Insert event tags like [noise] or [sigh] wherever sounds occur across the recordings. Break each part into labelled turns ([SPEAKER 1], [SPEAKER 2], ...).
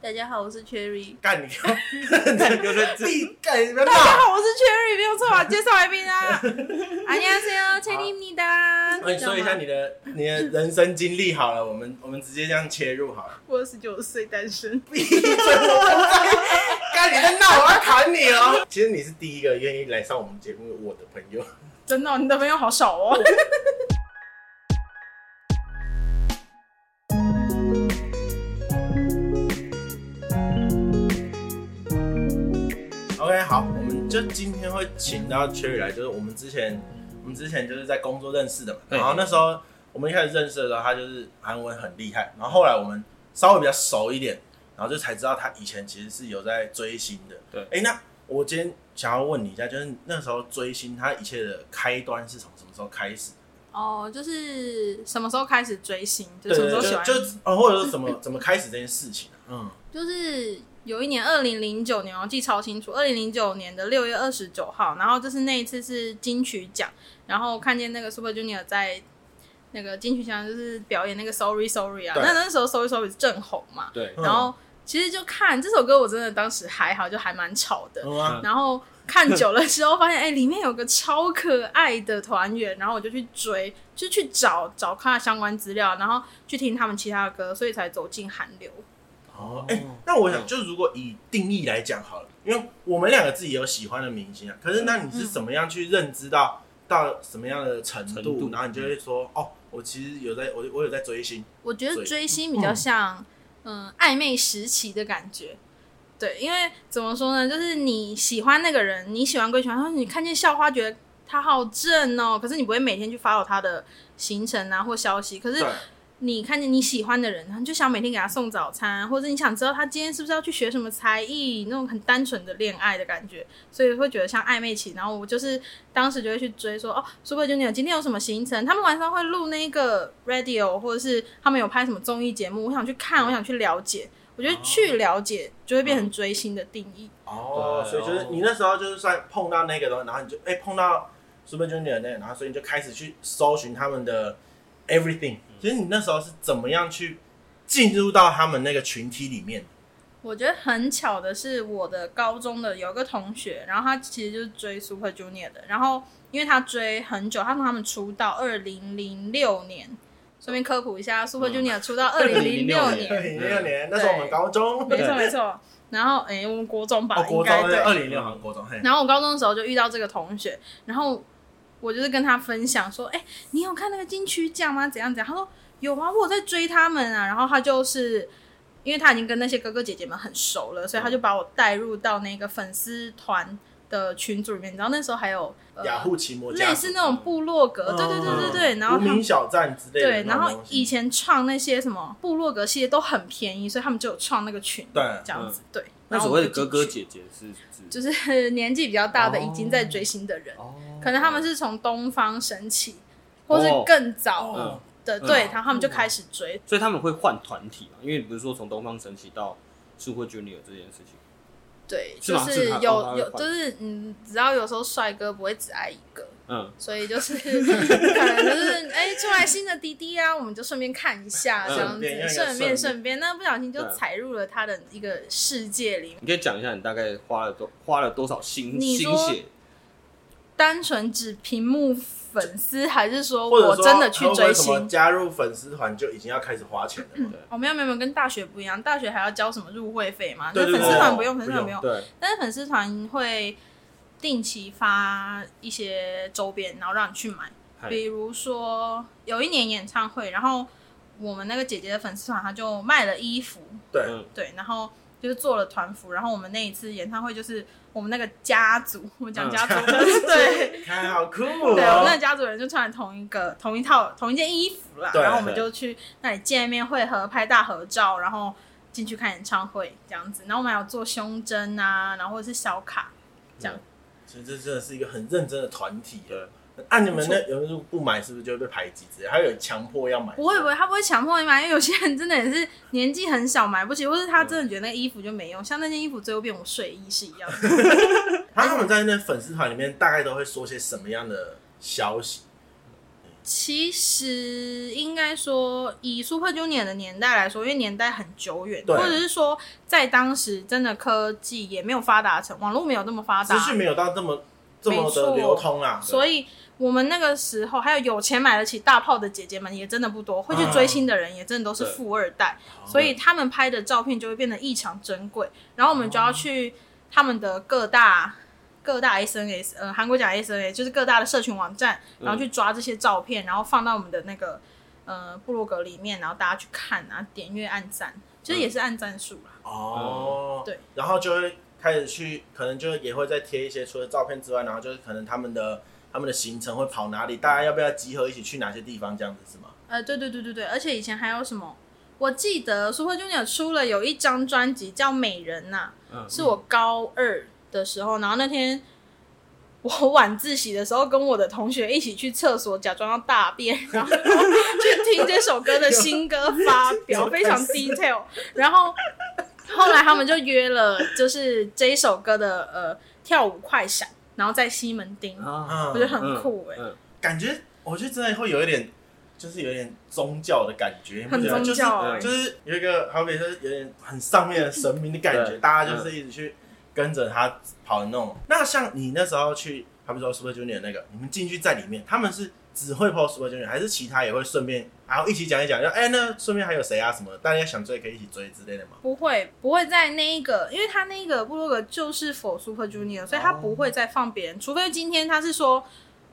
[SPEAKER 1] 大家好，我是 Cherry。
[SPEAKER 2] 干你！ [laughs] 有人自干你们
[SPEAKER 3] 大家
[SPEAKER 2] 骂。
[SPEAKER 3] 好，我是 Cherry，没有错啊，介绍来宾 [laughs] 啊。
[SPEAKER 1] 안녕하세요，千里米达。
[SPEAKER 2] 那你说一下你的 [laughs] 你的人生经历好了，我们我们直接这样切入好了。
[SPEAKER 3] 我二十九岁单身，
[SPEAKER 2] 干你在闹，我要砍你 [laughs] 哦！其实你是第一个愿意来上我们节目的我的朋友。
[SPEAKER 3] 真的哦、你的朋友好少哦。
[SPEAKER 2] OK，好，我们就今天会请到 Cherry 来，就是我们之前我们之前就是在工作认识的嘛。
[SPEAKER 4] 对
[SPEAKER 2] 然后那时候我们一开始认识的时候，他就是韩文很厉害，然后后来我们稍微比较熟一点，然后就才知道他以前其实是有在追星的。
[SPEAKER 4] 对
[SPEAKER 2] 哎、那我今天想要问你一下，就是那时候追星，它一切的开端是从什么时候开始？
[SPEAKER 3] 哦，就是什么时候开始追星，就
[SPEAKER 2] 对
[SPEAKER 3] 是什么
[SPEAKER 2] 对
[SPEAKER 3] 时候喜
[SPEAKER 2] 对，
[SPEAKER 3] 欢
[SPEAKER 2] 就就哦，或者说怎么怎么开始这件事情、嗯，
[SPEAKER 3] 就是有一年，二零零九年，我记超清楚，二零零九年的六月二十九号，然后就是那一次是金曲奖，然后看见那个 Super Junior 在那个金曲奖就是表演那个 Sorry Sorry 啊，
[SPEAKER 2] 对
[SPEAKER 3] 那那时候 Sorry Sorry 是正红嘛，
[SPEAKER 4] 对，
[SPEAKER 2] 嗯
[SPEAKER 3] 然后其实就看这首歌，我真的当时还好，就还蛮吵的，
[SPEAKER 2] 嗯啊，
[SPEAKER 3] 然后看久了之后，发现哎、里面有个超可爱的团员，然后我就去追，就去找找看相关资料，然后去听他们其他的歌，所以才走进韩流。
[SPEAKER 2] 哦，哎、那我
[SPEAKER 4] 嗯
[SPEAKER 2] 想，就是如果以定义来讲好了，因为我们两个自己有喜欢的明星啊，可是那你是怎么样去认知到、到什么样的程度，
[SPEAKER 4] 程度
[SPEAKER 2] 然后你就会说，哦，我其实有在，我我有在追星，
[SPEAKER 3] 我觉
[SPEAKER 2] 所
[SPEAKER 3] 得
[SPEAKER 2] 以
[SPEAKER 3] 追星比较像嗯、暧昧时期的感觉。对，因为怎么说呢，就是你喜欢那个人，你喜欢归喜欢，然后你看见校花觉得他好正哦，可是你不会每天去 follow 他的行程啊或消息，可是
[SPEAKER 2] 对，
[SPEAKER 3] 你看见你喜欢的人，然后你就想每天给他送早餐，或者你想知道他今天是不是要去学什么才艺，那种很单纯的恋爱的感觉，所以会觉得像暧昧期。然后我就是当时就会去追说，哦，Super Junior 今天有什么行程？他们晚上会录那个 radio，或者是他们有拍什么综艺节目，我想去看，我想去了解。我觉得去了解就会变成追星的定义。
[SPEAKER 2] 哦，
[SPEAKER 4] 对
[SPEAKER 2] 所以就是你那时候就是算碰到那个东西，然后你就哎、碰到 Super Junior 那个，然后所以你就开始去搜寻他们的 everything，其
[SPEAKER 4] 嗯
[SPEAKER 2] 实你那时候是怎么样去进入到他们那个群体里面？
[SPEAKER 3] 我觉得很巧的是，我的高中的有一个同学，然后他其实就是追 Super Junior 的，然后因为他追很久，他从他们出道二零零六年，顺便科普一下，Super Junior 出道二零零六
[SPEAKER 4] 2006
[SPEAKER 2] 二
[SPEAKER 3] 年，
[SPEAKER 2] 零零六年，那时候我们高中，
[SPEAKER 3] [laughs] 没错没错。然后诶、我们国中吧，
[SPEAKER 2] 哦，
[SPEAKER 3] 应
[SPEAKER 2] 国
[SPEAKER 3] 该
[SPEAKER 2] 中
[SPEAKER 3] 对，
[SPEAKER 2] 二零六好像国中，嘿，
[SPEAKER 3] 然后我高中的时候就遇到这个同学，然后我就是跟他分享说，哎、你有看那个金曲奖吗？怎样怎样？他说有啊，我有在追他们啊。然后他就是因为他已经跟那些哥哥姐姐们很熟了，所以他就把我带入到那个粉丝团的群组里面。然后那时候还有、呃、
[SPEAKER 2] 雅虎奇摩家族
[SPEAKER 3] 类似那种部落格，对对对对对。然
[SPEAKER 2] 嗯
[SPEAKER 3] 后
[SPEAKER 2] 无
[SPEAKER 3] 他们
[SPEAKER 2] 名小站之类的
[SPEAKER 3] 对，
[SPEAKER 2] 那
[SPEAKER 3] 然
[SPEAKER 2] 种
[SPEAKER 3] 后
[SPEAKER 2] 东西，
[SPEAKER 3] 以前创那些什么部落格系列都很便宜，所以他们就有创那个群，
[SPEAKER 2] 对
[SPEAKER 3] 这样子对。
[SPEAKER 4] 嗯那
[SPEAKER 3] 然后
[SPEAKER 4] 所
[SPEAKER 3] 我
[SPEAKER 4] 谓
[SPEAKER 3] 就
[SPEAKER 4] 的
[SPEAKER 3] 进
[SPEAKER 4] 哥哥
[SPEAKER 3] 去
[SPEAKER 4] 姐姐是指
[SPEAKER 3] 就是 [laughs] 年纪比较大的
[SPEAKER 4] 哦
[SPEAKER 3] 已经在追星的人，
[SPEAKER 4] 哦
[SPEAKER 3] 可能他们是从东方神起，或是
[SPEAKER 4] 哦
[SPEAKER 3] 更
[SPEAKER 2] 哦
[SPEAKER 3] 早的，
[SPEAKER 4] 嗯
[SPEAKER 3] 对，然后他们就开始追。
[SPEAKER 4] 所以他们会换团体嘛？因为你不是说从东方神起到 Super Junior 这件事情，
[SPEAKER 3] 对，
[SPEAKER 4] 是
[SPEAKER 3] 就
[SPEAKER 4] 吗
[SPEAKER 3] 是
[SPEAKER 4] 是他哦他
[SPEAKER 3] 有
[SPEAKER 4] 会
[SPEAKER 3] 有，
[SPEAKER 4] 换
[SPEAKER 3] 就是嗯，只要有时候帅哥不会只爱一个，
[SPEAKER 4] 嗯，
[SPEAKER 3] 所以就是 [laughs]
[SPEAKER 4] [laughs]
[SPEAKER 3] 可能就是哎，出来新的滴滴啊，我们就顺便看一下
[SPEAKER 4] 嗯
[SPEAKER 3] 这样
[SPEAKER 2] 顺便
[SPEAKER 3] 子，
[SPEAKER 2] 要有
[SPEAKER 3] 顺便
[SPEAKER 2] 顺
[SPEAKER 3] 顺便，那不小心就
[SPEAKER 4] 对
[SPEAKER 3] 踩入了他的一个世界里面。
[SPEAKER 4] 你可以讲一下你大概花了多花了多少心
[SPEAKER 3] 你
[SPEAKER 4] 心
[SPEAKER 3] 说
[SPEAKER 4] 血？
[SPEAKER 3] 单纯指屏幕粉丝，还是说
[SPEAKER 2] 或者
[SPEAKER 3] 我
[SPEAKER 2] 说
[SPEAKER 3] 真的去
[SPEAKER 2] 会不
[SPEAKER 3] 追
[SPEAKER 2] 会什么
[SPEAKER 3] 星？
[SPEAKER 2] 加入粉丝团就已经要开始花钱了嘛。
[SPEAKER 3] 哦，没有没有没有，跟大学不一样，大学还要交什么入会费嘛？
[SPEAKER 2] 对对
[SPEAKER 3] 那粉丝
[SPEAKER 4] 对
[SPEAKER 3] 团
[SPEAKER 2] 哦
[SPEAKER 3] 不用，粉丝团
[SPEAKER 2] 不
[SPEAKER 3] 不用。
[SPEAKER 4] 对，
[SPEAKER 3] 但是粉丝团会定期发一些周边，然后让你去买。
[SPEAKER 4] 嗨
[SPEAKER 3] 比如说有一年演唱会，然后我们那个姐姐的粉丝团，她就卖了衣服，
[SPEAKER 2] 对，
[SPEAKER 4] 嗯
[SPEAKER 3] 对，然后就是做了团服，然后我们那一次演唱会就是我们那个家族，我们讲
[SPEAKER 4] 嗯
[SPEAKER 3] 家族的， [laughs] 对，
[SPEAKER 2] 看好酷
[SPEAKER 3] 对，我们那
[SPEAKER 2] 哦！
[SPEAKER 3] 个家族人就穿同一个、同一套、同一件衣服啦，
[SPEAKER 2] 对
[SPEAKER 3] 然后我们
[SPEAKER 4] 对
[SPEAKER 3] 就去那里见面会合、拍大合照，然后进去看演唱会这样子。然后我们还有做胸针啊，然后或者是小卡，
[SPEAKER 2] 其实这真的是一个很认真的团体。
[SPEAKER 4] 对，
[SPEAKER 2] 按、你们那有人如果不买，是不是就会被排挤之类？还有强迫要买？
[SPEAKER 3] 不会不会，他不会强迫你买，因为有些人真的也是年纪很小买不起，或是他真的觉得那个衣服就没用，像那件衣服最后变我睡衣是一样
[SPEAKER 2] [laughs]
[SPEAKER 3] 的。
[SPEAKER 2] 他们在那粉丝团里面大概都会说些什么样的消息？
[SPEAKER 3] 其实应该说，以 Super Junior 的年代来说，因为年代很久远，
[SPEAKER 2] 对
[SPEAKER 3] 或者是说，在当时真的科技也没有发达成，网络没有那么发
[SPEAKER 2] 资
[SPEAKER 3] 达，
[SPEAKER 2] 讯没有到这么这么
[SPEAKER 3] 没
[SPEAKER 2] 的
[SPEAKER 3] 错
[SPEAKER 2] 流通啊，
[SPEAKER 3] 所以我们那个时候还有有钱买得起大炮的姐姐们也真的不多，会去追星的人也真的都是富二代，所以他们拍的照片就会变得异常珍贵。然后我们就要去他们的各大各大 SNS，呃，韩国讲 SNS 就是各大的社群网站，然后去抓这些照片，然后放到我们的那个呃部落格里面，然后大家去看啊，点阅、按赞，其实也是按赞数啦。
[SPEAKER 2] 哦，
[SPEAKER 3] 嗯对，
[SPEAKER 2] 然后就会开始去，可能就也会再贴一些除了照片之外，然后就是可能他们的他们的行程会跑哪里，大家要不要集合一起去哪些地方，这样子是吗？
[SPEAKER 3] 呃，对对对对对，而且以前还有什么？我记得 Super Junior 出了有一张专辑叫《美人》啊呐、
[SPEAKER 4] 嗯
[SPEAKER 3] 是我高二的时候，然后那天我晚自习的时候，跟我的同学一起去厕所假装要大便， [laughs] 然后去听这首歌的新歌发
[SPEAKER 2] [laughs]
[SPEAKER 3] 表，非常 detail。然后后来他们就约了，就是这一首歌的呃跳舞快闪，然后在西门町，
[SPEAKER 4] 啊，
[SPEAKER 2] 嗯，
[SPEAKER 3] 我觉得很酷哎、
[SPEAKER 4] 嗯
[SPEAKER 2] 感觉，我觉得真的会有一点，就是有点宗教的感觉，
[SPEAKER 3] 很
[SPEAKER 2] 你不觉得
[SPEAKER 3] 宗教哎、
[SPEAKER 2] 就是，就是有一个好比是有点很上面的神明的感觉，
[SPEAKER 4] 对
[SPEAKER 2] 大家就是一直去跟着他跑的那种。那像你那时候去，好比说 Super Junior 那个，你们进去在里面，他们是只会 PO Super Junior，还是其他也会顺便，然后一起讲一讲，就哎、那顺便还有谁啊什么的，大家想追可以一起追之类的嘛。
[SPEAKER 3] 不会，不会在那一个，因为他那一个部落格就是否 Super Junior，所以他不会再放别人，除非今天他是说，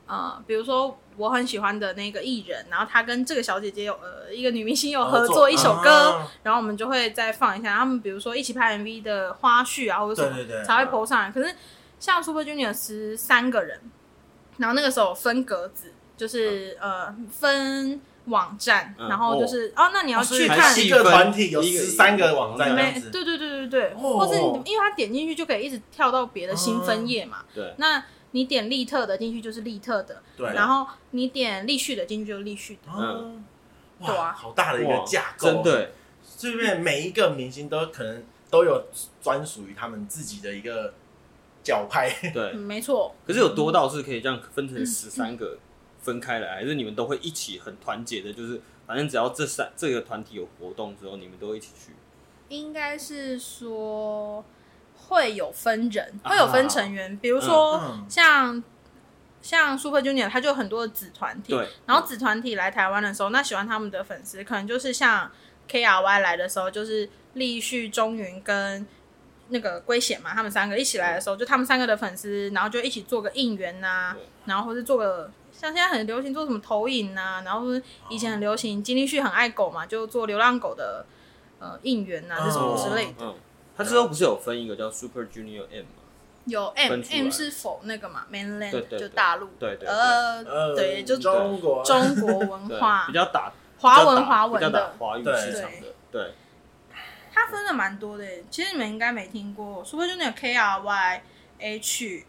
[SPEAKER 3] 呃，比如说我很喜欢的那个艺人，然后他跟这个小姐姐有呃一个女明星有合作一首歌，
[SPEAKER 2] 啊
[SPEAKER 3] 然后我们就会再放一下他们，比如说一起拍 MV 的花絮啊，或者什么
[SPEAKER 2] 对对对
[SPEAKER 3] 才会 PO 上来。可是像 Super Junior 十三个人，然后那个时候分格子，就是、呃分网站，
[SPEAKER 4] 嗯
[SPEAKER 3] 然后就是哦那你要
[SPEAKER 2] 哦所以
[SPEAKER 3] 去
[SPEAKER 4] 还
[SPEAKER 3] 看。
[SPEAKER 2] 一个
[SPEAKER 4] 细分
[SPEAKER 2] 团体有
[SPEAKER 4] 一个
[SPEAKER 2] 13个网站这
[SPEAKER 3] 没
[SPEAKER 2] 样子
[SPEAKER 3] 对对对对对，
[SPEAKER 2] 哦嗯
[SPEAKER 3] 或是你因为它点进去就可以一直跳到别的新分页嘛。
[SPEAKER 4] 对
[SPEAKER 3] 那你点利特的进去就是利特的，
[SPEAKER 2] 对，
[SPEAKER 3] 然后你点立旭的进去就是立旭的。
[SPEAKER 2] 嗯
[SPEAKER 4] 嗯，
[SPEAKER 3] 对
[SPEAKER 2] 哇，
[SPEAKER 3] 啊
[SPEAKER 2] 好大的一个
[SPEAKER 4] 哇
[SPEAKER 2] 架构，啊
[SPEAKER 4] 真的
[SPEAKER 2] 这边每一个明星都可能都有专属于他们自己的一个教派。
[SPEAKER 4] 欸对
[SPEAKER 3] 嗯，，没错，
[SPEAKER 4] 可是有多到是可以这样分成
[SPEAKER 3] 嗯
[SPEAKER 4] 十三个分开来，还是你们都会一起很团结的？就是反正只要这三这个团体有活动之后，你们都会一起去。
[SPEAKER 3] 应该是说会有分人，
[SPEAKER 4] 啊
[SPEAKER 3] 会有分成员，比如说、
[SPEAKER 2] 嗯嗯
[SPEAKER 3] 像。像 Super Junior，它就有很多的子团体，
[SPEAKER 4] 对，
[SPEAKER 3] 然后子团体来台湾的时候，那喜欢他们的粉丝可能就是像 K R Y 来的时候，就是立旭、中云跟那个龟贤嘛，他们三个一起来的时候，就他们三个的粉丝，然后就一起做个应援呐、
[SPEAKER 4] 对
[SPEAKER 3] 然后或是做个像现在很流行做什么投影呐、然后或是以前很流行金立旭很爱狗嘛，就做流浪狗的呃应援呐、
[SPEAKER 2] 哦
[SPEAKER 3] 这种之类的。
[SPEAKER 4] 嗯，他之后不是有分一个叫 Super Junior M 吗？
[SPEAKER 3] 有 M
[SPEAKER 4] 分出来
[SPEAKER 3] M 是否那个嘛 mainland
[SPEAKER 4] 对对
[SPEAKER 3] 就
[SPEAKER 4] 对
[SPEAKER 3] 大陆，
[SPEAKER 4] 对对对
[SPEAKER 3] 呃
[SPEAKER 2] 呃
[SPEAKER 3] 对，就
[SPEAKER 2] 中
[SPEAKER 3] 中
[SPEAKER 2] 国
[SPEAKER 3] 国啊文
[SPEAKER 4] [laughs] 对
[SPEAKER 3] 化，
[SPEAKER 4] 比较打
[SPEAKER 3] 华
[SPEAKER 4] 比较
[SPEAKER 3] 文
[SPEAKER 4] 打
[SPEAKER 3] 华文
[SPEAKER 4] 比较打
[SPEAKER 3] 的。
[SPEAKER 4] 华语
[SPEAKER 2] 对
[SPEAKER 4] 市场的，对，
[SPEAKER 3] 它分的蛮多的耶，其实你们应该没听过，Super Junior K R Y H，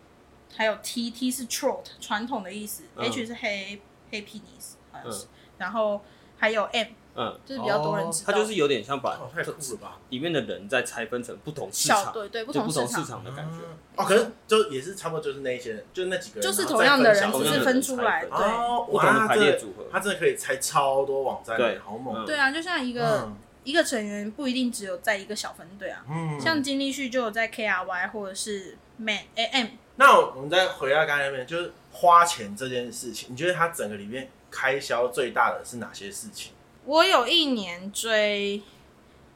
[SPEAKER 3] 还有 T T 是 Trot 传统的意思、
[SPEAKER 4] 嗯
[SPEAKER 3] h 是黑黑皮尼斯好像是，
[SPEAKER 4] 嗯
[SPEAKER 3] 然后还有 M
[SPEAKER 4] 嗯，
[SPEAKER 3] 就是比较多人知道，
[SPEAKER 4] 他就是有点像把
[SPEAKER 2] 哦太酷了吧！
[SPEAKER 4] 里面的人再拆分成不同市
[SPEAKER 3] 小
[SPEAKER 4] 场，
[SPEAKER 3] 对对不
[SPEAKER 4] 就
[SPEAKER 3] 同
[SPEAKER 4] 不
[SPEAKER 3] 市
[SPEAKER 4] 同市
[SPEAKER 3] 场，
[SPEAKER 4] 场的感觉。
[SPEAKER 2] 哦，可是就也是差不多，就是那一些人，就那几个人，
[SPEAKER 3] 就是
[SPEAKER 2] 然后
[SPEAKER 3] 同样的
[SPEAKER 2] 再
[SPEAKER 3] 人，
[SPEAKER 2] 分
[SPEAKER 3] 只
[SPEAKER 2] 享
[SPEAKER 3] 是分出来，
[SPEAKER 4] 同
[SPEAKER 3] 对、
[SPEAKER 2] 哦，
[SPEAKER 4] 不
[SPEAKER 2] 哇，
[SPEAKER 4] 同的
[SPEAKER 2] 他
[SPEAKER 4] 排
[SPEAKER 2] 真
[SPEAKER 4] 列
[SPEAKER 2] 的
[SPEAKER 4] 组合，
[SPEAKER 2] 他真的可以拆超多网站，
[SPEAKER 4] 对
[SPEAKER 2] 好猛。
[SPEAKER 4] 嗯
[SPEAKER 3] 对啊，就像一个、一个成员不一定只有在一个小分队啊，
[SPEAKER 2] 嗯，
[SPEAKER 3] 像金立旭就有在 K R Y 或者是 Man A M
[SPEAKER 2] 那我们再回到刚才那边，就是花钱这件事情，你觉得它整个里面开销最大的是哪些事情？
[SPEAKER 3] 我有一年追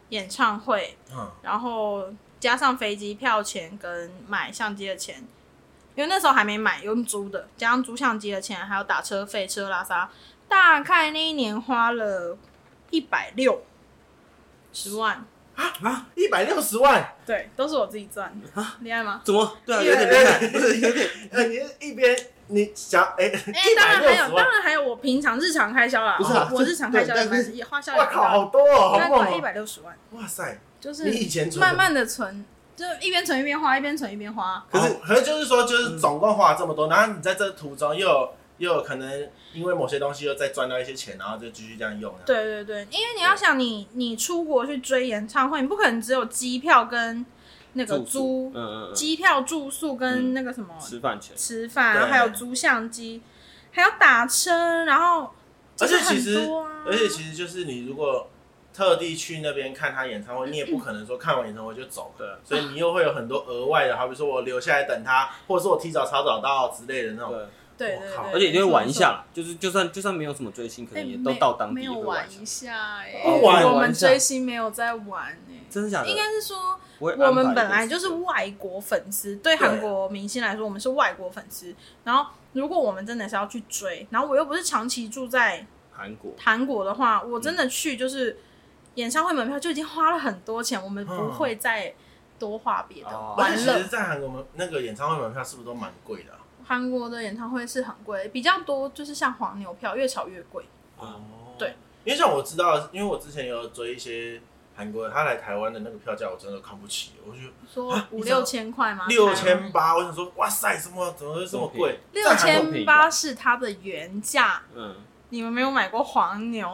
[SPEAKER 3] 演唱会，
[SPEAKER 2] 嗯，
[SPEAKER 3] 然后加上飞机票钱跟买相机的钱，因为那时候还没买，用租的，加上租相机的钱，还有打车费、车拉撒，大概那一年花了一百六十万，
[SPEAKER 2] 啊，一百六十万，哎
[SPEAKER 3] 对，都是我自己赚的，厉害吗？
[SPEAKER 4] 怎么？对啊，有点厉害，不是
[SPEAKER 3] [laughs]
[SPEAKER 4] 有点
[SPEAKER 2] 呃，你是一边你想哎，
[SPEAKER 3] 哎、
[SPEAKER 2] 一
[SPEAKER 3] 当
[SPEAKER 2] 百
[SPEAKER 3] 然
[SPEAKER 2] 六
[SPEAKER 3] 还
[SPEAKER 2] 十
[SPEAKER 3] 有，
[SPEAKER 2] 万
[SPEAKER 3] 当，然还有我平常日常开销啦，
[SPEAKER 2] 不是啊
[SPEAKER 3] 我日常开销
[SPEAKER 2] 对
[SPEAKER 3] 也
[SPEAKER 2] 但
[SPEAKER 3] 蛮
[SPEAKER 2] 是
[SPEAKER 3] 也花销也
[SPEAKER 2] 我
[SPEAKER 3] 蛮
[SPEAKER 2] 靠，
[SPEAKER 3] 大
[SPEAKER 2] 好
[SPEAKER 3] 的，
[SPEAKER 2] 多哦，好
[SPEAKER 3] 大概
[SPEAKER 2] 猛
[SPEAKER 3] 快一
[SPEAKER 2] 哦！
[SPEAKER 3] 百六十万，
[SPEAKER 2] 哇塞，
[SPEAKER 3] 就是
[SPEAKER 2] 你以前存的
[SPEAKER 3] 慢慢的存，就一边存一边花，一边存一边花。
[SPEAKER 2] 可
[SPEAKER 4] 可
[SPEAKER 2] 是
[SPEAKER 4] 是，嗯
[SPEAKER 2] 可是就是说，就是总共花了这么多，然后你在这途中又有又有可能因为某些东西又再赚到一些钱，然后就继续这样用。，
[SPEAKER 3] 对对对，因为你要想你，你出国去追演唱会，你不可能只有机票跟那个
[SPEAKER 4] 住宿
[SPEAKER 3] 租
[SPEAKER 4] 嗯嗯嗯，嗯
[SPEAKER 3] 机票、住宿跟那个什么
[SPEAKER 4] 吃饭钱，
[SPEAKER 3] 吃饭，然后
[SPEAKER 2] 对
[SPEAKER 3] 还有租相机，还要打车，然后
[SPEAKER 2] 而且其
[SPEAKER 3] 就是很
[SPEAKER 2] 实
[SPEAKER 3] 多啊，
[SPEAKER 2] 而且其实就是你如果特地去那边看他演唱会，你也不可能说看完演唱会就走
[SPEAKER 4] 对
[SPEAKER 2] 了，所以你又会有很多额外的，好比说我留下来等他，或者是我提早超早到之类的那种。
[SPEAKER 4] 对，
[SPEAKER 3] 对
[SPEAKER 2] 我
[SPEAKER 3] 对
[SPEAKER 2] 靠
[SPEAKER 3] 对，
[SPEAKER 4] 而且一定会玩一
[SPEAKER 3] 没错。
[SPEAKER 4] 下，就是就算就算没有什么追星，可
[SPEAKER 3] 哎
[SPEAKER 4] 能也
[SPEAKER 3] 没
[SPEAKER 4] 都到当地
[SPEAKER 3] 没有
[SPEAKER 4] 会
[SPEAKER 3] 玩
[SPEAKER 4] 玩一下
[SPEAKER 3] 一。下哎、
[SPEAKER 2] 哦玩
[SPEAKER 3] 我
[SPEAKER 4] 玩
[SPEAKER 3] 们
[SPEAKER 4] 一下
[SPEAKER 3] 追星没有在玩哎、
[SPEAKER 4] 真的假的？
[SPEAKER 3] 应该是说
[SPEAKER 4] 不会安排
[SPEAKER 3] 我
[SPEAKER 4] 一
[SPEAKER 3] 们
[SPEAKER 4] 个
[SPEAKER 3] 本来就
[SPEAKER 4] 时
[SPEAKER 3] 是
[SPEAKER 4] 间
[SPEAKER 3] 外国粉丝，对韩国明星来说，我们是外国粉丝。然后，如果我们真的是要去追，然后我又不是长期住在
[SPEAKER 4] 韩国，
[SPEAKER 3] 韩国的话，我真的去就是演唱会门票就已经花了很多钱，我们不会再多花别的
[SPEAKER 4] 哦
[SPEAKER 2] 而
[SPEAKER 3] 玩
[SPEAKER 2] 且 [laughs] 其
[SPEAKER 3] 乐
[SPEAKER 2] 实，。在韩国门那个演唱会门票是不是都蛮贵的啊？
[SPEAKER 3] 韩国的演唱会是很贵，比较多就是像黄牛票，越炒越贵。
[SPEAKER 4] 哦，
[SPEAKER 3] 对，
[SPEAKER 2] 因为像我知道，因为我之前有追一些韩国人，他来台湾的那个票价我真的看不起，我就觉得
[SPEAKER 3] 说
[SPEAKER 2] 啊
[SPEAKER 3] 五
[SPEAKER 2] 你知道
[SPEAKER 3] 六千块吗？
[SPEAKER 2] 六千八，我想说哇塞，怎么怎么会这么贵？
[SPEAKER 3] 六
[SPEAKER 2] 在韩国
[SPEAKER 3] 千八是它的原价，
[SPEAKER 4] 嗯，
[SPEAKER 3] 你们没有买过黄牛，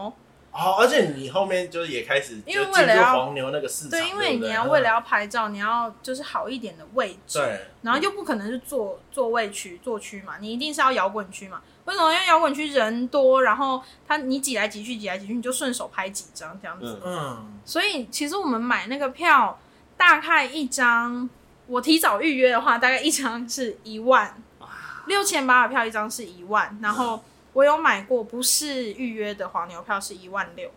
[SPEAKER 2] 哦，而且你后面就是也开始就
[SPEAKER 3] 因为为了
[SPEAKER 2] 进入
[SPEAKER 3] 要
[SPEAKER 2] 黄牛那个市场，
[SPEAKER 3] 对，
[SPEAKER 2] 对
[SPEAKER 3] 因
[SPEAKER 2] 不
[SPEAKER 3] 为
[SPEAKER 2] 对，嗯
[SPEAKER 3] 你要为了要拍照，你要就是好一点的位置，
[SPEAKER 2] 对，
[SPEAKER 3] 然后又不可能是座座位区、座区嘛，你一定是要摇滚区嘛。为什么？因为摇滚区人多，然后他你挤来挤去，挤来挤去，你就顺手拍几张这样子。
[SPEAKER 4] 嗯
[SPEAKER 2] 嗯，
[SPEAKER 3] 所以其实我们买那个票，大概一张，我提早预约的话，大概一张是一万，六千八的票一张是一万，然后我有买过不是预约的黄牛票是一万六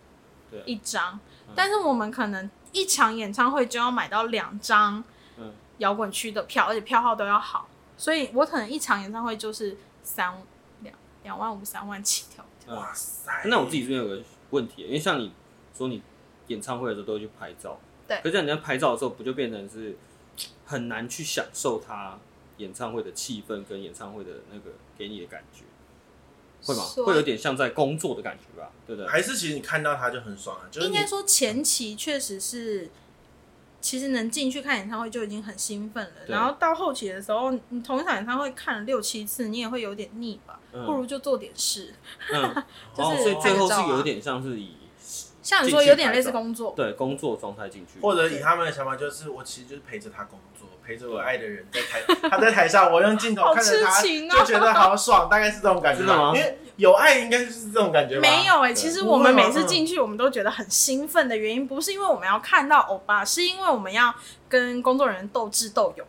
[SPEAKER 4] 对，啊
[SPEAKER 3] 一张，
[SPEAKER 4] 嗯
[SPEAKER 3] 但是我们可能一场演唱会就要买到两张
[SPEAKER 4] 嗯
[SPEAKER 3] 摇滚区的票，而且票号都要好，所以我可能一场演唱会就是三两两万五三万起跳。
[SPEAKER 4] 嗯
[SPEAKER 2] 哇塞，
[SPEAKER 4] 那我自己这边有个问题，因为像你说你演唱会的时候都会去拍照，
[SPEAKER 3] 对
[SPEAKER 4] 可是你在拍照的时候不就变成是很难去享受他演唱会的气氛跟演唱会的那个给你的感觉，会吗？
[SPEAKER 3] 所以
[SPEAKER 4] 会有点像在工作的感觉吧，对不哦对？
[SPEAKER 2] 还是其实你看到他就很爽啊，就是
[SPEAKER 3] 应
[SPEAKER 2] 你
[SPEAKER 3] 该说前期确实是，其实能进去看演唱会就已经很兴奋了。
[SPEAKER 4] 对
[SPEAKER 3] 然后到后期的时候，你同一场演唱会看了六七次，你也会有点腻吧？
[SPEAKER 4] 嗯
[SPEAKER 3] 不如就做点事。
[SPEAKER 4] 嗯，
[SPEAKER 3] 就
[SPEAKER 4] 哦，
[SPEAKER 3] 是
[SPEAKER 4] 所以最后
[SPEAKER 3] 拍个照
[SPEAKER 4] 是
[SPEAKER 3] 啊
[SPEAKER 4] 有点像是以
[SPEAKER 3] 像你
[SPEAKER 4] 进
[SPEAKER 3] 说，
[SPEAKER 4] 去
[SPEAKER 3] 有点
[SPEAKER 4] 拍
[SPEAKER 3] 类似
[SPEAKER 4] 照
[SPEAKER 3] 工作。
[SPEAKER 4] 对工作状态进去，
[SPEAKER 2] 或者以他们的想法，就是我其实就是陪着他工作，陪着我爱的人在
[SPEAKER 3] [laughs]
[SPEAKER 2] 台，他在台上，我用镜头看着
[SPEAKER 3] 好
[SPEAKER 2] 他，
[SPEAKER 3] 痴情哦
[SPEAKER 2] 就觉得好爽，大概是这种感觉
[SPEAKER 4] 真的吗
[SPEAKER 2] 吧。因为有爱应该就是这种感觉吧。
[SPEAKER 3] 没有哎、
[SPEAKER 4] 对
[SPEAKER 3] 其实
[SPEAKER 2] 不
[SPEAKER 3] 我们
[SPEAKER 2] 会吗
[SPEAKER 3] 每次进去，我们都觉得很兴奋的原因，不是因为我们要看到欧巴，是因为我们要跟工作人员斗智斗
[SPEAKER 4] [laughs]
[SPEAKER 3] 勇。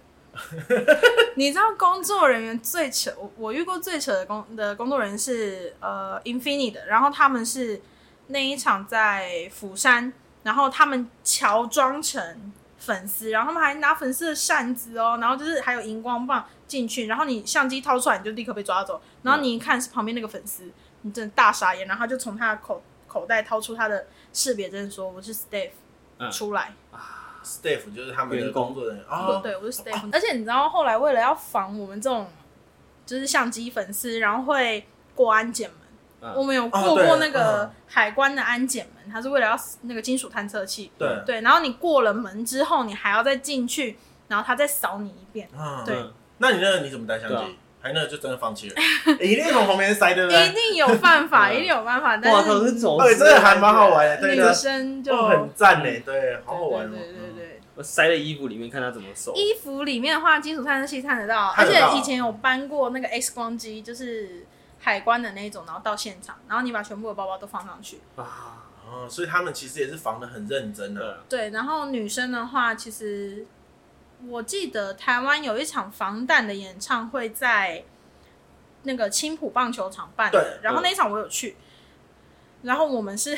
[SPEAKER 3] 你知道工作人员最扯，我我遇过最扯的工的工作人员是呃 Infinity 的，然后他们是那一场在釜山，然后他们乔装成粉丝，然后他们还拿粉丝的扇子哦，然后就是还有荧光棒进去，然后你相机掏出来你就立刻被抓走，然后你一看是旁边那个粉丝，你真的大傻眼，然后他就从他的口口袋掏出他的识别证说我是 Steve，、
[SPEAKER 4] 嗯
[SPEAKER 3] 出来，
[SPEAKER 2] staff 就是他们的
[SPEAKER 4] 员工
[SPEAKER 2] 工作人员
[SPEAKER 3] 对
[SPEAKER 2] 哦，
[SPEAKER 3] 对，我是 Steve，而且你知道后来为了要防我们这种就是相机粉丝，然后会过安检门。
[SPEAKER 4] 嗯
[SPEAKER 3] 我们有
[SPEAKER 2] 哦
[SPEAKER 3] 过
[SPEAKER 2] 对
[SPEAKER 3] 过那个
[SPEAKER 2] 嗯
[SPEAKER 3] 海关的安检门，它是为了要那个金属探测器，
[SPEAKER 2] 对
[SPEAKER 3] 对，然后你过了门之后，你还要再进去，然后他再扫你一遍，
[SPEAKER 2] 嗯，
[SPEAKER 3] 对
[SPEAKER 4] 嗯
[SPEAKER 2] 那你那个你怎么带相
[SPEAKER 4] 对啊
[SPEAKER 2] 机？还那个就真的放弃
[SPEAKER 3] [laughs]
[SPEAKER 2] 了，一定从旁边塞，对不嗯
[SPEAKER 3] 一
[SPEAKER 2] 对？
[SPEAKER 3] 定有办法，一
[SPEAKER 4] 对
[SPEAKER 3] 定有办法。
[SPEAKER 4] 哇，
[SPEAKER 3] 但
[SPEAKER 4] 可是
[SPEAKER 3] 是啊
[SPEAKER 4] 走
[SPEAKER 2] 对，
[SPEAKER 4] 私
[SPEAKER 2] 这个还蛮好玩的，对
[SPEAKER 3] 女
[SPEAKER 2] 的，
[SPEAKER 3] 生就嗯
[SPEAKER 2] 哦，很赞呢，对，好好玩哦
[SPEAKER 3] 对。对对对对。
[SPEAKER 4] 我塞在衣服里面看他怎么收，
[SPEAKER 3] 衣服里面的话，金属探测器探得到，而
[SPEAKER 2] 看得
[SPEAKER 3] 且
[SPEAKER 2] 到
[SPEAKER 3] 以前有搬过那个 X 光机，就是海关的那一种，然后到现场，然后你把全部的包包都放上去。
[SPEAKER 4] 啊，
[SPEAKER 2] 哦，所以他们其实也是防的很认真
[SPEAKER 4] 对
[SPEAKER 2] 的。
[SPEAKER 4] 啊，
[SPEAKER 3] 对，然后女生的话，其实我记得台湾有一场防弹的演唱会在那个青浦棒球场办
[SPEAKER 2] 对
[SPEAKER 3] 的，然后那一场我有去，然后我们是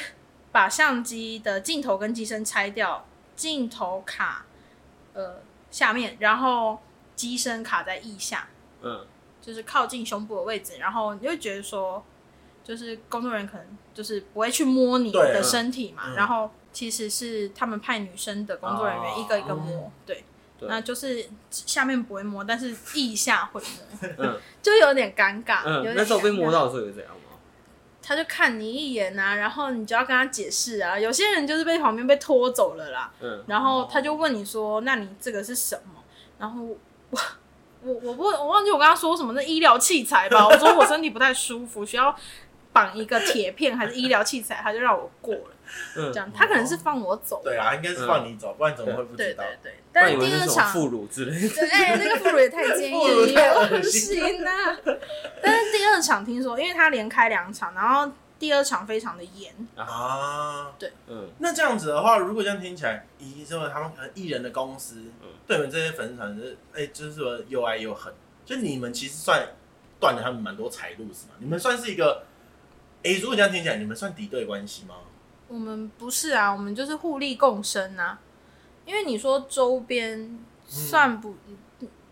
[SPEAKER 3] 把相机的镜头跟机身拆掉，镜头卡呃下面，然后机身卡在腋下，
[SPEAKER 4] 嗯，
[SPEAKER 3] 就是靠近胸部的位置，然后你就会觉得说，就是工作人员可能就是不会去摸你
[SPEAKER 2] 对
[SPEAKER 3] 的身体嘛，
[SPEAKER 2] 嗯
[SPEAKER 3] 然后其实是他们派女生的工作人员
[SPEAKER 4] 哦
[SPEAKER 3] 一个一个摸，对，
[SPEAKER 4] 对
[SPEAKER 3] 那就是下面不会摸，但是腋下会摸，
[SPEAKER 4] 嗯
[SPEAKER 3] [laughs] 就有点尴尬，有
[SPEAKER 4] 嗯，
[SPEAKER 3] 点
[SPEAKER 4] 那时候被摸
[SPEAKER 3] 尴尬，
[SPEAKER 4] 到的时候有怎样吗？
[SPEAKER 3] 他就看你一眼啊，然后你就要跟他解释啊，有些人就是被旁边被拖走了啦，
[SPEAKER 4] 嗯，
[SPEAKER 3] 然后他就问你说：“那你这个是什么？”然后我我我不我忘记我跟他说什么，那医疗器材吧。我说我身体不太舒服，需要绑一个铁片还是医疗器材，他就让我过了。
[SPEAKER 4] 嗯
[SPEAKER 3] 这样他可能是放我走，
[SPEAKER 2] 对啊，应该是放你走，不然怎么会不知
[SPEAKER 3] 对
[SPEAKER 2] 道？
[SPEAKER 3] 对对。
[SPEAKER 4] 不
[SPEAKER 3] 但
[SPEAKER 4] 然以
[SPEAKER 3] 是
[SPEAKER 4] 为
[SPEAKER 3] 第
[SPEAKER 4] 是
[SPEAKER 3] 二
[SPEAKER 4] 什么
[SPEAKER 3] 场，
[SPEAKER 4] 副乳之类的。
[SPEAKER 3] 对哎，那个副乳也
[SPEAKER 4] [laughs]
[SPEAKER 3] 太坚
[SPEAKER 2] 副乳
[SPEAKER 3] 硬
[SPEAKER 2] 太
[SPEAKER 3] 了，
[SPEAKER 2] 恶
[SPEAKER 3] 不
[SPEAKER 2] 心
[SPEAKER 3] 行啊！但是第二场听说，因为他连开两场，然后第二场非常的严，
[SPEAKER 2] 啊，
[SPEAKER 4] 嗯，
[SPEAKER 2] 那这样子的话，如果这样听起来，咦，就是他们可能艺人的公司，
[SPEAKER 4] 嗯
[SPEAKER 2] 对你们这些粉丝团是，哎、就是说又爱又恨，就你们其实算断了他们蛮多财路是吗？你们算是一个，哎、如果这样听起来，你们算敌对关系吗？
[SPEAKER 3] 我们不是啊，我们就是互利共生啊。因为你说周边算不，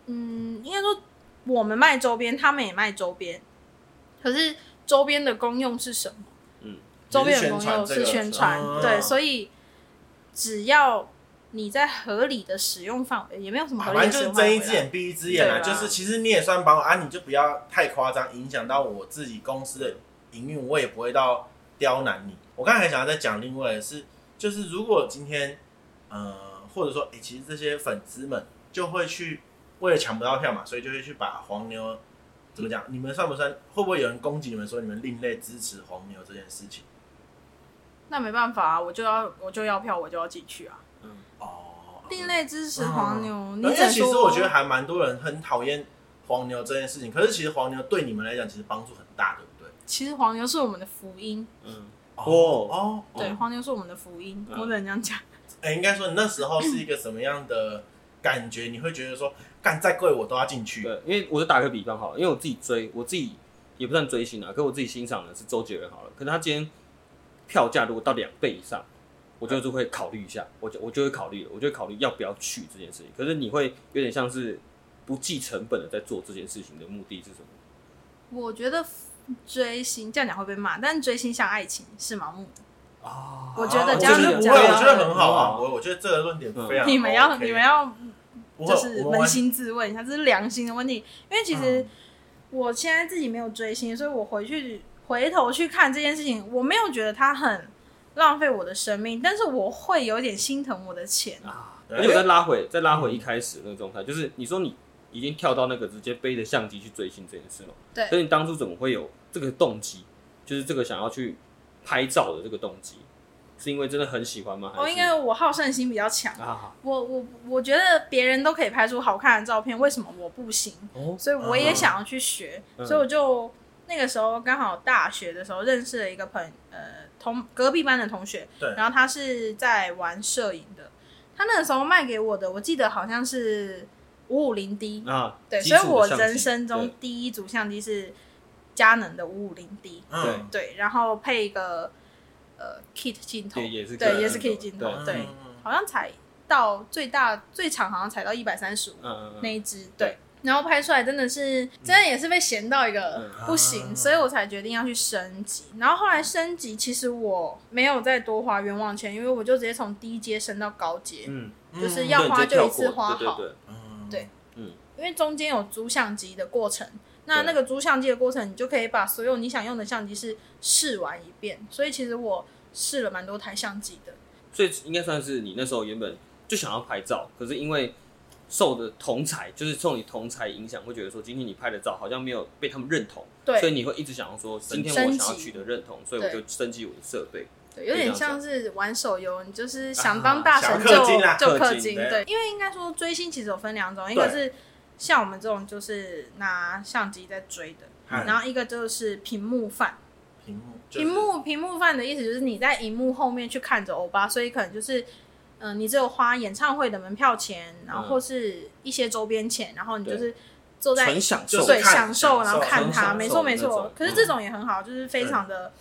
[SPEAKER 3] 嗯，应该说我们卖周边，他们也卖周边，可是周边的功用是什么？
[SPEAKER 4] 嗯，
[SPEAKER 3] 周边
[SPEAKER 2] 你
[SPEAKER 3] 的
[SPEAKER 2] 是宣
[SPEAKER 3] 功
[SPEAKER 2] 传
[SPEAKER 3] 用
[SPEAKER 2] 这
[SPEAKER 3] 是
[SPEAKER 2] 个
[SPEAKER 3] 宣传，
[SPEAKER 2] 嗯
[SPEAKER 3] 对，所以只要你在合理的使用范围，也没有什么合理
[SPEAKER 2] 啊反
[SPEAKER 3] 的
[SPEAKER 2] 正
[SPEAKER 3] 使
[SPEAKER 2] 就是睁一
[SPEAKER 3] 用范围啦、
[SPEAKER 2] 只眼闭一只眼啊，
[SPEAKER 3] 对
[SPEAKER 2] 就
[SPEAKER 3] 啊
[SPEAKER 2] 是其实你也算帮我啊，你就不要太夸张，影响到我自己公司的营运，我也不会到刁难你。我刚才还想要再讲另外的是，就是如果今天呃，或者说诶、其实这些粉丝们就会去为了抢不到票嘛，所以就会去把黄牛怎么讲？你们算不算？会不会有人攻击你们说你们另类支持黄牛这件事情？
[SPEAKER 3] 那没办法啊，我就要我就要票，我就要进去
[SPEAKER 2] 嗯
[SPEAKER 3] 啊。
[SPEAKER 2] 哦，
[SPEAKER 3] 另类支持黄牛，
[SPEAKER 2] 而
[SPEAKER 3] 哦你
[SPEAKER 2] 且
[SPEAKER 3] 只
[SPEAKER 2] 啊其实
[SPEAKER 3] 说
[SPEAKER 2] 我觉得还蛮多人很讨厌黄牛这件事情，可是其实黄牛对你们来讲其实帮助很大，对不对？
[SPEAKER 3] 其实黄牛是我们的福音。
[SPEAKER 4] 嗯，
[SPEAKER 2] 哦
[SPEAKER 4] 哦
[SPEAKER 2] 哦，啊
[SPEAKER 3] 对，黄牛是我们的福音，
[SPEAKER 4] 嗯
[SPEAKER 3] 我只能这样讲。
[SPEAKER 2] 哎、应该说你那时候是一个什么样的感觉？你会觉得说，干再贵我都要进去。
[SPEAKER 4] 对，因为我就打个比方好了，因为我自己追，我自己也不算追星啊，可我自己欣赏的是周杰伦好了，可是他今天票价如果到两倍以上，我就是会考虑一下，我就我就会考虑了，我就会考虑要不要去这件事情。可是你会有点像是不计成本的在做这件事情的目的是什么？
[SPEAKER 3] 我觉得追星这样讲会被骂，但追星像爱情是盲目的。
[SPEAKER 4] 啊
[SPEAKER 3] 我觉得
[SPEAKER 2] 啊
[SPEAKER 3] 这样
[SPEAKER 2] 我觉得
[SPEAKER 3] 就
[SPEAKER 2] 不
[SPEAKER 3] 这
[SPEAKER 2] 会，
[SPEAKER 3] 样
[SPEAKER 2] 我觉得很好
[SPEAKER 4] 很
[SPEAKER 2] 啊，嗯
[SPEAKER 4] 好
[SPEAKER 2] 我我觉得这个论点非常、
[SPEAKER 3] 你们要你们，要
[SPEAKER 2] 不会，
[SPEAKER 3] 就是
[SPEAKER 2] 啊哦我们完
[SPEAKER 3] 扪心自问一下，这是良心的问题。因为其实
[SPEAKER 2] 嗯
[SPEAKER 3] 我现在自己没有追星，所以我回去回头去看这件事情，我没有觉得它很浪费我的生命，但是我会有点心疼我的钱。
[SPEAKER 4] 啊！
[SPEAKER 2] 对
[SPEAKER 4] 而且我再拉回再拉回一开始那个状
[SPEAKER 3] 嗯
[SPEAKER 4] 态，就是你说你已经跳到那个直接背着相机去追星这件事了，
[SPEAKER 3] 对
[SPEAKER 4] 所以你当初怎么会有这个动机，就是这个想要去拍照的这个动机，是因为真的很喜欢吗？还是
[SPEAKER 3] 哦，应该我好胜心比较强。
[SPEAKER 4] 啊，
[SPEAKER 3] 我我我觉得别人都可以拍出好看的照片，为什么我不行？
[SPEAKER 4] 哦，
[SPEAKER 3] 所以我也想要去学，
[SPEAKER 4] 嗯
[SPEAKER 3] 所以我就那个时候刚好大学的时候认识了一个朋呃同隔壁班的同学，
[SPEAKER 2] 对
[SPEAKER 3] 然后他是在玩摄影的，他那个时候卖给我的，我记得好像是五五零 D，
[SPEAKER 4] 啊，
[SPEAKER 3] 对，
[SPEAKER 4] 基
[SPEAKER 3] 所
[SPEAKER 4] 础
[SPEAKER 3] 以
[SPEAKER 4] 的
[SPEAKER 3] 我
[SPEAKER 4] 相机
[SPEAKER 3] 人生中
[SPEAKER 4] 对
[SPEAKER 3] 第一组相机是佳能的五五零 D，
[SPEAKER 2] 嗯，
[SPEAKER 3] 对，然后配一个呃 kit 镜头，
[SPEAKER 4] 也也是
[SPEAKER 3] 对，也
[SPEAKER 4] kit
[SPEAKER 3] 是
[SPEAKER 4] 镜
[SPEAKER 3] kit
[SPEAKER 4] 头
[SPEAKER 3] 镜头，
[SPEAKER 4] 对
[SPEAKER 3] 对，
[SPEAKER 2] 嗯
[SPEAKER 3] 好像才到最大最长好像才到一百三十五。
[SPEAKER 4] 嗯嗯
[SPEAKER 3] 那
[SPEAKER 4] 嗯，
[SPEAKER 3] 一只，
[SPEAKER 4] 对
[SPEAKER 3] 对。然后拍出来真的是，真的也是被闲到一个
[SPEAKER 4] 嗯
[SPEAKER 3] 不行，
[SPEAKER 2] 啊
[SPEAKER 3] 所以我才决定要去升级。然后后来升级，其实我没有再多花冤枉钱，因为我就直接从低阶升到高阶，
[SPEAKER 4] 嗯，
[SPEAKER 3] 就是
[SPEAKER 4] 对
[SPEAKER 3] 要
[SPEAKER 4] 你
[SPEAKER 3] 花
[SPEAKER 4] 直接跳
[SPEAKER 3] 就一次
[SPEAKER 4] 过
[SPEAKER 3] 花
[SPEAKER 4] 对对
[SPEAKER 3] 好
[SPEAKER 4] 对，
[SPEAKER 2] 嗯
[SPEAKER 3] 对
[SPEAKER 4] 嗯，
[SPEAKER 3] 因为中间有租相机的过程。那
[SPEAKER 4] 对
[SPEAKER 3] 那个租相机的过程，你就可以把所有你想用的相机是试完一遍。所以其实我试了蛮多台相机的，
[SPEAKER 4] 所以应该算是你那时候原本就想要拍照，可是因为受的同才，就是受你同才影响，会觉得说今天你拍的照好像没有被他们认同，
[SPEAKER 3] 对
[SPEAKER 4] 所以你会一直想要说今天我想要取得认同，所以我就升级我的设备。
[SPEAKER 3] 对，有
[SPEAKER 4] 这
[SPEAKER 3] 点
[SPEAKER 4] 样
[SPEAKER 3] 像
[SPEAKER 4] 子
[SPEAKER 3] 是玩手游，你就是
[SPEAKER 4] 啊
[SPEAKER 3] 想当大
[SPEAKER 2] 想
[SPEAKER 3] 神
[SPEAKER 2] 氪
[SPEAKER 3] 就、
[SPEAKER 2] 金啦
[SPEAKER 3] 就
[SPEAKER 4] 氪
[SPEAKER 3] 氪
[SPEAKER 4] 金
[SPEAKER 3] 金。
[SPEAKER 2] 对
[SPEAKER 3] 对，因为应该说追星其实有分两种，一个是像我们这种就是拿相机在追的，
[SPEAKER 2] 嗯
[SPEAKER 3] 然后一个就是屏幕饭。
[SPEAKER 2] 屏幕，就是
[SPEAKER 3] 屏幕屏幕饭的意思就是你在荧幕后面去看着欧巴，所以可能就是。嗯，你只有花演唱会的门票钱，然后
[SPEAKER 4] 嗯
[SPEAKER 3] 或是一些周边钱，然后你就
[SPEAKER 4] 对
[SPEAKER 3] 是坐在
[SPEAKER 4] 纯享受，
[SPEAKER 2] 就是
[SPEAKER 3] 对
[SPEAKER 2] 看
[SPEAKER 3] 享受，然后
[SPEAKER 2] 享受
[SPEAKER 3] 看
[SPEAKER 4] 享
[SPEAKER 3] 他，
[SPEAKER 4] 受
[SPEAKER 3] 没错没
[SPEAKER 4] 那种
[SPEAKER 3] 错。可是
[SPEAKER 4] 嗯
[SPEAKER 3] 这种也很好，就是非常的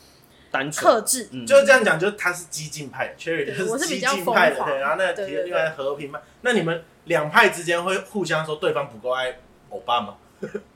[SPEAKER 4] 单纯
[SPEAKER 3] 克，制，
[SPEAKER 4] 嗯
[SPEAKER 2] 就是这样讲，就是他是激进派的，Cherry
[SPEAKER 3] 对
[SPEAKER 2] 就
[SPEAKER 3] 我是
[SPEAKER 2] 激
[SPEAKER 3] 比较
[SPEAKER 2] 进派的，
[SPEAKER 3] 疯狂
[SPEAKER 2] 对，然后那
[SPEAKER 3] 对对
[SPEAKER 2] 个
[SPEAKER 3] 对
[SPEAKER 2] 另外和平派，那你们两派之间会互相说对方不够爱欧巴吗？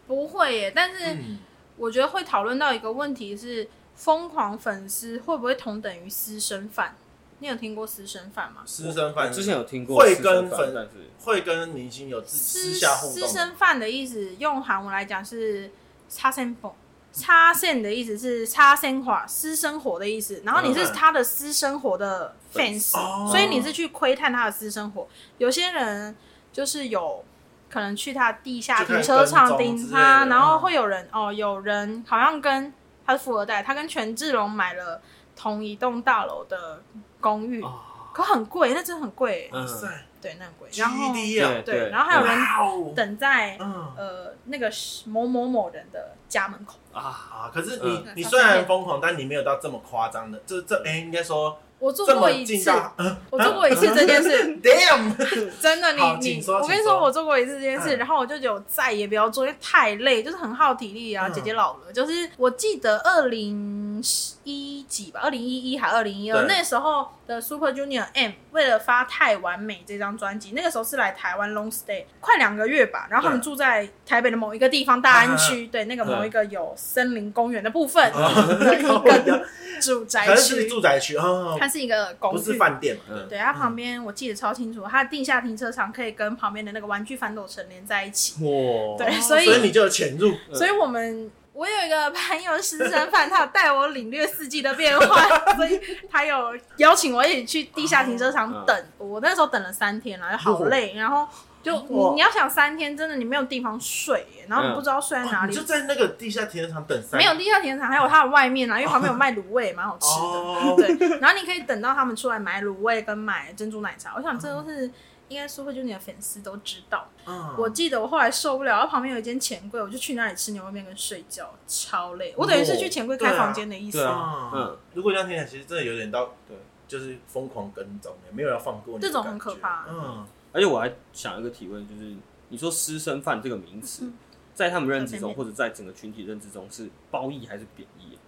[SPEAKER 3] 不会耶。但是
[SPEAKER 2] 嗯，
[SPEAKER 3] 我觉得会讨论到一个问题是，疯狂粉丝会不会同等于私生饭？你有听过私生饭吗？
[SPEAKER 2] 私生饭
[SPEAKER 4] 我之前有听过
[SPEAKER 2] 会
[SPEAKER 4] 私生
[SPEAKER 2] 跟
[SPEAKER 4] 饭
[SPEAKER 2] 粉
[SPEAKER 4] 但是
[SPEAKER 2] 会跟明星有自私
[SPEAKER 3] 私
[SPEAKER 2] 下互动
[SPEAKER 3] 私生饭的意思，用韩文来讲是插线缝。插线的意思是插生活、私生活的意思，然后你是
[SPEAKER 2] 嗯
[SPEAKER 3] 他的私生活的 fans，、
[SPEAKER 2] 哦
[SPEAKER 3] 所以你是去窥探他的私生活。有些人就是有可能去他地下停车场
[SPEAKER 2] 嗯
[SPEAKER 3] 盯他，
[SPEAKER 2] 就可能跟踪之类的
[SPEAKER 3] 然后会有人哦，有人好像跟他是富二代，他跟权志龙买了同一栋大楼的公寓，
[SPEAKER 2] 哦
[SPEAKER 4] 啊，
[SPEAKER 3] 可很贵，那真的很贵，
[SPEAKER 2] 哇
[SPEAKER 4] 嗯，
[SPEAKER 2] 塞
[SPEAKER 3] 对，那很贵。然后
[SPEAKER 2] ，GD 啊，
[SPEAKER 4] 对嗯
[SPEAKER 3] 对，然后还有人
[SPEAKER 2] 哇哦，
[SPEAKER 3] 等在
[SPEAKER 2] 嗯
[SPEAKER 3] 呃那个某某某人的家门口。
[SPEAKER 4] 啊，
[SPEAKER 2] 啊，可是你
[SPEAKER 4] 嗯
[SPEAKER 2] 你虽然疯狂，但你没有到这么夸张的，这这哎，应该说
[SPEAKER 3] 我做
[SPEAKER 2] 这
[SPEAKER 3] 过
[SPEAKER 2] 么
[SPEAKER 3] 一
[SPEAKER 2] 近
[SPEAKER 3] 次，
[SPEAKER 2] 到嗯
[SPEAKER 3] 我做过一次这件事， [laughs]
[SPEAKER 2] ，damn，
[SPEAKER 3] 真的，
[SPEAKER 2] 好
[SPEAKER 3] 你
[SPEAKER 2] 请
[SPEAKER 3] 你，
[SPEAKER 2] 说
[SPEAKER 3] 我跟你
[SPEAKER 2] 请
[SPEAKER 3] 说，
[SPEAKER 2] 说
[SPEAKER 3] 我做过一次这件事，
[SPEAKER 2] 嗯
[SPEAKER 3] 然后我就有再也不要做，因为太累，就是很耗体力啊。
[SPEAKER 2] 嗯
[SPEAKER 3] 姐姐老了，就是我记得二零一几吧，二零一一还二零一二
[SPEAKER 2] 对
[SPEAKER 3] 那时候的 Super Junior M，为了发《太完美》这张专辑，那个时候是来台湾 long stay 快两个月吧，然后他们
[SPEAKER 2] 对
[SPEAKER 3] 住在台北的某一个地方大安区，
[SPEAKER 2] 嗯
[SPEAKER 3] 对，那个某一个有森林公园的部分 [laughs] 的
[SPEAKER 2] [laughs]
[SPEAKER 3] 一个住宅
[SPEAKER 2] 可是是
[SPEAKER 3] 区，
[SPEAKER 2] 住宅区哦，
[SPEAKER 3] 它是一个公
[SPEAKER 2] 不
[SPEAKER 3] 寓
[SPEAKER 2] 是。饭店嘛，
[SPEAKER 4] 嗯，
[SPEAKER 3] 对，它旁边我记得超清楚，它的地下停车场可以跟旁边的那个玩具反斗城连在一起。
[SPEAKER 4] 哇，
[SPEAKER 3] 对，
[SPEAKER 2] 所
[SPEAKER 3] 所
[SPEAKER 2] 以
[SPEAKER 3] 以
[SPEAKER 2] 你就有潜入，
[SPEAKER 4] 嗯
[SPEAKER 3] 所以我们我有一个朋友是师生饭，他有带我领略四季的变化， [laughs] 所以他有邀请我一起去地下停车
[SPEAKER 2] 哦嗯
[SPEAKER 3] 场等。我那时候等了三天了，就好累，然后。就
[SPEAKER 2] 哇嗯
[SPEAKER 3] 你你要想三天，真的你没有地方睡耶，然后你不知道睡在哪
[SPEAKER 2] 哦你
[SPEAKER 3] 里
[SPEAKER 2] 就，在那个地下停车场等三
[SPEAKER 3] 没有地下停车场，还有它的外面啊，因为旁边有卖卤味，也蛮好吃的。
[SPEAKER 2] 哦，
[SPEAKER 3] 对，然后你可以等到他们出来买卤味跟买珍珠奶茶。我想这都是应该 Super Junior 的粉丝都知道。
[SPEAKER 2] 嗯
[SPEAKER 3] [laughs] 我记得我后来受不了，然后旁边有一间钱柜，我就去那里吃牛肉面跟睡觉，超累。我等于是去钱柜开房间的意思。
[SPEAKER 4] 对啊
[SPEAKER 2] 啊
[SPEAKER 4] 嗯，
[SPEAKER 2] 如果这样听起来，其实真的有点到
[SPEAKER 4] 对，
[SPEAKER 2] 就是疯狂跟踪，没有要放过你，
[SPEAKER 3] 这种很可怕
[SPEAKER 2] 嗯，
[SPEAKER 4] 而且我还想一个提问，就是你说私生饭这个名
[SPEAKER 3] 嗯
[SPEAKER 4] 词，在他们认知中，或者在整个群体认知中，是褒义还是贬义啊？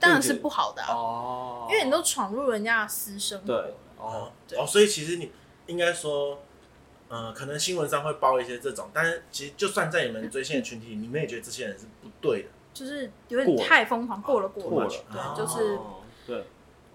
[SPEAKER 3] 当然是不好的、啊，
[SPEAKER 4] 哦
[SPEAKER 3] 因为你都闯入人家的私生活。
[SPEAKER 4] 对
[SPEAKER 2] 哦
[SPEAKER 4] 哦，
[SPEAKER 3] 嗯对
[SPEAKER 2] 哦，所以其实你应该说，呃，可能新闻上会报一些这种，但是其实就算在你们追星的群体，你们也觉得这些人是不对的，
[SPEAKER 3] [laughs] 就是有点太疯狂，过了过了。
[SPEAKER 4] 过了
[SPEAKER 3] 对，
[SPEAKER 2] 哦
[SPEAKER 3] 啊就是
[SPEAKER 4] 哦对，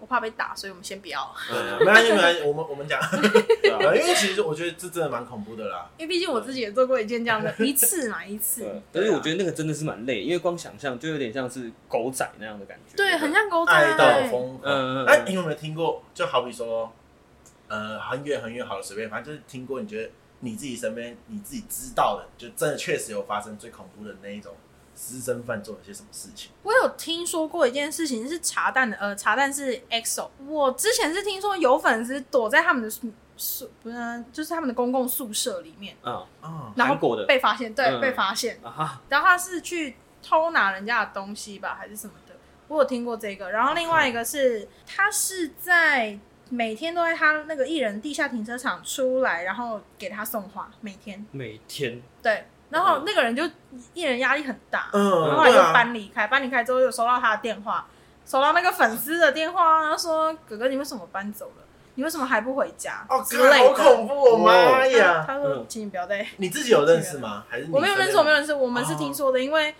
[SPEAKER 3] 我怕被打，所以我们先不要，[laughs]
[SPEAKER 4] 嗯
[SPEAKER 2] 没关系，没关系，我们我们讲， [laughs]
[SPEAKER 4] 对啊
[SPEAKER 2] 呃因为其实我觉得这真的蛮恐怖的啦，
[SPEAKER 3] 因为毕竟我自己也做过一件这样的一次嘛，一次
[SPEAKER 4] 对，。但是我觉得那个真的是蛮累，因为光想象就有点像是狗仔那样的感觉。
[SPEAKER 3] 哦对，很像狗仔。
[SPEAKER 2] 爱到疯
[SPEAKER 4] 嗯嗯
[SPEAKER 2] 狂。
[SPEAKER 4] 嗯
[SPEAKER 2] 哎，你有没有听过？就好比说，呃，很远很远，好了，随便，反正就是听过，你觉得你自己身边你自己知道的，就真的确实有发生最恐怖的那一种私生饭做了些什么事情？
[SPEAKER 3] 我有听说过一件事情，是茶蛋的，呃，茶蛋是 EXO。我之前是听说有粉丝躲在他们的宿宿，不是啊，就是他们的公共宿舍里面，
[SPEAKER 4] 啊，
[SPEAKER 2] 啊，
[SPEAKER 3] 然后
[SPEAKER 4] 韩国的
[SPEAKER 3] 被发现，对，
[SPEAKER 4] 嗯
[SPEAKER 3] 被发现。
[SPEAKER 4] 啊哈，
[SPEAKER 3] 然后他是去偷拿人家的东西吧，还是什么的？我有听过这个。然后另外一个是，他是在每天都在他那个艺人地下停车场出来，然后给他送花，每天
[SPEAKER 4] 每天
[SPEAKER 3] 对。然后那个人就艺人压力很大，
[SPEAKER 2] 嗯，
[SPEAKER 3] 然后来
[SPEAKER 2] 对
[SPEAKER 3] 就
[SPEAKER 2] 啊，
[SPEAKER 3] 搬离开，搬离开之后又收到他的电话，收到那个粉丝的电话，然后说：“哥哥，你为什么搬走了？你为什么还不回家？”
[SPEAKER 2] 哦，
[SPEAKER 3] 之
[SPEAKER 2] 看
[SPEAKER 3] 类
[SPEAKER 2] 好
[SPEAKER 3] 的。
[SPEAKER 2] 恐怖哦，
[SPEAKER 4] 哇
[SPEAKER 2] 妈
[SPEAKER 3] 他
[SPEAKER 2] 呀！
[SPEAKER 3] 他说
[SPEAKER 4] 嗯：“
[SPEAKER 3] 请你不要再。
[SPEAKER 2] 你自己有认识吗？还是”你
[SPEAKER 3] 我没有认识，我没有认识，我们
[SPEAKER 2] 哦
[SPEAKER 3] 是听说的，因为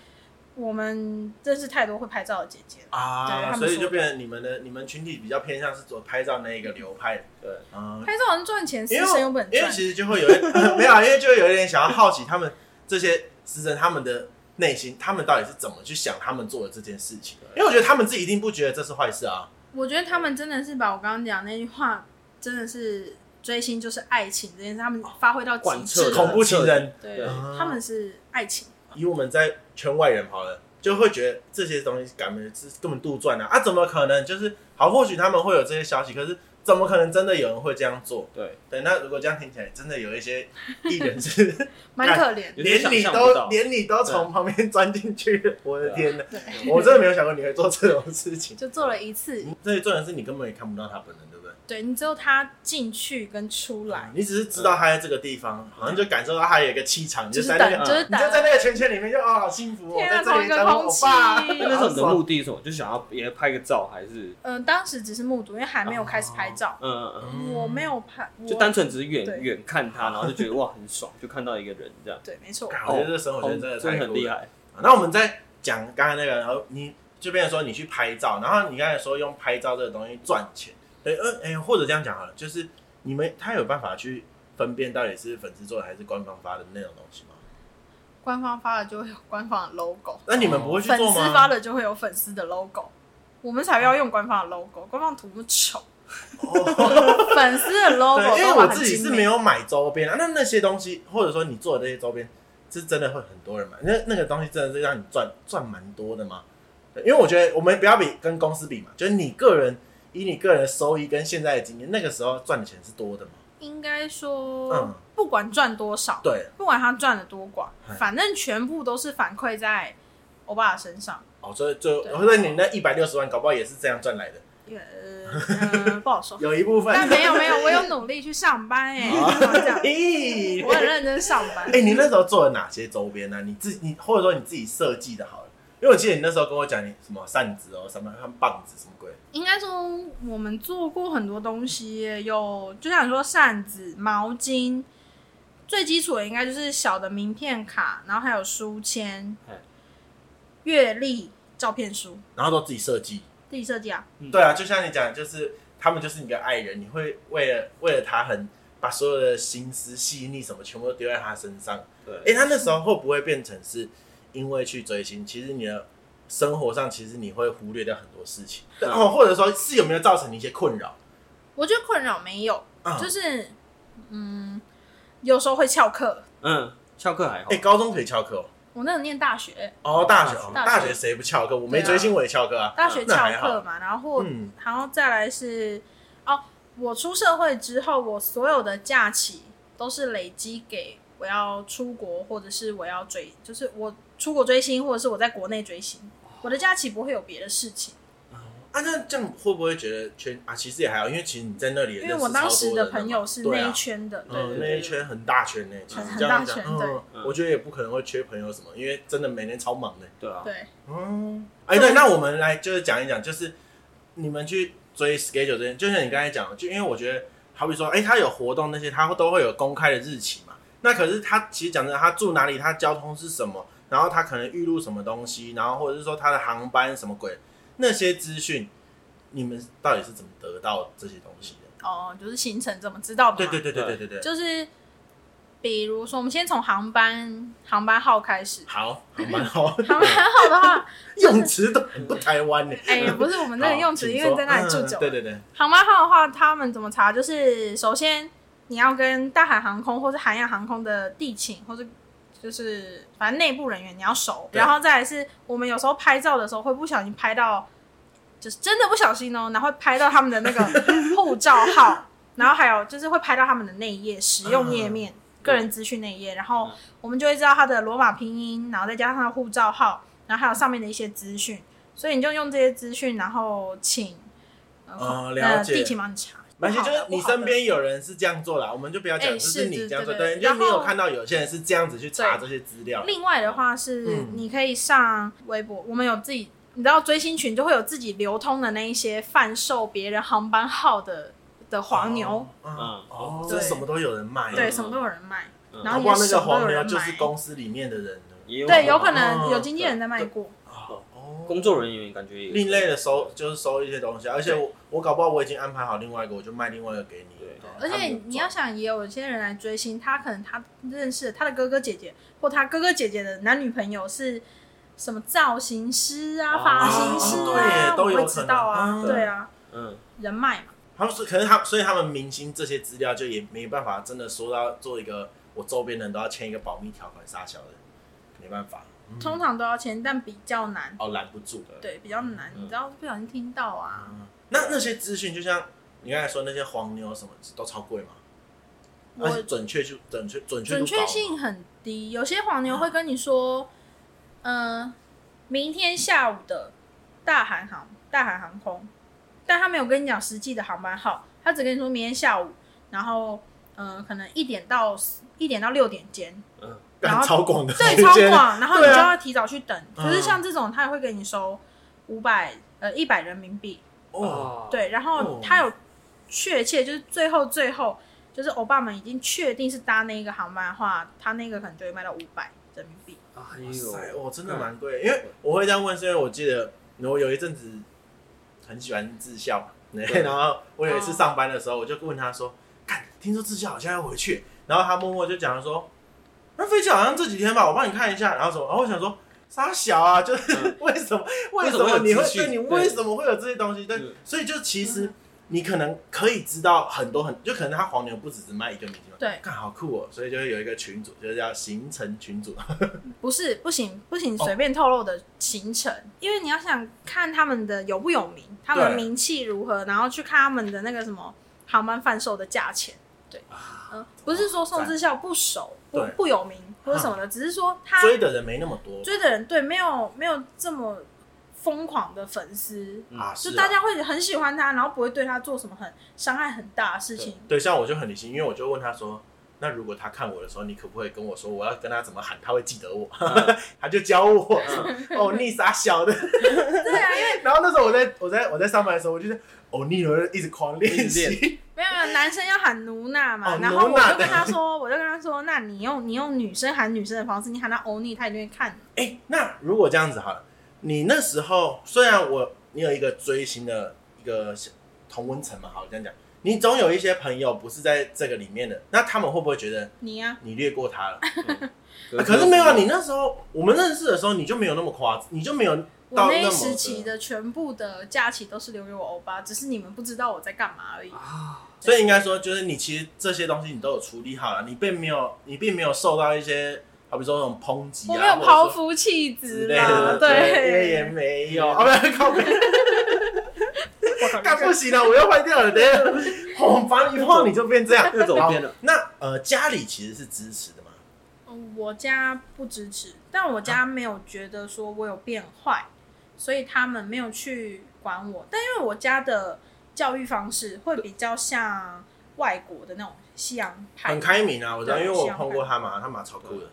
[SPEAKER 3] 我们认识太多会拍照的姐姐了。对他
[SPEAKER 2] 啊，
[SPEAKER 3] 们
[SPEAKER 2] 所以
[SPEAKER 3] 说
[SPEAKER 2] 就
[SPEAKER 3] 的
[SPEAKER 2] 变成你们的你们群体比较偏向是走拍照那一个流派的
[SPEAKER 4] 对，
[SPEAKER 2] 啊，
[SPEAKER 3] 拍照能赚钱，私
[SPEAKER 2] 因为
[SPEAKER 3] 生又不能
[SPEAKER 2] 因为
[SPEAKER 3] 赚。
[SPEAKER 2] 其实就会有
[SPEAKER 3] [laughs]
[SPEAKER 2] 一没有啊，因为就会有一点想要好奇他们这些私生他们的内心，他们到底是怎么去想他们做的这件事情？因为我觉得他们自己一定不觉得这是坏事啊。
[SPEAKER 3] 我觉得他们真的是把我刚刚讲那句话，真的是追星就是爱情这件事，他们发挥到极
[SPEAKER 4] 贯
[SPEAKER 3] 致
[SPEAKER 4] 彻
[SPEAKER 3] 了。
[SPEAKER 2] 恐怖情人，啊
[SPEAKER 3] 对
[SPEAKER 4] 对，
[SPEAKER 3] 他们是爱情。
[SPEAKER 2] 以我们在圈外人好了，就会觉得这些东西感觉是根本杜撰啊啊，怎么可能？就是好，或许他们会有这些消息，可是怎么可能真的有人会这样做？
[SPEAKER 4] 对，
[SPEAKER 2] 对，那如果这样听起来，真的有一些艺人是
[SPEAKER 3] 蛮可怜，
[SPEAKER 4] 有点
[SPEAKER 2] 连
[SPEAKER 4] 想
[SPEAKER 2] 你
[SPEAKER 4] 象不
[SPEAKER 2] 都
[SPEAKER 4] 到
[SPEAKER 2] 连你都从旁边钻进去了，我的天哪！
[SPEAKER 3] 对，啊
[SPEAKER 2] 我真的没有想过你会做这种事情。
[SPEAKER 3] 就做了一次，
[SPEAKER 2] 这重点是你根本也看不到他本人，对不对？
[SPEAKER 3] 对你只有他进去跟出来，
[SPEAKER 2] 你只是知道他在这个地方，好像就感受到他有一个气场，你
[SPEAKER 3] 就
[SPEAKER 2] 就是在那
[SPEAKER 3] 等，
[SPEAKER 2] 个，啊
[SPEAKER 3] 就是
[SPEAKER 2] 你就在
[SPEAKER 3] 等。
[SPEAKER 2] 那个圈圈里面，就哦，好幸福哦，
[SPEAKER 3] 天
[SPEAKER 2] 在
[SPEAKER 3] 啊，
[SPEAKER 2] 这
[SPEAKER 3] 同
[SPEAKER 2] 里
[SPEAKER 3] 一个
[SPEAKER 2] 当
[SPEAKER 3] 空
[SPEAKER 2] 我爸。
[SPEAKER 4] 那
[SPEAKER 3] 气。
[SPEAKER 4] 那时候你的目的是什么？就想要也拍个照，还是
[SPEAKER 3] 呃，当时只是目睹，因为还没有开始拍照，
[SPEAKER 4] 嗯嗯嗯，
[SPEAKER 2] 嗯
[SPEAKER 3] 我没有拍，我
[SPEAKER 4] 就单纯只是
[SPEAKER 3] 对
[SPEAKER 4] 远远看他，然后就觉得哇很爽，就看到一个人这样，
[SPEAKER 3] 对，没错，
[SPEAKER 2] 干我觉得这生活圈真的
[SPEAKER 4] 哦
[SPEAKER 2] 太酷
[SPEAKER 4] 真的
[SPEAKER 2] 了
[SPEAKER 4] 很厉。害，
[SPEAKER 2] 啊那我们再讲刚才那个，然后你就变成说你去拍照，然后你刚才说用拍照这个东西赚钱，对，呃，哎、或者这样讲好了，就是你们他有办法去分辨到底是粉丝做的还是官方发的那种东西吗？
[SPEAKER 3] 官方发的就会有官方的 logo，
[SPEAKER 2] 那你们不会去
[SPEAKER 3] 哦粉
[SPEAKER 2] 做
[SPEAKER 3] 丝发
[SPEAKER 2] 吗？
[SPEAKER 3] 的就会有粉丝的 logo，我们才不要用官方的 logo，官方图那么
[SPEAKER 2] [laughs]
[SPEAKER 3] 丑，粉丝的 logo
[SPEAKER 2] 哦对，因为
[SPEAKER 3] 哦都画
[SPEAKER 2] 我
[SPEAKER 3] 很
[SPEAKER 2] 自己是
[SPEAKER 3] 精
[SPEAKER 2] 没
[SPEAKER 3] 美。
[SPEAKER 2] 有买周边啊，那那些东西，或者说你做的这些周边，是真的会很多人买，那那个东西真的是让你赚赚蛮多的吗？对，因为我觉得我们不要比跟公司比嘛，就是你个人以你个人的收益跟现在的经验，那个时候赚的钱是多的嘛。
[SPEAKER 3] 应该说，
[SPEAKER 2] 嗯
[SPEAKER 3] 不管赚多少，
[SPEAKER 2] 对，
[SPEAKER 3] 不管他赚的多寡
[SPEAKER 2] 哎，
[SPEAKER 3] 反正全部都是反馈在欧巴的身上。
[SPEAKER 2] 哦，所以就
[SPEAKER 3] 对
[SPEAKER 2] 或者你那一百六十万，搞不好也是这样赚来的，。
[SPEAKER 3] 也呃，不好说
[SPEAKER 2] [laughs] 有一部分。
[SPEAKER 3] [laughs] 但没有没有，我有努力去上班哎、这
[SPEAKER 4] [laughs]
[SPEAKER 3] 样
[SPEAKER 2] 咦，
[SPEAKER 3] 我很认真上
[SPEAKER 2] [laughs]
[SPEAKER 3] 班
[SPEAKER 2] 哎、。你那时候做了哪些周边呢、你自你或者说你自己设计的好了，因为我记得你那时候跟我讲你什么扇子哦，什么棒子什么鬼，
[SPEAKER 3] [laughs] 应该说我们做过很多东西耶，有就像你说扇子、毛巾，最基础的应该就是小的名片卡，然后还有书签
[SPEAKER 4] 嘿、
[SPEAKER 3] 月历、照片书，
[SPEAKER 2] 然后都自己设计。
[SPEAKER 3] 自己设计啊。
[SPEAKER 4] 嗯
[SPEAKER 2] 对啊，就像你讲，就是他们就是你的爱人，你会为了为了他很把所有的心思细腻什么全部都丢在他身上。哎、
[SPEAKER 4] 对，
[SPEAKER 2] 他那时候会不会变成是因为去追星，其实你的生活上其实你会忽略掉很多事情，
[SPEAKER 4] 嗯
[SPEAKER 2] 哦，或者说是有没有造成你一些困扰？
[SPEAKER 3] 我觉得困扰没有，
[SPEAKER 2] 啊、
[SPEAKER 3] 就是是嗯，有时候会翘课。
[SPEAKER 4] 嗯，翘课还好
[SPEAKER 2] 哎、，高中可以翘课哦。
[SPEAKER 3] 我那时候念大学，
[SPEAKER 2] 哦，大学，哦
[SPEAKER 3] 大学
[SPEAKER 2] 大学谁不翘课？我没追星，我也翘课啊。
[SPEAKER 3] 大学
[SPEAKER 2] 那
[SPEAKER 3] 翘
[SPEAKER 2] 还好
[SPEAKER 3] 课嘛，然后
[SPEAKER 2] 嗯，
[SPEAKER 3] 然后再来是哦，我出社会之后，我所有的假期都是累积给我要出国，或者是我要追，就是我出国追星，或者是我在国内追星。
[SPEAKER 2] 哦
[SPEAKER 3] 我的假期不会有别的事情，
[SPEAKER 2] 啊，那这样会不会觉得圈啊？其实也还好，因为其实你在那里也
[SPEAKER 3] 因
[SPEAKER 2] 认
[SPEAKER 3] 为
[SPEAKER 2] 识
[SPEAKER 3] 我当时
[SPEAKER 2] 超多人
[SPEAKER 3] 的
[SPEAKER 2] 的嘛
[SPEAKER 3] 朋友是
[SPEAKER 2] 对
[SPEAKER 3] 那
[SPEAKER 2] 啊
[SPEAKER 3] 一圈的，对
[SPEAKER 2] 嗯，
[SPEAKER 3] 对
[SPEAKER 2] 那
[SPEAKER 3] 对
[SPEAKER 2] 一圈很大圈呢，其实
[SPEAKER 3] 很
[SPEAKER 2] 这样讲
[SPEAKER 3] 很大圈
[SPEAKER 2] 嗯，
[SPEAKER 4] 对
[SPEAKER 2] 我觉得也不可能会缺朋友什么，因为真的每天超忙的。
[SPEAKER 4] 对啊，
[SPEAKER 3] 对，
[SPEAKER 2] 嗯，哎，对，那我们来就是讲一讲，就是你们去追 schedule 这件，就像你刚才讲的，就因为我觉得，好比说，哎，他有活动那些，他都会有公开的日期嘛。那可是他其实讲真的，他住哪里，他交通是什么，然后他可能预录什么东西，然后或者是说他的航班什么鬼，那些资讯，你们到底是怎么得到这些东西的？
[SPEAKER 3] 哦，就是行程怎么知道的嘛？
[SPEAKER 2] 对对对对对对对，，
[SPEAKER 3] 就是比如说，我们先从航班航班号开始
[SPEAKER 2] 好，好蛮好。
[SPEAKER 3] 航班号的话，
[SPEAKER 2] [laughs] 用词都很不台湾呢、
[SPEAKER 3] 哎、不是我们那个
[SPEAKER 2] 好
[SPEAKER 3] 用词，
[SPEAKER 2] 请
[SPEAKER 3] 因
[SPEAKER 2] 说
[SPEAKER 3] 为在那里住
[SPEAKER 2] 嗯
[SPEAKER 3] 久了
[SPEAKER 2] 对，对对，
[SPEAKER 3] 航班号的话，他们怎么查？就是首先你要跟大韩航空或是韩亚航空的地勤，或是就是反正内部人员你要熟，
[SPEAKER 2] 对
[SPEAKER 3] 然后再来是我们有时候拍照的时候会不小心拍到，就是真的不小心哦，然后会拍到他们的那个护照号，然后还有就是会拍到他们的内页使用页面。个人资讯内页，然后
[SPEAKER 4] 嗯
[SPEAKER 3] 我们就会知道他的罗马拼音，然后再加上他的护照号，然后还有上面的一些资讯，所以你就用这些资讯，然后请
[SPEAKER 2] 哦
[SPEAKER 3] 呃
[SPEAKER 2] 了
[SPEAKER 3] 那
[SPEAKER 2] 解
[SPEAKER 3] 地勤帮你查。
[SPEAKER 2] 而且就是你身
[SPEAKER 3] 不好的
[SPEAKER 2] 边有人是这样做啦，我们就不要讲，
[SPEAKER 3] 哎
[SPEAKER 2] 就是你
[SPEAKER 3] 对
[SPEAKER 2] 这样做，
[SPEAKER 3] 对对
[SPEAKER 2] 对，就是你
[SPEAKER 3] 然后
[SPEAKER 2] 有看到有些人是这样子去查这些资料，
[SPEAKER 3] 另外的话是
[SPEAKER 2] 嗯，
[SPEAKER 3] 你可以上微博，我们有自己，你知道追星群就会有自己流通的那一些贩售别人航班号的的黄牛，
[SPEAKER 2] 哦，
[SPEAKER 4] 嗯
[SPEAKER 2] 哦，这
[SPEAKER 3] 对
[SPEAKER 2] 什么都有人卖，啊
[SPEAKER 3] 对，
[SPEAKER 4] 嗯
[SPEAKER 3] 什么都有人卖，
[SPEAKER 4] 嗯
[SPEAKER 3] 然
[SPEAKER 2] 搞
[SPEAKER 3] 后
[SPEAKER 2] 啊不好
[SPEAKER 3] 也
[SPEAKER 2] 那个
[SPEAKER 3] 什么都
[SPEAKER 2] 黄
[SPEAKER 3] 有
[SPEAKER 2] 牛
[SPEAKER 3] 人
[SPEAKER 2] 就是
[SPEAKER 3] 买。
[SPEAKER 2] 公司里面的人呢
[SPEAKER 4] 也有
[SPEAKER 3] 对，有
[SPEAKER 4] 可
[SPEAKER 3] 可
[SPEAKER 4] 能
[SPEAKER 3] 能
[SPEAKER 2] 哦
[SPEAKER 3] 有经纪人在卖过，
[SPEAKER 2] 哦
[SPEAKER 4] 工作人员感觉也有
[SPEAKER 2] 另类的收就是收一些东西，啊而且我我搞不好我已经安排好另外一个，我就卖另外一个给你
[SPEAKER 4] 对，
[SPEAKER 2] 哦
[SPEAKER 3] 而且你要，想，也有一些人来追星，他可能他认识的他的哥哥姐姐或他哥哥姐姐的男女朋友是什么造型师啊、
[SPEAKER 4] 哦
[SPEAKER 3] 发型师
[SPEAKER 2] 哦对
[SPEAKER 3] 啊，
[SPEAKER 2] 耶都
[SPEAKER 3] 我
[SPEAKER 2] 有
[SPEAKER 3] 会
[SPEAKER 2] 可
[SPEAKER 3] 知
[SPEAKER 2] 能
[SPEAKER 3] 道啊，
[SPEAKER 2] 嗯
[SPEAKER 3] 对啊，
[SPEAKER 4] 嗯，
[SPEAKER 3] 人脉嘛，
[SPEAKER 2] 他们是可能他所以他们明星这些资料就也没办法真的说到做一个我周边的人都要签一个保密条款啥小的，没办法，嗯
[SPEAKER 3] 通常都要钱，但比较难，
[SPEAKER 2] 哦拦不住。
[SPEAKER 3] 对，比较难，
[SPEAKER 4] 嗯
[SPEAKER 3] 你知道不小心听到啊，
[SPEAKER 2] 嗯那那些资讯，就像你刚才说那些黄牛什么都超贵嘛，
[SPEAKER 3] 我
[SPEAKER 2] 而且准确就准确准确度
[SPEAKER 3] 准确
[SPEAKER 2] 高
[SPEAKER 3] 性很低，有些黄牛会跟你说，呃，明天下午的大韩航大韩航空，但他没有跟你讲实际的航班号，他只跟你说明天下午，然后呃，可能一点到一点到六点间，
[SPEAKER 4] 嗯
[SPEAKER 2] [laughs]
[SPEAKER 3] 然
[SPEAKER 2] 干
[SPEAKER 3] 后
[SPEAKER 2] 超广的
[SPEAKER 3] 对，
[SPEAKER 2] 时
[SPEAKER 3] 超
[SPEAKER 2] 间
[SPEAKER 3] 广，然后你
[SPEAKER 2] [laughs] 对
[SPEAKER 3] 就
[SPEAKER 2] 啊
[SPEAKER 3] 要提早去等。可是
[SPEAKER 2] 嗯
[SPEAKER 3] 像这种，他也会给你收五百呃一百人民币，
[SPEAKER 2] 哦，
[SPEAKER 3] 对，然
[SPEAKER 2] 哦
[SPEAKER 3] 后他有确切，就是最后最后，就是欧巴们已经确定是搭那一个航班的话，他那个可能就会卖到五百人民币。
[SPEAKER 4] 哎
[SPEAKER 2] 哇塞，
[SPEAKER 4] 呦，
[SPEAKER 2] 哦，真的蛮贵。因为我会这样问，是因为我记得我有一阵子很喜欢智孝嘛，对 [laughs] 然后我有一
[SPEAKER 3] 哦
[SPEAKER 2] 次上班的时候，我就问他说：“看，听说智孝好像要回去。”然后他默默就讲说：“那飞机好像这几天吧，我帮你看一下。”然后什么？然后我想说。傻小啊，就是
[SPEAKER 4] 嗯 [laughs]
[SPEAKER 2] [laughs] 为什么为
[SPEAKER 4] 为
[SPEAKER 2] 什
[SPEAKER 4] 什么
[SPEAKER 2] 么
[SPEAKER 4] 会有
[SPEAKER 2] 你会
[SPEAKER 4] 资讯
[SPEAKER 2] 对你
[SPEAKER 4] 对
[SPEAKER 2] 为什么会有这些东西？对
[SPEAKER 4] 嗯，
[SPEAKER 2] 所以就其实你可能可以知道很多很，就可能他黄牛不只是卖一个明星嘛，
[SPEAKER 3] 对
[SPEAKER 2] 干好酷哦，所以就会有一个群组，就是叫行程群
[SPEAKER 3] [laughs]
[SPEAKER 2] 组，
[SPEAKER 3] 不是不行不行，
[SPEAKER 2] 哦
[SPEAKER 3] 随便透露的行程，因为你要想看他们的有不有名，他们
[SPEAKER 2] 对
[SPEAKER 3] 名气如何，然后去看他们的那个什么航班贩售的价钱。对，嗯，不是说宋智孝不熟不
[SPEAKER 2] 对
[SPEAKER 3] 不有名或者什么的，只是说他
[SPEAKER 2] 追的人没那么多
[SPEAKER 3] 追的人对没有没有这么疯狂的粉丝，
[SPEAKER 2] 啊，是
[SPEAKER 3] 嗯就
[SPEAKER 2] 啊
[SPEAKER 3] 大家会很喜欢他，然后不会对他做什么很伤害很大的事情。
[SPEAKER 2] 对，像我就很理性，因为我就问他说，那如果他看我的时候，你可不可以跟我说我要跟他怎么喊，他会记得我？ [laughs] 他就教我，哦，你傻小的。
[SPEAKER 3] 嗯对啊，因为
[SPEAKER 2] 然后那时候我在我在我在上班的时候，我就是哦，你有人一直狂练
[SPEAKER 4] 一
[SPEAKER 2] 习，
[SPEAKER 3] 没有没有，男生要喊奴娜嘛，
[SPEAKER 2] 哦
[SPEAKER 3] 然后
[SPEAKER 2] 奴
[SPEAKER 3] 我
[SPEAKER 2] 娜
[SPEAKER 3] 就跟他说，我就跟他说，那你用你用女生喊女生的方式，你喊他欧尼，他一定会看你。
[SPEAKER 2] 哎、那如果这样子好了，你那时候虽然我你有一个追星的一个同温层嘛，好这样讲，你总有一些朋友不是在这个里面的，那他们会不会觉得
[SPEAKER 3] 你啊呀、
[SPEAKER 2] 你略过
[SPEAKER 3] [laughs]
[SPEAKER 2] 他了？
[SPEAKER 4] 可
[SPEAKER 2] 可是没有啊，你那时候我们认识的时候，你就没有那么夸张，你就没有
[SPEAKER 3] 我
[SPEAKER 2] 到
[SPEAKER 3] 那
[SPEAKER 2] 那
[SPEAKER 3] 一
[SPEAKER 2] 么
[SPEAKER 3] 时期的全部的假期都是留给我欧巴，只是你们不知道我在干嘛而已。
[SPEAKER 4] 啊，
[SPEAKER 2] 所以应该说，就是你其实这些东西你都有处理好了，你并没有，你并没有受到一些，好比说那种抨击啊，
[SPEAKER 3] 我没有
[SPEAKER 2] 或者
[SPEAKER 3] 抛
[SPEAKER 2] 说
[SPEAKER 3] 夫弃
[SPEAKER 2] 之
[SPEAKER 3] 子
[SPEAKER 2] 类
[SPEAKER 3] 嘛，
[SPEAKER 2] 的，
[SPEAKER 3] 对，
[SPEAKER 2] 因为也没
[SPEAKER 3] [laughs]
[SPEAKER 2] 有啊，不是靠背，干不行啊了，我要坏掉了，等一 [laughs] 下，红房一晃你就变这样，
[SPEAKER 4] 又走
[SPEAKER 2] 好
[SPEAKER 4] 偏了。
[SPEAKER 2] 那呃，家里其实是支持的嘛，
[SPEAKER 3] 嗯我家不支持，但我
[SPEAKER 2] 啊
[SPEAKER 3] 家没有觉得说我有变坏，所以他们没有去管我。但因为我家的教育方式会比较像外国的那种西洋派
[SPEAKER 2] 很，开明啊，我知道，因
[SPEAKER 3] 对
[SPEAKER 2] 为我碰过他嘛，他妈超酷的，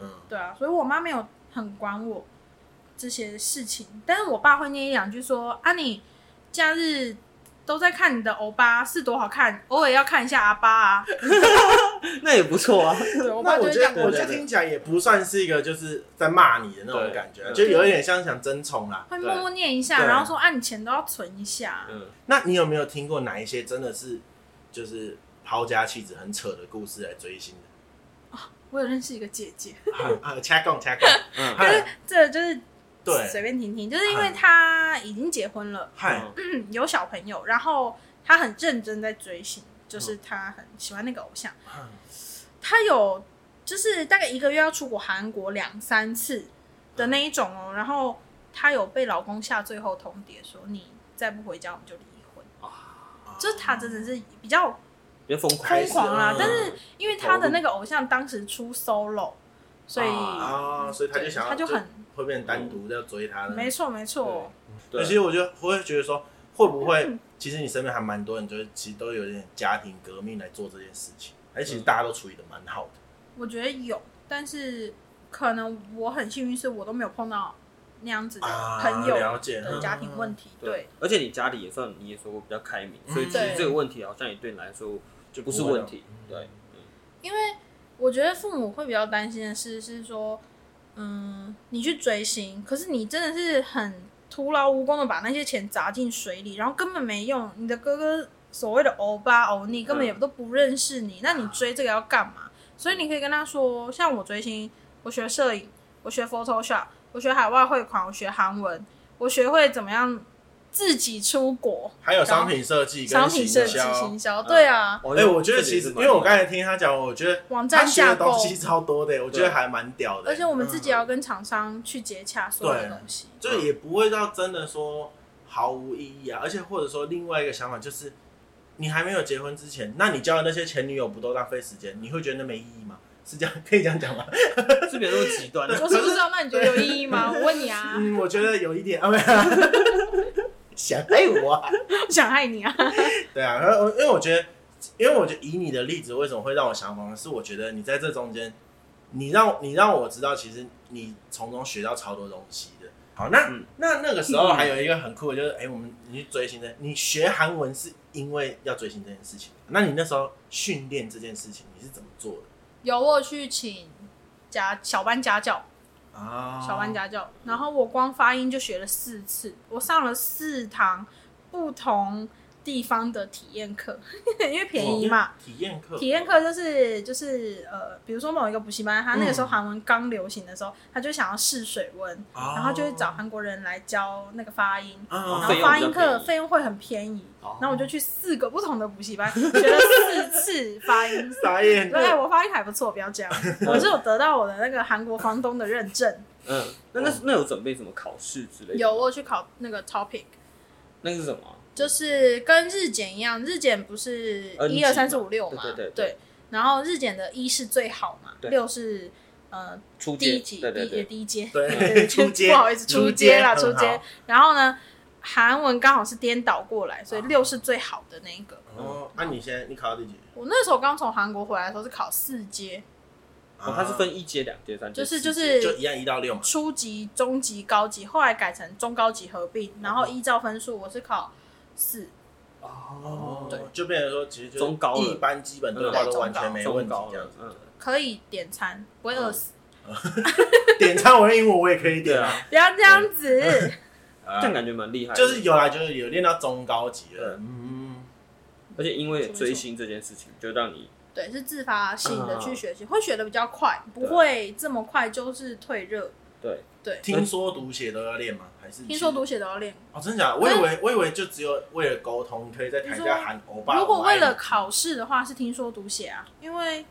[SPEAKER 2] 嗯，
[SPEAKER 3] 对啊，所以我妈没有很管我这些事情。但是我爸会念一两句说：“啊，你假日都在看你的欧巴是多好看，偶尔要看一下阿巴啊。
[SPEAKER 4] [laughs] 那也不错啊。
[SPEAKER 3] 对”我爸
[SPEAKER 2] 那
[SPEAKER 3] 就
[SPEAKER 2] 我
[SPEAKER 3] 会
[SPEAKER 2] 觉
[SPEAKER 3] 这样
[SPEAKER 2] 得，
[SPEAKER 3] 跟我
[SPEAKER 2] 我
[SPEAKER 4] 对
[SPEAKER 2] 觉
[SPEAKER 3] 讲
[SPEAKER 2] 得听起来也不算是一个就是在骂你的那种感觉，
[SPEAKER 4] 对
[SPEAKER 2] 就有一点像想争宠啦。
[SPEAKER 3] 会默默念一下，
[SPEAKER 2] 对
[SPEAKER 3] 然后说：“啊，你钱都要存一下。”
[SPEAKER 4] 嗯，
[SPEAKER 2] 那你有没有听过哪一些真的是就是抛家弃子很扯的故事来追星的？
[SPEAKER 3] 我有认识一个姐姐，
[SPEAKER 2] 啊，掐杠掐杠，
[SPEAKER 4] 嗯
[SPEAKER 2] 嗨
[SPEAKER 3] 这 [laughs] 就是随
[SPEAKER 2] 啊对，嗯啊
[SPEAKER 3] 便听听，就是因为他已经结婚了，
[SPEAKER 2] 嗨，
[SPEAKER 3] 嗯有小朋友，然后他很认真在追星，
[SPEAKER 2] 嗯
[SPEAKER 3] 就是他很喜欢那个偶像，
[SPEAKER 2] 嗨
[SPEAKER 3] 他有就是大概一个月要出国韩国两三次的那一种
[SPEAKER 2] 嗯
[SPEAKER 3] 哦，然后他有被老公下最后通牒说你再不回家我们就离婚，
[SPEAKER 2] 啊
[SPEAKER 3] 就是他真的是比较
[SPEAKER 4] 别疯狂
[SPEAKER 2] 开
[SPEAKER 3] 疯
[SPEAKER 2] 始
[SPEAKER 3] 狂啦
[SPEAKER 2] 嗯，
[SPEAKER 3] 但是因为他的那个偶像当时出 solo，所以
[SPEAKER 4] 啊
[SPEAKER 2] 啊，所以他就嗯
[SPEAKER 3] 对
[SPEAKER 2] 想要，
[SPEAKER 3] 他就很
[SPEAKER 2] 会变单独要追他的。
[SPEAKER 3] 没错没错。
[SPEAKER 2] 对，
[SPEAKER 4] 对
[SPEAKER 2] 其实我觉得我会觉得说，会不会其实你身边还蛮多人，就是其实都有点家庭革命来做这件事情，而其实大家都处理的蛮好的。
[SPEAKER 3] 我觉得有，但是可能我很幸运，是我都没有碰到那样子的朋友
[SPEAKER 2] 啊了解嗯
[SPEAKER 3] 的家庭
[SPEAKER 2] [laughs]
[SPEAKER 3] 问题。对，，嗯
[SPEAKER 4] 而且你家里也算你也说过比较开明，所以其实
[SPEAKER 3] 对
[SPEAKER 4] 这个问题好像也对你来说
[SPEAKER 2] 就
[SPEAKER 4] 不是问题。对，
[SPEAKER 3] 因为我觉得父母会比较担心的是，是说，嗯，你去追星，可是你真的是很徒劳无功的把那些钱砸进水里，然后根本没用。你的哥哥所谓的欧巴欧尼根本也都不认识你，那你追这个要干嘛？所以你可以跟他说，像我追星，我学摄影，我学 Photoshop，我学海外汇款，我学韩文，我学会怎么样自己出国，
[SPEAKER 2] 还有商品设计
[SPEAKER 3] 商
[SPEAKER 2] 跟
[SPEAKER 3] 品
[SPEAKER 2] 行
[SPEAKER 3] 设计、
[SPEAKER 2] 销
[SPEAKER 3] 行。销，对啊，
[SPEAKER 4] 哦
[SPEAKER 2] 哎，我觉得其实因为我刚才听他讲，我觉得
[SPEAKER 3] 网
[SPEAKER 2] 他
[SPEAKER 3] 站
[SPEAKER 2] 学
[SPEAKER 3] 架
[SPEAKER 2] 的
[SPEAKER 3] 构
[SPEAKER 2] 东，西超多的，我觉得还蛮屌的。嗯
[SPEAKER 3] 而且我们自己要跟厂商去接洽所有的东西。
[SPEAKER 2] 就也不会到真的说毫无意义啊。而且或者说另外一个想法就是，你还没有结婚之前，那你交的那些前女友不都浪费时间？你会觉得那没意义吗？是这样，可以这样讲吗？
[SPEAKER 4] 是别那么极端
[SPEAKER 3] [laughs] 我
[SPEAKER 4] 的，
[SPEAKER 3] 是不知道，那你觉得有意义吗？我问你啊， [laughs]
[SPEAKER 2] 嗯，我觉得有一点啊，没有 [laughs] 想害我、啊。
[SPEAKER 3] 我想害你啊。
[SPEAKER 2] 对啊，然后因为我觉得，因为我觉得以你的例子，为什么会让我想法呢？是我觉得你在这中间，你让你让我知道，其实你从中学到超多东西的。好，那、
[SPEAKER 4] 嗯
[SPEAKER 2] 那那个时候还有一个很酷的，就是哎、我们你去追星的，你学韩文是因为要追星这件事情。那你那时候训练这件事情，你是怎么做的
[SPEAKER 3] 有我有去请家小班家教，
[SPEAKER 2] 啊
[SPEAKER 3] 小班家教，然后我光发音就学了四次，我上了四堂不同地方的体验课， [laughs] 因为便宜嘛。
[SPEAKER 2] 体验课，
[SPEAKER 3] 体验课就是就是呃，比如说某一个补习班，他那个时候韩文刚流行的时候，他就想要试水温，
[SPEAKER 2] 哦，
[SPEAKER 3] 然后就会找韩国人来教那个发音，然
[SPEAKER 2] 啊，
[SPEAKER 3] 后发
[SPEAKER 4] 费
[SPEAKER 3] 音
[SPEAKER 4] 用比较便
[SPEAKER 3] 课
[SPEAKER 4] 宜
[SPEAKER 3] 费用会很便宜。
[SPEAKER 4] 哦
[SPEAKER 3] 然后我就去四个不同的补习班学了四次发
[SPEAKER 4] [laughs]
[SPEAKER 3] 音。
[SPEAKER 2] 傻眼
[SPEAKER 3] 对，哎，我发音还不错，不要这样。我是有得到我的那个韩国房东的认
[SPEAKER 4] [laughs]
[SPEAKER 3] 证，
[SPEAKER 4] 嗯，那那那有准备什么考试之类的？
[SPEAKER 3] 有，我有去考那个 topic，
[SPEAKER 4] 那个是什么啊？
[SPEAKER 3] 就是跟日检一样，日检不是
[SPEAKER 4] 呃
[SPEAKER 3] 一二三四五六嘛？
[SPEAKER 4] 对对对
[SPEAKER 3] 然后日检的一是最好嘛，
[SPEAKER 4] 对
[SPEAKER 3] 六是呃
[SPEAKER 4] 初
[SPEAKER 3] 第一
[SPEAKER 4] 阶，
[SPEAKER 3] 级，
[SPEAKER 4] 对对
[SPEAKER 3] 第也
[SPEAKER 4] 对，
[SPEAKER 3] 第一阶。
[SPEAKER 2] 对，出街，
[SPEAKER 3] 不好意思，
[SPEAKER 2] 出
[SPEAKER 3] 初阶啦，
[SPEAKER 2] 出
[SPEAKER 3] 初阶。然后呢，韩文刚好是颠倒过来，所以
[SPEAKER 2] 啊
[SPEAKER 3] 六是最好的那一个。
[SPEAKER 2] 哦，那你现在你考到第几？
[SPEAKER 3] 我那时候刚从韩国回来的时候是考四阶，
[SPEAKER 4] 哦，它是分一阶、两阶、三阶，
[SPEAKER 3] 就是就
[SPEAKER 4] 四阶
[SPEAKER 2] 就是一样一到六嘛。
[SPEAKER 3] 初级、中级、高级，后来改成中高级合并，然后依照分数我是考四，嗯
[SPEAKER 4] 哦，对，，
[SPEAKER 2] 就变成说其实就是
[SPEAKER 4] 中高了
[SPEAKER 2] 一般基本对话都完全没问
[SPEAKER 4] 中
[SPEAKER 2] 题
[SPEAKER 4] 高
[SPEAKER 2] 这样
[SPEAKER 4] 了
[SPEAKER 2] 子，。
[SPEAKER 4] 嗯，
[SPEAKER 3] 可以点餐，不会饿死。
[SPEAKER 2] 点餐我英文我也可以
[SPEAKER 4] 对
[SPEAKER 2] 点
[SPEAKER 4] 啊，
[SPEAKER 3] 不要这样
[SPEAKER 4] [laughs]
[SPEAKER 3] 子，
[SPEAKER 2] 啊
[SPEAKER 4] 这样感觉蛮厉害的，
[SPEAKER 2] 就是有啦，就是有练到中高级了。
[SPEAKER 4] 对
[SPEAKER 2] 嗯，
[SPEAKER 4] 而且因为追星这件事情，就让你
[SPEAKER 3] 对，是自发性的
[SPEAKER 4] 嗯
[SPEAKER 3] 去学习，会学的比较快，不
[SPEAKER 4] 对
[SPEAKER 3] 会这么快就是退热。
[SPEAKER 4] 对
[SPEAKER 2] 听说读写都要练吗？还是
[SPEAKER 3] 听说读嗯写都要练，
[SPEAKER 2] 哦，真的假的？我以为我以为就只有为了沟通，你可以在台下喊欧巴。
[SPEAKER 3] 如果
[SPEAKER 2] 我爱
[SPEAKER 3] 为
[SPEAKER 2] 你
[SPEAKER 3] 了考试的话，是听说读写啊，因为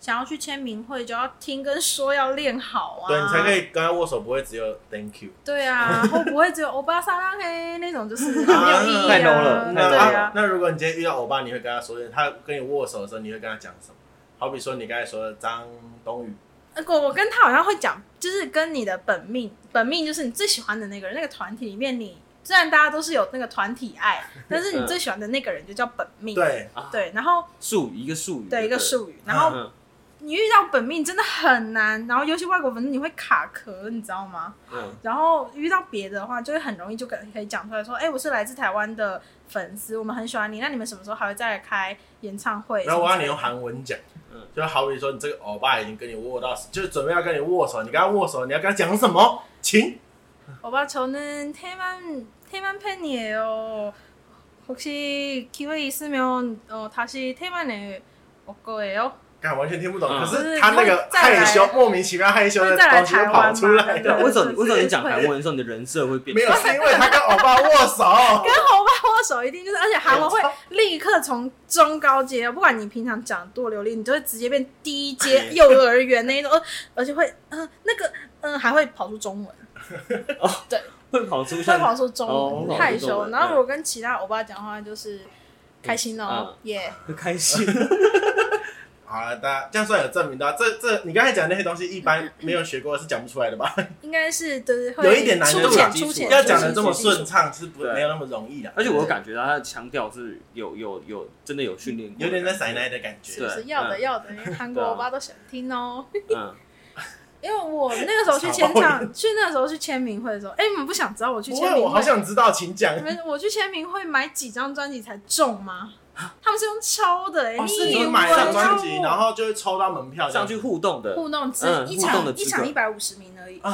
[SPEAKER 3] 想要去签名会就要听跟说要练好啊，
[SPEAKER 2] 对你才可。以跟他握手，不会只有 Thank you。
[SPEAKER 3] 对
[SPEAKER 4] [laughs]
[SPEAKER 3] 啊，会不会只有欧巴桑拉黑那种，就是很没有意义啊。
[SPEAKER 4] 太 low 了太
[SPEAKER 2] 那
[SPEAKER 4] low
[SPEAKER 3] 对
[SPEAKER 2] 那
[SPEAKER 3] 啊，
[SPEAKER 2] 那如果你今天遇到欧巴，你会跟他说，他跟你握手的时候，你会跟他讲什么？好比说你刚才说的张东宇，
[SPEAKER 3] 呃我我跟他好像会讲，就是跟你的本命，本命就是你最喜欢的那个人，那个团体里面你。虽然大家都是有那个团体
[SPEAKER 2] [laughs]
[SPEAKER 3] 爱，但是你最喜欢的那个人就叫本命。
[SPEAKER 2] 对，
[SPEAKER 3] 对，然后
[SPEAKER 4] 术语一个术语，
[SPEAKER 3] 对一个
[SPEAKER 4] 术，
[SPEAKER 3] 术语，然后
[SPEAKER 4] 嗯
[SPEAKER 3] 你遇到本命真的很难，然后尤其外国文字你会卡壳，你知道吗？
[SPEAKER 4] 嗯，
[SPEAKER 3] 然后遇到别的的话，就会很容易就可可以讲出来说，哎、我是来自台湾的粉丝，我们很喜欢你，那你们什么时候还会再来开演唱会？
[SPEAKER 2] 然后我
[SPEAKER 3] 什
[SPEAKER 2] 要
[SPEAKER 3] 么
[SPEAKER 2] 你
[SPEAKER 3] 之类
[SPEAKER 2] 用
[SPEAKER 3] 的
[SPEAKER 2] 韩文讲
[SPEAKER 4] 嗯，
[SPEAKER 2] 就好比说你这个欧巴已经跟你握到，就是准备要跟你握手，你跟他握手，你要跟他讲什么？请
[SPEAKER 3] 오빠저는태만태만팬이에요혹시기회있으면어다시태만에올거예요
[SPEAKER 2] 看完全听不懂，
[SPEAKER 4] 嗯
[SPEAKER 2] 可是他那个
[SPEAKER 3] 会再来
[SPEAKER 2] 害羞、莫名其妙害羞的东西又跑出来
[SPEAKER 3] 会再来
[SPEAKER 2] 了
[SPEAKER 3] 台湾吗，
[SPEAKER 4] 为什啊么你为什么你讲韩文的时候，你的人设会变
[SPEAKER 2] 没？有是因为他跟欧巴握手
[SPEAKER 3] 跟，欧巴握手一定就是，而且韩文会立刻从中高阶，不管你平常讲多流利，你就会直接变低阶幼儿园那一种，呃而且会嗯、呃那个嗯、呃还会跑出中文，
[SPEAKER 4] 会跑出
[SPEAKER 3] 会
[SPEAKER 4] 像
[SPEAKER 3] 跑出中
[SPEAKER 4] 哦跑出中
[SPEAKER 3] 文
[SPEAKER 4] 文
[SPEAKER 3] 害羞。
[SPEAKER 4] 嗯
[SPEAKER 3] 然后如果跟其他欧巴讲话，就是开心哦，耶、
[SPEAKER 4] 很
[SPEAKER 2] [laughs]
[SPEAKER 4] 开心，
[SPEAKER 2] 好了，大家这样算有证明到，这这你刚才讲的那些东西，一般没有学过是讲不出来的吧？
[SPEAKER 3] 应该是就是会
[SPEAKER 2] 有一点难
[SPEAKER 3] 粗
[SPEAKER 2] 度啦
[SPEAKER 3] 浅粗浅，
[SPEAKER 2] 要
[SPEAKER 3] 粗
[SPEAKER 2] 讲
[SPEAKER 3] 浅
[SPEAKER 2] 的这么
[SPEAKER 3] 粗浅
[SPEAKER 2] 顺畅是不
[SPEAKER 4] 对
[SPEAKER 2] 没有那么容易的，
[SPEAKER 4] 而且我有感觉到他的腔调是有有有真的有训练过，
[SPEAKER 2] 有点在塞奶，的感
[SPEAKER 3] 是
[SPEAKER 2] 觉
[SPEAKER 3] 不。是要的
[SPEAKER 4] 嗯
[SPEAKER 3] 要的？因为韩国
[SPEAKER 4] 对啊
[SPEAKER 3] 欧巴都想听哦。
[SPEAKER 4] 嗯，
[SPEAKER 3] 因为我那个时候去
[SPEAKER 2] [laughs]
[SPEAKER 3] 签唱，去那个时候去签名会的时候，哎、你们不想知道我去
[SPEAKER 2] 不
[SPEAKER 3] 签
[SPEAKER 2] 会，
[SPEAKER 3] 名
[SPEAKER 2] 我好
[SPEAKER 3] 会？
[SPEAKER 2] 想知道，请讲
[SPEAKER 3] 你。们我去签名会买几张专辑才中吗？他们是用抽的、哎、
[SPEAKER 2] 啊哦，是
[SPEAKER 3] 你以
[SPEAKER 2] 你
[SPEAKER 3] 为
[SPEAKER 2] 买了专辑，
[SPEAKER 3] 我
[SPEAKER 2] 然后就会抽到门票这样
[SPEAKER 4] 上
[SPEAKER 2] 子
[SPEAKER 4] 去。互动的，
[SPEAKER 3] 互动只、
[SPEAKER 4] 嗯
[SPEAKER 3] 一
[SPEAKER 4] 互动
[SPEAKER 3] 场
[SPEAKER 4] 的
[SPEAKER 3] 一
[SPEAKER 4] 资
[SPEAKER 3] 场
[SPEAKER 4] 格
[SPEAKER 3] 一百五十名而已。
[SPEAKER 2] 嗯，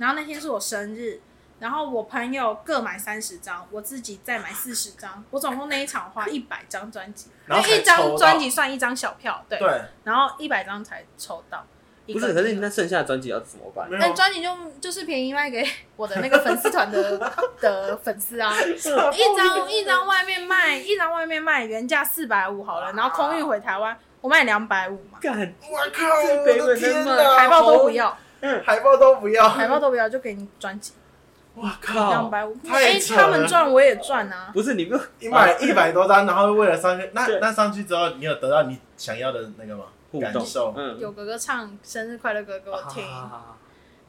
[SPEAKER 3] 然后那天是我生日，然后我朋友各买三十张，我自己再买四十张，我总共那一场花一百张专辑，
[SPEAKER 2] 然后
[SPEAKER 3] 因为一
[SPEAKER 2] 才抽
[SPEAKER 3] 张
[SPEAKER 2] 到
[SPEAKER 3] 专辑算一张小票，对，
[SPEAKER 2] 对，
[SPEAKER 3] 然后一百张才抽到。一
[SPEAKER 4] 不
[SPEAKER 3] 个
[SPEAKER 4] 是？可是你那剩下的专辑要怎么办？
[SPEAKER 2] 没
[SPEAKER 3] 但
[SPEAKER 2] 有。
[SPEAKER 3] 嗯专辑就就是便宜卖给我的那个粉丝团的的粉丝啊，
[SPEAKER 4] 嗯
[SPEAKER 3] 一张一张外面卖，一张外面卖原价四百五好了，然后空运回台湾我卖两百五嘛，
[SPEAKER 4] 干，
[SPEAKER 2] 我靠！
[SPEAKER 4] 这
[SPEAKER 2] 我
[SPEAKER 4] 北
[SPEAKER 2] 的啊
[SPEAKER 4] 纬
[SPEAKER 2] 天
[SPEAKER 4] 人嘛
[SPEAKER 2] 哪，
[SPEAKER 3] 海报都不，要，
[SPEAKER 2] 海报都不要，
[SPEAKER 3] 海报都不要就给你专辑
[SPEAKER 2] 我
[SPEAKER 3] 两
[SPEAKER 4] 哦
[SPEAKER 2] 靠！
[SPEAKER 3] 百五，
[SPEAKER 2] 太
[SPEAKER 3] 哎
[SPEAKER 2] 扯
[SPEAKER 3] 他们
[SPEAKER 2] 了
[SPEAKER 3] 赚我也赚啊，
[SPEAKER 4] 不是你不
[SPEAKER 2] 你买一百多张，然后为了上去，那
[SPEAKER 4] 对
[SPEAKER 2] 那上去之后，你有得到你想要的那个吗？
[SPEAKER 4] 互
[SPEAKER 2] 感
[SPEAKER 4] 动
[SPEAKER 2] 受，
[SPEAKER 4] 嗯，
[SPEAKER 3] 有哥哥唱生日快乐歌给我听，
[SPEAKER 4] 啊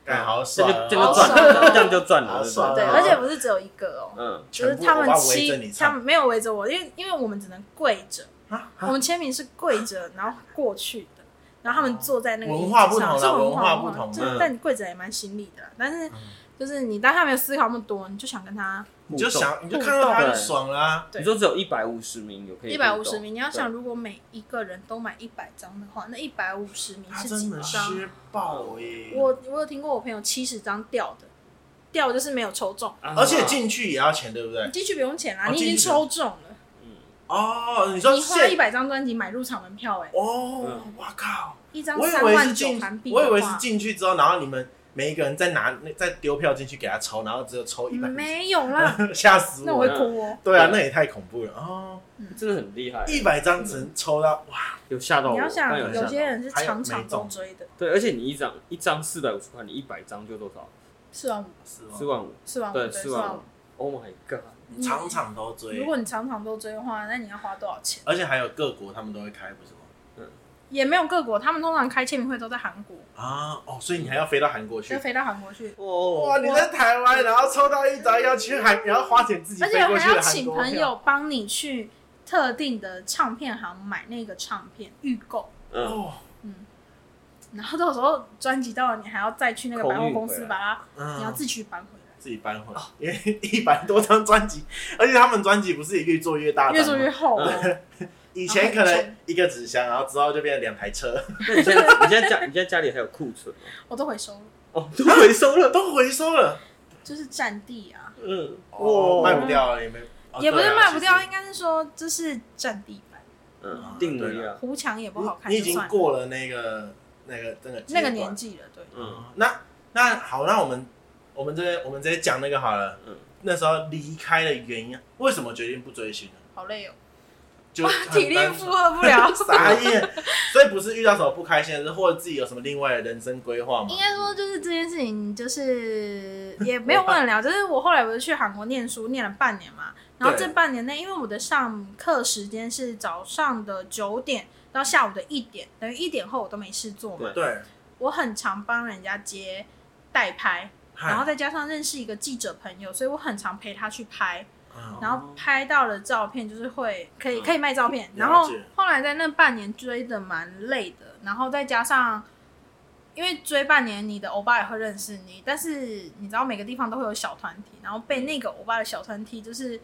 [SPEAKER 2] 感好
[SPEAKER 4] 这
[SPEAKER 2] 爽
[SPEAKER 4] 就
[SPEAKER 2] 哦，
[SPEAKER 4] 这就
[SPEAKER 3] 好
[SPEAKER 4] 赚
[SPEAKER 3] 爽
[SPEAKER 4] 了
[SPEAKER 3] 哦，
[SPEAKER 4] 这样就赚了，
[SPEAKER 2] 好
[SPEAKER 4] 对不
[SPEAKER 2] 爽
[SPEAKER 4] 对
[SPEAKER 3] 对，
[SPEAKER 2] 啊
[SPEAKER 3] 而且不是只有一个哦，
[SPEAKER 4] 嗯，
[SPEAKER 3] 只是
[SPEAKER 2] 全部
[SPEAKER 3] 他们
[SPEAKER 2] 欧巴围着
[SPEAKER 3] 七
[SPEAKER 2] 你，
[SPEAKER 3] 他
[SPEAKER 2] 唱
[SPEAKER 3] 们没有围着我，因为因为我们只能跪着，
[SPEAKER 2] 啊
[SPEAKER 3] 我们签名是跪着，然后过去的，然后他们坐在那个
[SPEAKER 2] 哦文
[SPEAKER 3] 椅子
[SPEAKER 2] 化不
[SPEAKER 3] 上
[SPEAKER 2] 同啦
[SPEAKER 3] 是文
[SPEAKER 2] 文化
[SPEAKER 3] 不
[SPEAKER 2] 不同嗯
[SPEAKER 3] 就是
[SPEAKER 4] 嗯
[SPEAKER 3] 但你跪着也蛮心理的啦，但是就是你当下没有思考那么多，你就想跟他
[SPEAKER 2] 你就
[SPEAKER 4] 互动
[SPEAKER 2] 想，你就看到他就爽啊啦、
[SPEAKER 3] 对
[SPEAKER 4] 你说只有一百五十名有可以
[SPEAKER 3] 一
[SPEAKER 4] 互
[SPEAKER 3] 百五
[SPEAKER 4] 动
[SPEAKER 3] 十名，你要想如果每一个人都买一百张的话，那一百五十名
[SPEAKER 2] 他
[SPEAKER 3] 是
[SPEAKER 2] 真
[SPEAKER 3] 几
[SPEAKER 2] 的
[SPEAKER 3] 张？
[SPEAKER 2] 削爆耶、
[SPEAKER 3] 我我有听过我朋友七十张掉的，掉就是没有抽中，
[SPEAKER 4] 啊
[SPEAKER 2] 而且进去也要钱，对不对？
[SPEAKER 3] 你进去不用钱啦，
[SPEAKER 2] 哦
[SPEAKER 3] 你已经
[SPEAKER 2] 进去
[SPEAKER 3] 抽中了，
[SPEAKER 2] 哦，你说
[SPEAKER 3] 你花一
[SPEAKER 2] 现
[SPEAKER 3] 百张专辑买入场门票、欸，哎，
[SPEAKER 2] 哦
[SPEAKER 4] 嗯，
[SPEAKER 2] 哇靠！
[SPEAKER 3] 一张
[SPEAKER 2] 我以
[SPEAKER 3] 三
[SPEAKER 2] 为是
[SPEAKER 3] 万九
[SPEAKER 2] 进
[SPEAKER 3] 韩，币的
[SPEAKER 2] 我
[SPEAKER 3] 话，
[SPEAKER 2] 以为是进去之后，然后你们每一个人再拿那再丢票进去给他抽，然后只有抽一百，
[SPEAKER 3] 没有啦，
[SPEAKER 2] [laughs] 吓死
[SPEAKER 3] 那我
[SPEAKER 2] 我
[SPEAKER 3] 会
[SPEAKER 2] 了！
[SPEAKER 3] 哭哦、
[SPEAKER 2] 对啊，那也太恐怖了哦！
[SPEAKER 4] 真的很厉害，
[SPEAKER 2] 一百张只能抽到哇，
[SPEAKER 4] 有吓到我，
[SPEAKER 3] 你要想
[SPEAKER 4] 刚有，吓
[SPEAKER 3] 有
[SPEAKER 4] 到
[SPEAKER 3] 些人是
[SPEAKER 2] 还有
[SPEAKER 3] 场场
[SPEAKER 2] 每
[SPEAKER 3] 都
[SPEAKER 2] 种
[SPEAKER 3] 追的，
[SPEAKER 4] 对，而且你一张一张四百五十块，你一百张就多少？
[SPEAKER 3] 四万五，
[SPEAKER 2] 是
[SPEAKER 4] 四
[SPEAKER 2] 哦，
[SPEAKER 4] 万五，
[SPEAKER 3] 四万五，
[SPEAKER 4] 对，
[SPEAKER 3] 四
[SPEAKER 4] 四
[SPEAKER 3] 万
[SPEAKER 4] 万
[SPEAKER 3] 五
[SPEAKER 4] 五。。Oh my god！
[SPEAKER 2] 你场场都追
[SPEAKER 3] 如，果你场场都追的话，那你要花多少钱？
[SPEAKER 2] 而且还有各国他们都会开，不是吗？
[SPEAKER 3] 也没有各国，他们通常开签名会都在韩国，
[SPEAKER 2] 啊，哦，所以你还要飞到韩国去
[SPEAKER 3] 就？飞到韩国去，
[SPEAKER 2] 哇，
[SPEAKER 4] 哦，
[SPEAKER 2] 你在台湾，然后抽到一张要去韩，然后花钱自己
[SPEAKER 3] 而且
[SPEAKER 2] 飞过去
[SPEAKER 3] 还要
[SPEAKER 2] 的韩
[SPEAKER 3] 请
[SPEAKER 2] 国
[SPEAKER 3] 朋
[SPEAKER 2] 票。
[SPEAKER 3] 友帮你去特定的唱片行买那个唱片预购，
[SPEAKER 4] 嗯，
[SPEAKER 2] 哦，
[SPEAKER 3] 然后到时候专辑到了，你还要再去那个百货公司把它，
[SPEAKER 2] 嗯
[SPEAKER 3] 你要自己搬回来，
[SPEAKER 2] 自己搬回来，因为一百多张专辑，而且他们专辑不是越做越大张吗，
[SPEAKER 3] 越做越啊厚哦。
[SPEAKER 2] [laughs] 以前可能一个纸箱，然后之后就变成两台车，
[SPEAKER 4] 那你现在你现在家你现在家里还有库存吗？
[SPEAKER 3] 我都回收了，
[SPEAKER 4] 哦，都回收
[SPEAKER 2] [laughs]
[SPEAKER 4] 了，
[SPEAKER 2] 都回收了，
[SPEAKER 3] 就是占地啊，
[SPEAKER 4] 嗯，
[SPEAKER 2] 哦，卖不
[SPEAKER 4] 掉，
[SPEAKER 2] 掉了，也没，哦
[SPEAKER 3] 也不是卖不掉，
[SPEAKER 2] 对啊
[SPEAKER 3] 应该是说就是占地板，
[SPEAKER 4] 嗯，定位啊，
[SPEAKER 3] 糊墙也不
[SPEAKER 2] 其
[SPEAKER 3] 好
[SPEAKER 2] 实
[SPEAKER 3] 看，
[SPEAKER 2] 你已
[SPEAKER 3] 就
[SPEAKER 2] 经
[SPEAKER 3] 算了
[SPEAKER 2] 过了那个那个那个阶
[SPEAKER 3] 那
[SPEAKER 2] 段
[SPEAKER 3] 个年，纪了，对。
[SPEAKER 4] 嗯，
[SPEAKER 2] 那那好，那我们我们这边我们直接讲那个好了，
[SPEAKER 4] 嗯
[SPEAKER 2] 那时候离开的原因，为什么决定不追星呢？
[SPEAKER 3] 好累哦，
[SPEAKER 2] 就。
[SPEAKER 3] 体力负荷不了
[SPEAKER 2] [laughs] 傻眼，所以不是遇到什么不开心的事，或者自己有什么另外的人生规划吗
[SPEAKER 3] 应？该说，就是这件事
[SPEAKER 2] [laughs]
[SPEAKER 3] 情，就是也没有不能聊。就是我后来不是去韩国念书，念了半年嘛。然后
[SPEAKER 2] 对
[SPEAKER 3] 这半年内，因为我的上课时间是早上的九点到下午的一点，等于一点后我都没事做嘛。
[SPEAKER 4] 对
[SPEAKER 2] 对，
[SPEAKER 3] 我很常帮人家接代拍，然后
[SPEAKER 2] 再，
[SPEAKER 3] 再加上认识一个记者朋友，所以我很常陪他去拍。
[SPEAKER 2] 嗯
[SPEAKER 3] 然
[SPEAKER 4] 哦
[SPEAKER 3] 后拍到了照片，就是会可以可以卖照片。
[SPEAKER 2] 嗯
[SPEAKER 3] 然后
[SPEAKER 2] 了解
[SPEAKER 3] 后来在那半年追的蛮累的，然后再加上因为追半年，你的欧巴也会认识你，但是你知道每个地方都会有小团体，然后被那个欧巴的小团体就是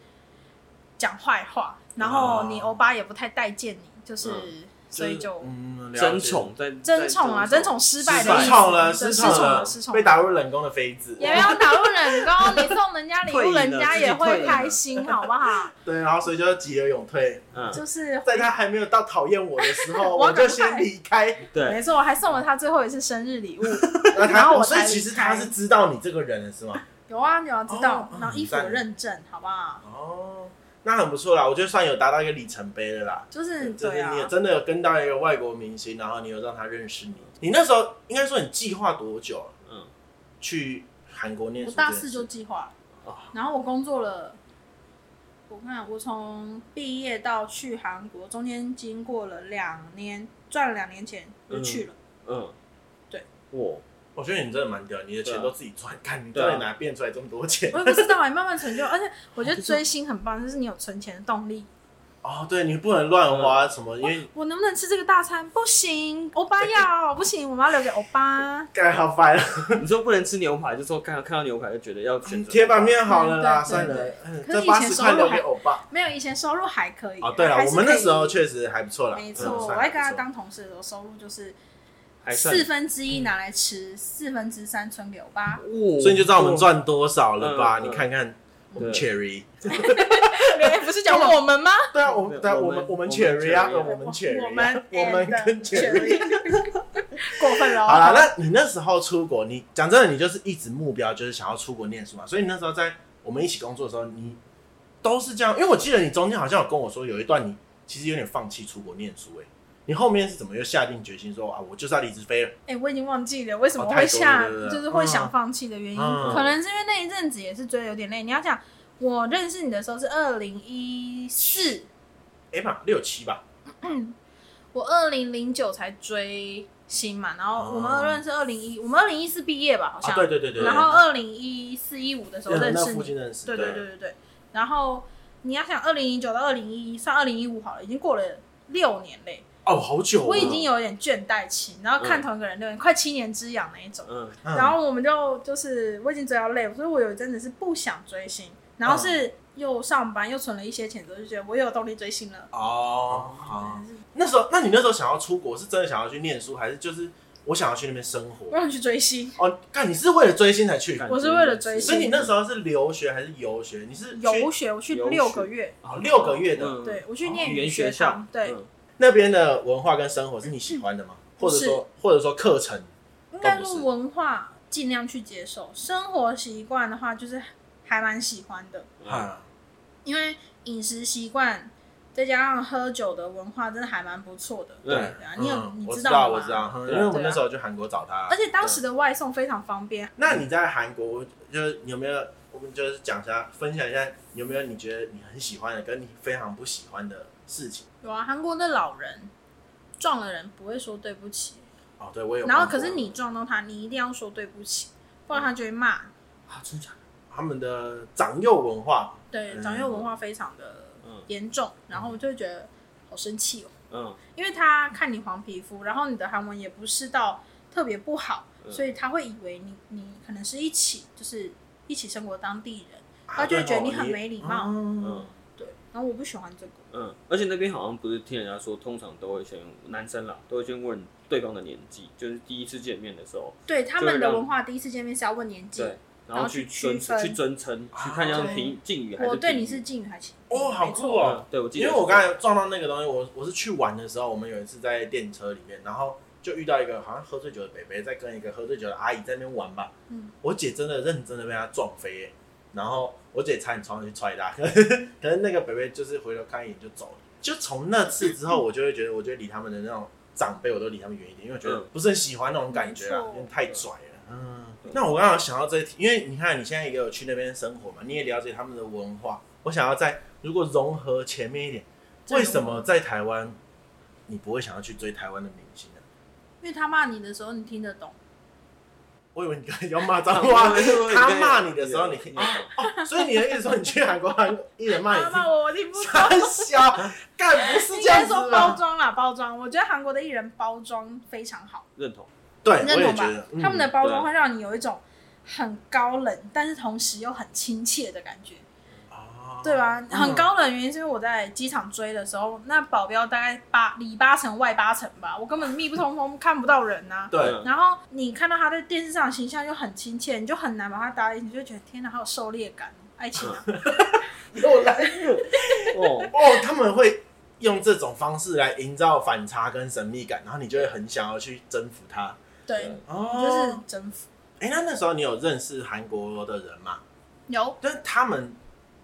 [SPEAKER 3] 讲坏话，然后你欧巴也不太待见你，就是、
[SPEAKER 4] 嗯
[SPEAKER 3] 所以就。
[SPEAKER 2] 嗯，了解
[SPEAKER 4] 争宠在
[SPEAKER 3] 争宠啊，争，宠失败的意思，
[SPEAKER 2] 失宠了，
[SPEAKER 3] 对
[SPEAKER 2] 失
[SPEAKER 3] 失
[SPEAKER 2] 宠
[SPEAKER 3] 了，
[SPEAKER 2] 了，
[SPEAKER 3] 失宠
[SPEAKER 2] 被打入冷宫的妃子。
[SPEAKER 3] 也没有打入冷宫，你送人家礼
[SPEAKER 4] 退
[SPEAKER 3] 物，
[SPEAKER 4] 隐了
[SPEAKER 3] 人家也
[SPEAKER 4] 自己退
[SPEAKER 3] 会
[SPEAKER 4] 隐了
[SPEAKER 3] 开心，好不好？
[SPEAKER 2] 对，然后所以就急流勇退，
[SPEAKER 3] [laughs]
[SPEAKER 4] 嗯，
[SPEAKER 3] 就是
[SPEAKER 2] 在他还没有到讨厌我的时候，
[SPEAKER 3] 我
[SPEAKER 2] 我
[SPEAKER 3] 要赶快
[SPEAKER 2] 就先离
[SPEAKER 3] [laughs]
[SPEAKER 2] 开。
[SPEAKER 4] 对，
[SPEAKER 3] 没错，我还送了他最后一次生
[SPEAKER 2] [laughs]
[SPEAKER 3] 日礼物。
[SPEAKER 2] 那
[SPEAKER 3] 然
[SPEAKER 2] 他，
[SPEAKER 3] 后我
[SPEAKER 2] 所以
[SPEAKER 3] 才
[SPEAKER 2] 其
[SPEAKER 3] 离
[SPEAKER 2] 实
[SPEAKER 3] 开
[SPEAKER 2] 他是知道你这个人的是吗？
[SPEAKER 3] 有啊，有啊，知道。
[SPEAKER 2] 哦
[SPEAKER 3] 然后衣服
[SPEAKER 2] 很赞
[SPEAKER 3] 有认证，好不好？
[SPEAKER 2] 哦，那很不错啦，我觉得算有达到一个里程碑了啦。
[SPEAKER 3] 就是
[SPEAKER 2] 就
[SPEAKER 3] 对
[SPEAKER 2] 是
[SPEAKER 3] 啊
[SPEAKER 2] 你，有真的有跟到一个外国明星，然后你有让他认识你。你那时候应该说你计划多久啊
[SPEAKER 4] 嗯，
[SPEAKER 2] 去韩国念
[SPEAKER 3] 我
[SPEAKER 2] 书？
[SPEAKER 3] 大四就计划了
[SPEAKER 4] 哦，
[SPEAKER 3] 然后我工作
[SPEAKER 2] 哦
[SPEAKER 3] 了。我看我从毕业到去韩国，中间经过了两年，赚了两年钱就去了。
[SPEAKER 4] 嗯，
[SPEAKER 3] 对，
[SPEAKER 4] 我
[SPEAKER 2] 我觉得你真的蛮屌，你的
[SPEAKER 4] 对
[SPEAKER 2] 钱
[SPEAKER 4] 啊
[SPEAKER 2] 都自己赚，看你
[SPEAKER 4] 对
[SPEAKER 2] 到
[SPEAKER 4] 啊
[SPEAKER 2] 底哪变出来这么多钱
[SPEAKER 3] 我？也不知道哎、慢
[SPEAKER 2] [laughs]
[SPEAKER 3] 慢存就，而且我觉得追星很棒，就是你有存钱的动力。
[SPEAKER 2] 哦，对，你不能乱花什么，因为
[SPEAKER 3] 我能不能吃这个大餐？不行，欧巴要，不行，我们要留给欧
[SPEAKER 2] [laughs]
[SPEAKER 3] 巴。
[SPEAKER 2] 该好烦了。
[SPEAKER 4] [laughs] 你说不能吃牛排，就说看看到牛排就觉得要选择
[SPEAKER 2] 嗯铁板面好了啦，
[SPEAKER 3] 嗯对
[SPEAKER 2] 算
[SPEAKER 3] 对
[SPEAKER 2] 了
[SPEAKER 3] 对，
[SPEAKER 2] 嗯
[SPEAKER 3] 可是
[SPEAKER 2] 这
[SPEAKER 3] 以
[SPEAKER 2] 八
[SPEAKER 3] 前
[SPEAKER 2] 十
[SPEAKER 3] 收
[SPEAKER 2] 块
[SPEAKER 3] 入
[SPEAKER 2] 留给
[SPEAKER 3] 还
[SPEAKER 2] 欧巴。
[SPEAKER 3] 没有以前收入还可以
[SPEAKER 2] 哦，对了，
[SPEAKER 3] 还
[SPEAKER 2] 我
[SPEAKER 3] 是
[SPEAKER 2] 们那
[SPEAKER 3] 可以
[SPEAKER 2] 时候确实还不错啦。
[SPEAKER 3] 没
[SPEAKER 2] 嗯
[SPEAKER 3] 错，
[SPEAKER 2] 算
[SPEAKER 3] 我
[SPEAKER 2] 还
[SPEAKER 3] 还跟
[SPEAKER 2] 不
[SPEAKER 3] 他
[SPEAKER 2] 错
[SPEAKER 3] 当同事的时候，收入就是
[SPEAKER 4] 还算
[SPEAKER 3] 四分之一
[SPEAKER 2] 嗯
[SPEAKER 3] 拿来吃，四分之三存给我
[SPEAKER 2] [laughs]
[SPEAKER 3] 爸。
[SPEAKER 4] 哇
[SPEAKER 2] 所以你就知道我们赚多少了吧？
[SPEAKER 4] 嗯嗯
[SPEAKER 2] 你看看我们
[SPEAKER 4] 对
[SPEAKER 2] Cherry，
[SPEAKER 3] 哎，不是讲我们吗？
[SPEAKER 2] 对啊，我们对啊，
[SPEAKER 4] 我
[SPEAKER 2] 我
[SPEAKER 4] 们
[SPEAKER 2] 们我
[SPEAKER 4] 我
[SPEAKER 2] 们
[SPEAKER 4] 们
[SPEAKER 2] Cherry 啊，
[SPEAKER 4] Cherry 啊
[SPEAKER 2] 我们 Cherry，啊
[SPEAKER 3] 我们
[SPEAKER 2] 我们
[SPEAKER 3] and
[SPEAKER 2] 跟 Cherry。
[SPEAKER 3] [laughs]
[SPEAKER 2] [laughs]
[SPEAKER 3] 过分了。哦
[SPEAKER 2] 好了，那你那时候出国，你讲真的，你就是一直目标就是想要出国念书嘛，所以你那时候在我们一起工作的时候，你都是这样，因为我记得你中间好像有跟我说有一段你其实有点放弃出国念书、欸，你后面是怎么又下定决心说啊，我就是要离职飞了？
[SPEAKER 3] 哎，我已经忘记了为什么
[SPEAKER 2] 哦太
[SPEAKER 3] 会
[SPEAKER 2] 多
[SPEAKER 3] 下，
[SPEAKER 2] 了对不对
[SPEAKER 3] 就是会想放弃的原因，
[SPEAKER 2] 嗯
[SPEAKER 3] 可能是因为那一阵子也是追的有点累。你要想，我认识你的时候是二零一四，
[SPEAKER 2] 哎、嘛，六七吧，
[SPEAKER 3] 我二零零九才追星嘛，然后我们
[SPEAKER 2] 哦
[SPEAKER 3] 认识二零一，我们二零一四毕业吧，好
[SPEAKER 2] 啊，
[SPEAKER 3] 像。
[SPEAKER 2] 对对对对，
[SPEAKER 3] 然后二零一四一五的时候
[SPEAKER 2] 对
[SPEAKER 3] 认
[SPEAKER 2] 那
[SPEAKER 3] 识
[SPEAKER 2] 附
[SPEAKER 3] 你
[SPEAKER 2] 近，认识，
[SPEAKER 3] 对对对对对。然后你要想，二零一九到二零一一，算二零一五好了，已经过了六年嘞。
[SPEAKER 2] 哦，好久、哦，
[SPEAKER 3] 我已经有点倦怠期，然后看同一个人六年，快七年之痒那一种。
[SPEAKER 4] 嗯
[SPEAKER 2] 嗯，
[SPEAKER 3] 然后我们就就是我已经追到累，所以我有一阵子是不想追星，然后
[SPEAKER 4] 嗯
[SPEAKER 3] 是又上班又存了一些钱，之后就觉得我有动力追星了。
[SPEAKER 2] 哦，好，那时候，那你那时候想要出国，是真的想要去念书，还是就是我想要去那边生活
[SPEAKER 3] 我。想去追星，
[SPEAKER 2] 哦，看你是为了追星才去，
[SPEAKER 4] 感觉
[SPEAKER 3] 我是为了追星
[SPEAKER 2] 所以你那时候是留学还是游学？你是去
[SPEAKER 3] 游学我去
[SPEAKER 4] 游学
[SPEAKER 3] 六个月，
[SPEAKER 2] 哦六个月的
[SPEAKER 4] 嗯
[SPEAKER 3] 对我去
[SPEAKER 2] 哦
[SPEAKER 3] 念
[SPEAKER 4] 语言
[SPEAKER 3] 学
[SPEAKER 4] 学
[SPEAKER 3] 堂
[SPEAKER 4] 校，
[SPEAKER 3] 对，
[SPEAKER 4] 嗯
[SPEAKER 2] 那边的文化跟生活是你喜欢的吗？或者说或者说课程？
[SPEAKER 3] 应该
[SPEAKER 2] 都
[SPEAKER 3] 说
[SPEAKER 2] 不是
[SPEAKER 3] 文化尽量去接受，生活习惯的话就是还蛮喜欢的，
[SPEAKER 4] 啊，
[SPEAKER 2] 啊，
[SPEAKER 3] 因为饮食习惯再加上喝酒的文化，真的还蛮不错的。
[SPEAKER 4] 对
[SPEAKER 3] 对啊，你有、
[SPEAKER 2] 嗯
[SPEAKER 3] 你
[SPEAKER 2] 我知
[SPEAKER 3] 道吗？
[SPEAKER 2] 我知道，嗯因
[SPEAKER 4] 对啊
[SPEAKER 2] 为我们那时候去韩国找他啊
[SPEAKER 3] 而。且当时的外送非常方便，
[SPEAKER 2] 那你在韩国就是有没有？我们就是讲一下，分享一下有没有你觉得你很喜欢的，跟你非常不喜欢的事情。
[SPEAKER 3] 有啊，韩国的老人撞了人不会说对不起，
[SPEAKER 2] 哦，对我有嗯看过。
[SPEAKER 3] 然后可是你撞到他，你一定要说对不起，不然他就会骂。
[SPEAKER 4] 啊，真假的？
[SPEAKER 2] 他们的长幼文化，
[SPEAKER 3] 对，
[SPEAKER 2] 嗯
[SPEAKER 3] 长幼文化非常的
[SPEAKER 4] 嗯
[SPEAKER 3] 严重，然后我就会觉得好生气哦，
[SPEAKER 4] 嗯，
[SPEAKER 3] 因为他看你黄皮肤，然后你的韩文也不是到特别不好，
[SPEAKER 4] 嗯
[SPEAKER 3] 所以他会以为你你可能是一起就是一起生活当地人，
[SPEAKER 2] 啊
[SPEAKER 3] 他就会
[SPEAKER 2] 对
[SPEAKER 3] 觉
[SPEAKER 2] 哦
[SPEAKER 3] 得你很没礼貌
[SPEAKER 2] 嗯
[SPEAKER 4] 嗯，
[SPEAKER 3] 对，然后我不喜欢这个。
[SPEAKER 4] 嗯，而且那边好像不是听人家说，通常都会先男生啦，都会先问对方的年纪，就是第一次见面的时候，
[SPEAKER 3] 对他们
[SPEAKER 4] 就会
[SPEAKER 3] 的
[SPEAKER 4] 让
[SPEAKER 3] 文化，第一次见面是要问年纪。
[SPEAKER 4] 对，
[SPEAKER 3] 然
[SPEAKER 4] 然
[SPEAKER 3] 后
[SPEAKER 4] 后
[SPEAKER 3] 去区
[SPEAKER 4] 去尊
[SPEAKER 3] 分哦
[SPEAKER 4] 去尊称，去看一下是平敬语还是
[SPEAKER 3] 我对
[SPEAKER 4] 平
[SPEAKER 3] 你
[SPEAKER 4] 语
[SPEAKER 3] 是敬语还是
[SPEAKER 2] 哦，好
[SPEAKER 3] 没错
[SPEAKER 2] 酷哦
[SPEAKER 4] 嗯！对我记得
[SPEAKER 2] 因
[SPEAKER 4] 是，
[SPEAKER 2] 为我刚才撞到那个东西，我我是去玩的时候，我们有一次在电车里面，然后就遇到一个好像喝醉酒的北北在跟一个喝醉酒的阿姨在那边玩吧。
[SPEAKER 3] 嗯
[SPEAKER 2] 我姐真的认真的被他撞飞耶、然后我姐差点冲上去踹他，可是 [laughs] 可是那个北北就是回头看一眼就走了。就从那次之后，我就会觉得，我就会离他们的那种长辈，我都离他们远一点，因为我觉得
[SPEAKER 4] 嗯，
[SPEAKER 2] 不是很喜欢那种感觉啦
[SPEAKER 3] 没，错
[SPEAKER 2] 因为太拽了。嗯，那我刚好想到这一题，因为你看你现在也有去那边生活嘛，你也了解他们的文化。我想要在如果融合前面一点，
[SPEAKER 3] 再融合
[SPEAKER 2] 为什么在台湾你不会想要去追台湾的明星呢？
[SPEAKER 3] 因为他骂你的时候你听得懂，
[SPEAKER 2] 我以为你刚才要骂脏话
[SPEAKER 3] [laughs]
[SPEAKER 4] [laughs] 他
[SPEAKER 2] 他骂你的时候你哦，所以你的意思说你去韩国，韩国艺人骂你
[SPEAKER 3] 他骂我我听不懂。
[SPEAKER 2] 太小，干不是
[SPEAKER 3] 应
[SPEAKER 2] 这样
[SPEAKER 3] 该
[SPEAKER 2] 子啊
[SPEAKER 3] 说包
[SPEAKER 2] 吧？
[SPEAKER 3] 装啦，包装。我觉得韩国的艺人包装非常好，
[SPEAKER 4] 认同，
[SPEAKER 2] 对，
[SPEAKER 3] 你认
[SPEAKER 2] 我也
[SPEAKER 3] 同
[SPEAKER 2] 觉
[SPEAKER 3] 吧
[SPEAKER 2] 得、嗯？
[SPEAKER 3] 他们的包装
[SPEAKER 4] 对
[SPEAKER 3] 会让你有一种很高冷，但是同时又很亲切的感觉，
[SPEAKER 2] 哦
[SPEAKER 3] 对吧？
[SPEAKER 2] 嗯
[SPEAKER 3] 很高冷的原因是因为我在机场追的时候，那保镖大概八里八层外八层吧，我根本密不通风，看不到人呐、
[SPEAKER 2] 对，哦 [laughs]
[SPEAKER 4] 嗯
[SPEAKER 3] 然后你看到他在电视上的形象又很亲切，你就很难把他搭理，你就觉得天哪，好有狩猎感哦，爱情啊！
[SPEAKER 2] 嗯又来了
[SPEAKER 4] 哦，
[SPEAKER 2] 哦，他们会用这种方式来营造反差跟神秘感，然后你就会很想要去征服他。
[SPEAKER 3] [laughs] 对，
[SPEAKER 2] 哦
[SPEAKER 3] 就是征服。
[SPEAKER 2] 哎、那那时候你有认识韩国的人吗？
[SPEAKER 3] 有，
[SPEAKER 2] 但是他们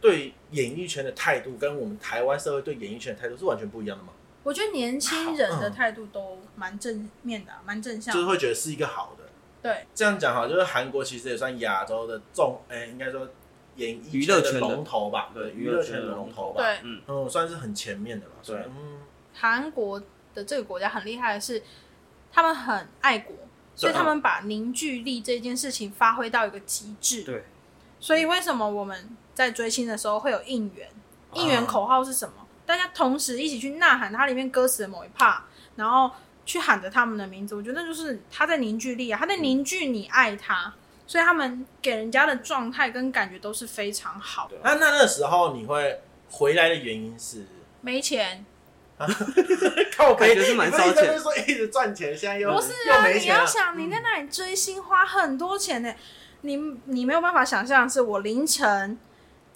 [SPEAKER 2] 对演艺圈的态度跟我们台湾社会对演艺圈的态度是完全不一样的吗？
[SPEAKER 3] 我觉得年轻人的
[SPEAKER 2] 嗯
[SPEAKER 3] 态度都蛮正面的啊、蛮正向
[SPEAKER 2] 就是
[SPEAKER 3] 的。
[SPEAKER 2] 会觉得是一个好的。
[SPEAKER 3] 对，
[SPEAKER 2] 这样讲哈，就是韩国其实也算亚洲的重，哎、应该说演艺
[SPEAKER 4] 娱乐
[SPEAKER 2] 的
[SPEAKER 4] 圈的
[SPEAKER 2] 龙头吧，对，娱乐圈的龙头吧，
[SPEAKER 3] 对
[SPEAKER 4] 嗯，
[SPEAKER 2] 嗯，算是很前面的吧，
[SPEAKER 4] 对
[SPEAKER 2] 嗯，
[SPEAKER 3] 韩国的这个国家很厉害的是，他们很爱国，所以他们把凝聚力这件事情发挥到一个极致。
[SPEAKER 4] 对，
[SPEAKER 3] 所以为什么我们在追星的时候会有应援？应援
[SPEAKER 2] 啊
[SPEAKER 3] 口号是什么？大家同时一起去呐喊它里面歌词的某一 part，然后去喊着他们的名字。我觉得那就是他在凝聚力啊，他在凝聚你爱他，所以他们给人家的状态跟感觉都是非常好的。
[SPEAKER 2] 那那那时候你会回来的原因是？
[SPEAKER 3] 没钱，
[SPEAKER 2] 靠背
[SPEAKER 4] 感觉是蛮烧钱
[SPEAKER 2] 你不是一直说一直赚钱，现在又
[SPEAKER 3] 不是
[SPEAKER 2] 又
[SPEAKER 3] 啊，
[SPEAKER 2] 没
[SPEAKER 3] 你
[SPEAKER 2] 钱了
[SPEAKER 3] 要想你在那里追星花很多钱呢、你你没有办法想象，是我凌晨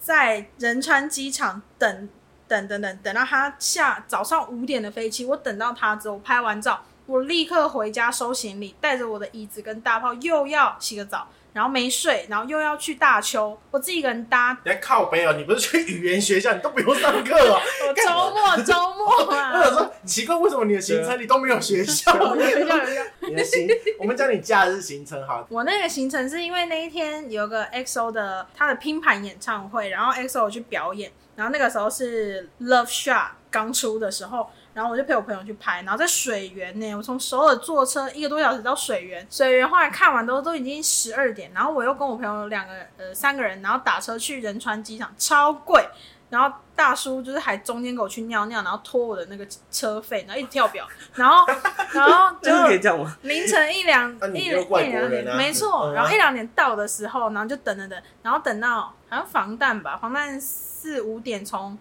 [SPEAKER 3] 在仁川机场等等等等等到他下早上五点的飞机，我等到他之后拍完照，我立刻回家收行李，带着我的椅子跟大炮，又要洗个澡，然后没睡，然后又要去大邱，我自己一个人搭。
[SPEAKER 2] 你在靠背哦，你不是去语言学校，你都不用上课哦。
[SPEAKER 3] 我周末周末
[SPEAKER 2] [laughs] 我想
[SPEAKER 3] [laughs] 啊，
[SPEAKER 2] 说，奇怪，为什么你的行程你都没有学校？ [laughs]
[SPEAKER 3] 我的学校有一个
[SPEAKER 2] 你的行，我们讲你假日行程好了，
[SPEAKER 3] 我那个行程是因为那一天有个 XO 的他的拼盘演唱会，然后 XO 有去表演，然后那个时候是 Love Shot 刚出的时候，然后我就陪我朋友去拍，然后在水源呢，我从首尔坐车一个多小时到水源，水源后来看完都都已经十二点，然后我又跟我朋友两个呃三个人，然后打车去仁川机场，超贵。然后大叔就是还中间给我去尿尿，然后拖我的那个车费，然后一直跳表，然后然后结
[SPEAKER 4] 这样
[SPEAKER 3] 果
[SPEAKER 4] 可以这样吗？
[SPEAKER 3] 凌晨一两、
[SPEAKER 2] 那啊你
[SPEAKER 3] 一
[SPEAKER 2] 就
[SPEAKER 3] 两
[SPEAKER 2] 是外
[SPEAKER 3] 一
[SPEAKER 2] 国
[SPEAKER 3] 两
[SPEAKER 2] 人
[SPEAKER 3] 点，
[SPEAKER 2] 啊
[SPEAKER 3] 没错。
[SPEAKER 2] 嗯
[SPEAKER 3] 然后一两点到的时候，然后就等等等，然后等到好像防弹吧，防弹四五点从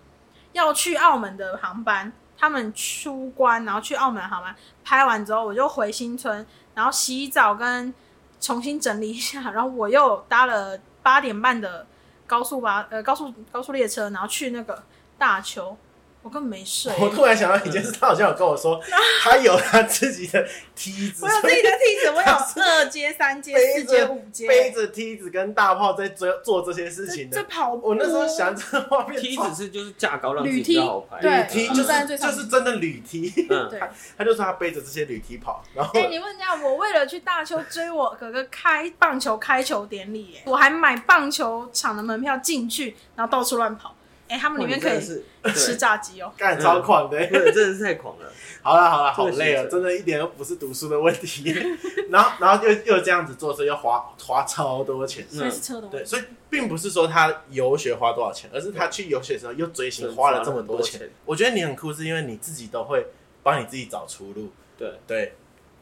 [SPEAKER 3] 要去澳门的航班，他们出关，然后去澳门的航班拍完之后，我就回新村，然后洗澡跟重新整理一下，然后我又搭了八点半的高速巴呃高速高速列车，然后去那个大邱，我根本没睡，
[SPEAKER 2] 我突然想到一件事，他好像有跟我
[SPEAKER 3] [laughs]
[SPEAKER 2] 说，他有他自己的梯子，
[SPEAKER 3] 我有自己的梯子，我有二阶、三阶、四阶、五
[SPEAKER 2] 所以
[SPEAKER 3] 阶，
[SPEAKER 2] 背着梯子跟大炮在做做这些事情
[SPEAKER 3] 这
[SPEAKER 2] 的。
[SPEAKER 3] 跑步，
[SPEAKER 2] 我那时候想这个画面，
[SPEAKER 4] 梯
[SPEAKER 2] 哇
[SPEAKER 4] 子是就是架高让自己比较好拍，
[SPEAKER 3] 对
[SPEAKER 2] 梯
[SPEAKER 3] 嗯
[SPEAKER 2] 就
[SPEAKER 3] 站在
[SPEAKER 2] 是
[SPEAKER 3] 最上
[SPEAKER 2] 就
[SPEAKER 3] 面
[SPEAKER 2] 是真的铝梯，
[SPEAKER 4] 嗯，
[SPEAKER 3] 对。
[SPEAKER 2] 他就说他背着这些铝梯跑，然后
[SPEAKER 3] 哎、你问人家，我为了去大邱追我哥哥开棒球开球典礼，哎，我还买棒球场的门票进去，然后到处乱跑。哎、他们里面可
[SPEAKER 4] 哇哦你
[SPEAKER 3] 以
[SPEAKER 4] 真的
[SPEAKER 3] 吃
[SPEAKER 4] 是
[SPEAKER 3] 炸鸡哦。
[SPEAKER 2] 干超狂的。
[SPEAKER 4] 对，对，真的是太狂了。
[SPEAKER 2] 好了好了，好
[SPEAKER 4] 这个
[SPEAKER 2] 累哦，
[SPEAKER 4] 行程
[SPEAKER 2] 嗯真的一点都不是读书的问题。 [laughs] 然后然后又又这样子做，所以要花花超多钱。
[SPEAKER 3] 所以
[SPEAKER 4] 嗯
[SPEAKER 3] 是车的问
[SPEAKER 2] 对，
[SPEAKER 3] 题。
[SPEAKER 2] 所以并不是说他游学花多少钱，而是他去游学的时候又追星花了这么多
[SPEAKER 4] 花了很多
[SPEAKER 2] 钱
[SPEAKER 4] 钱。
[SPEAKER 2] 我觉得你很酷，是因为你自己都会帮你自己找出路。
[SPEAKER 4] 对，
[SPEAKER 2] 对，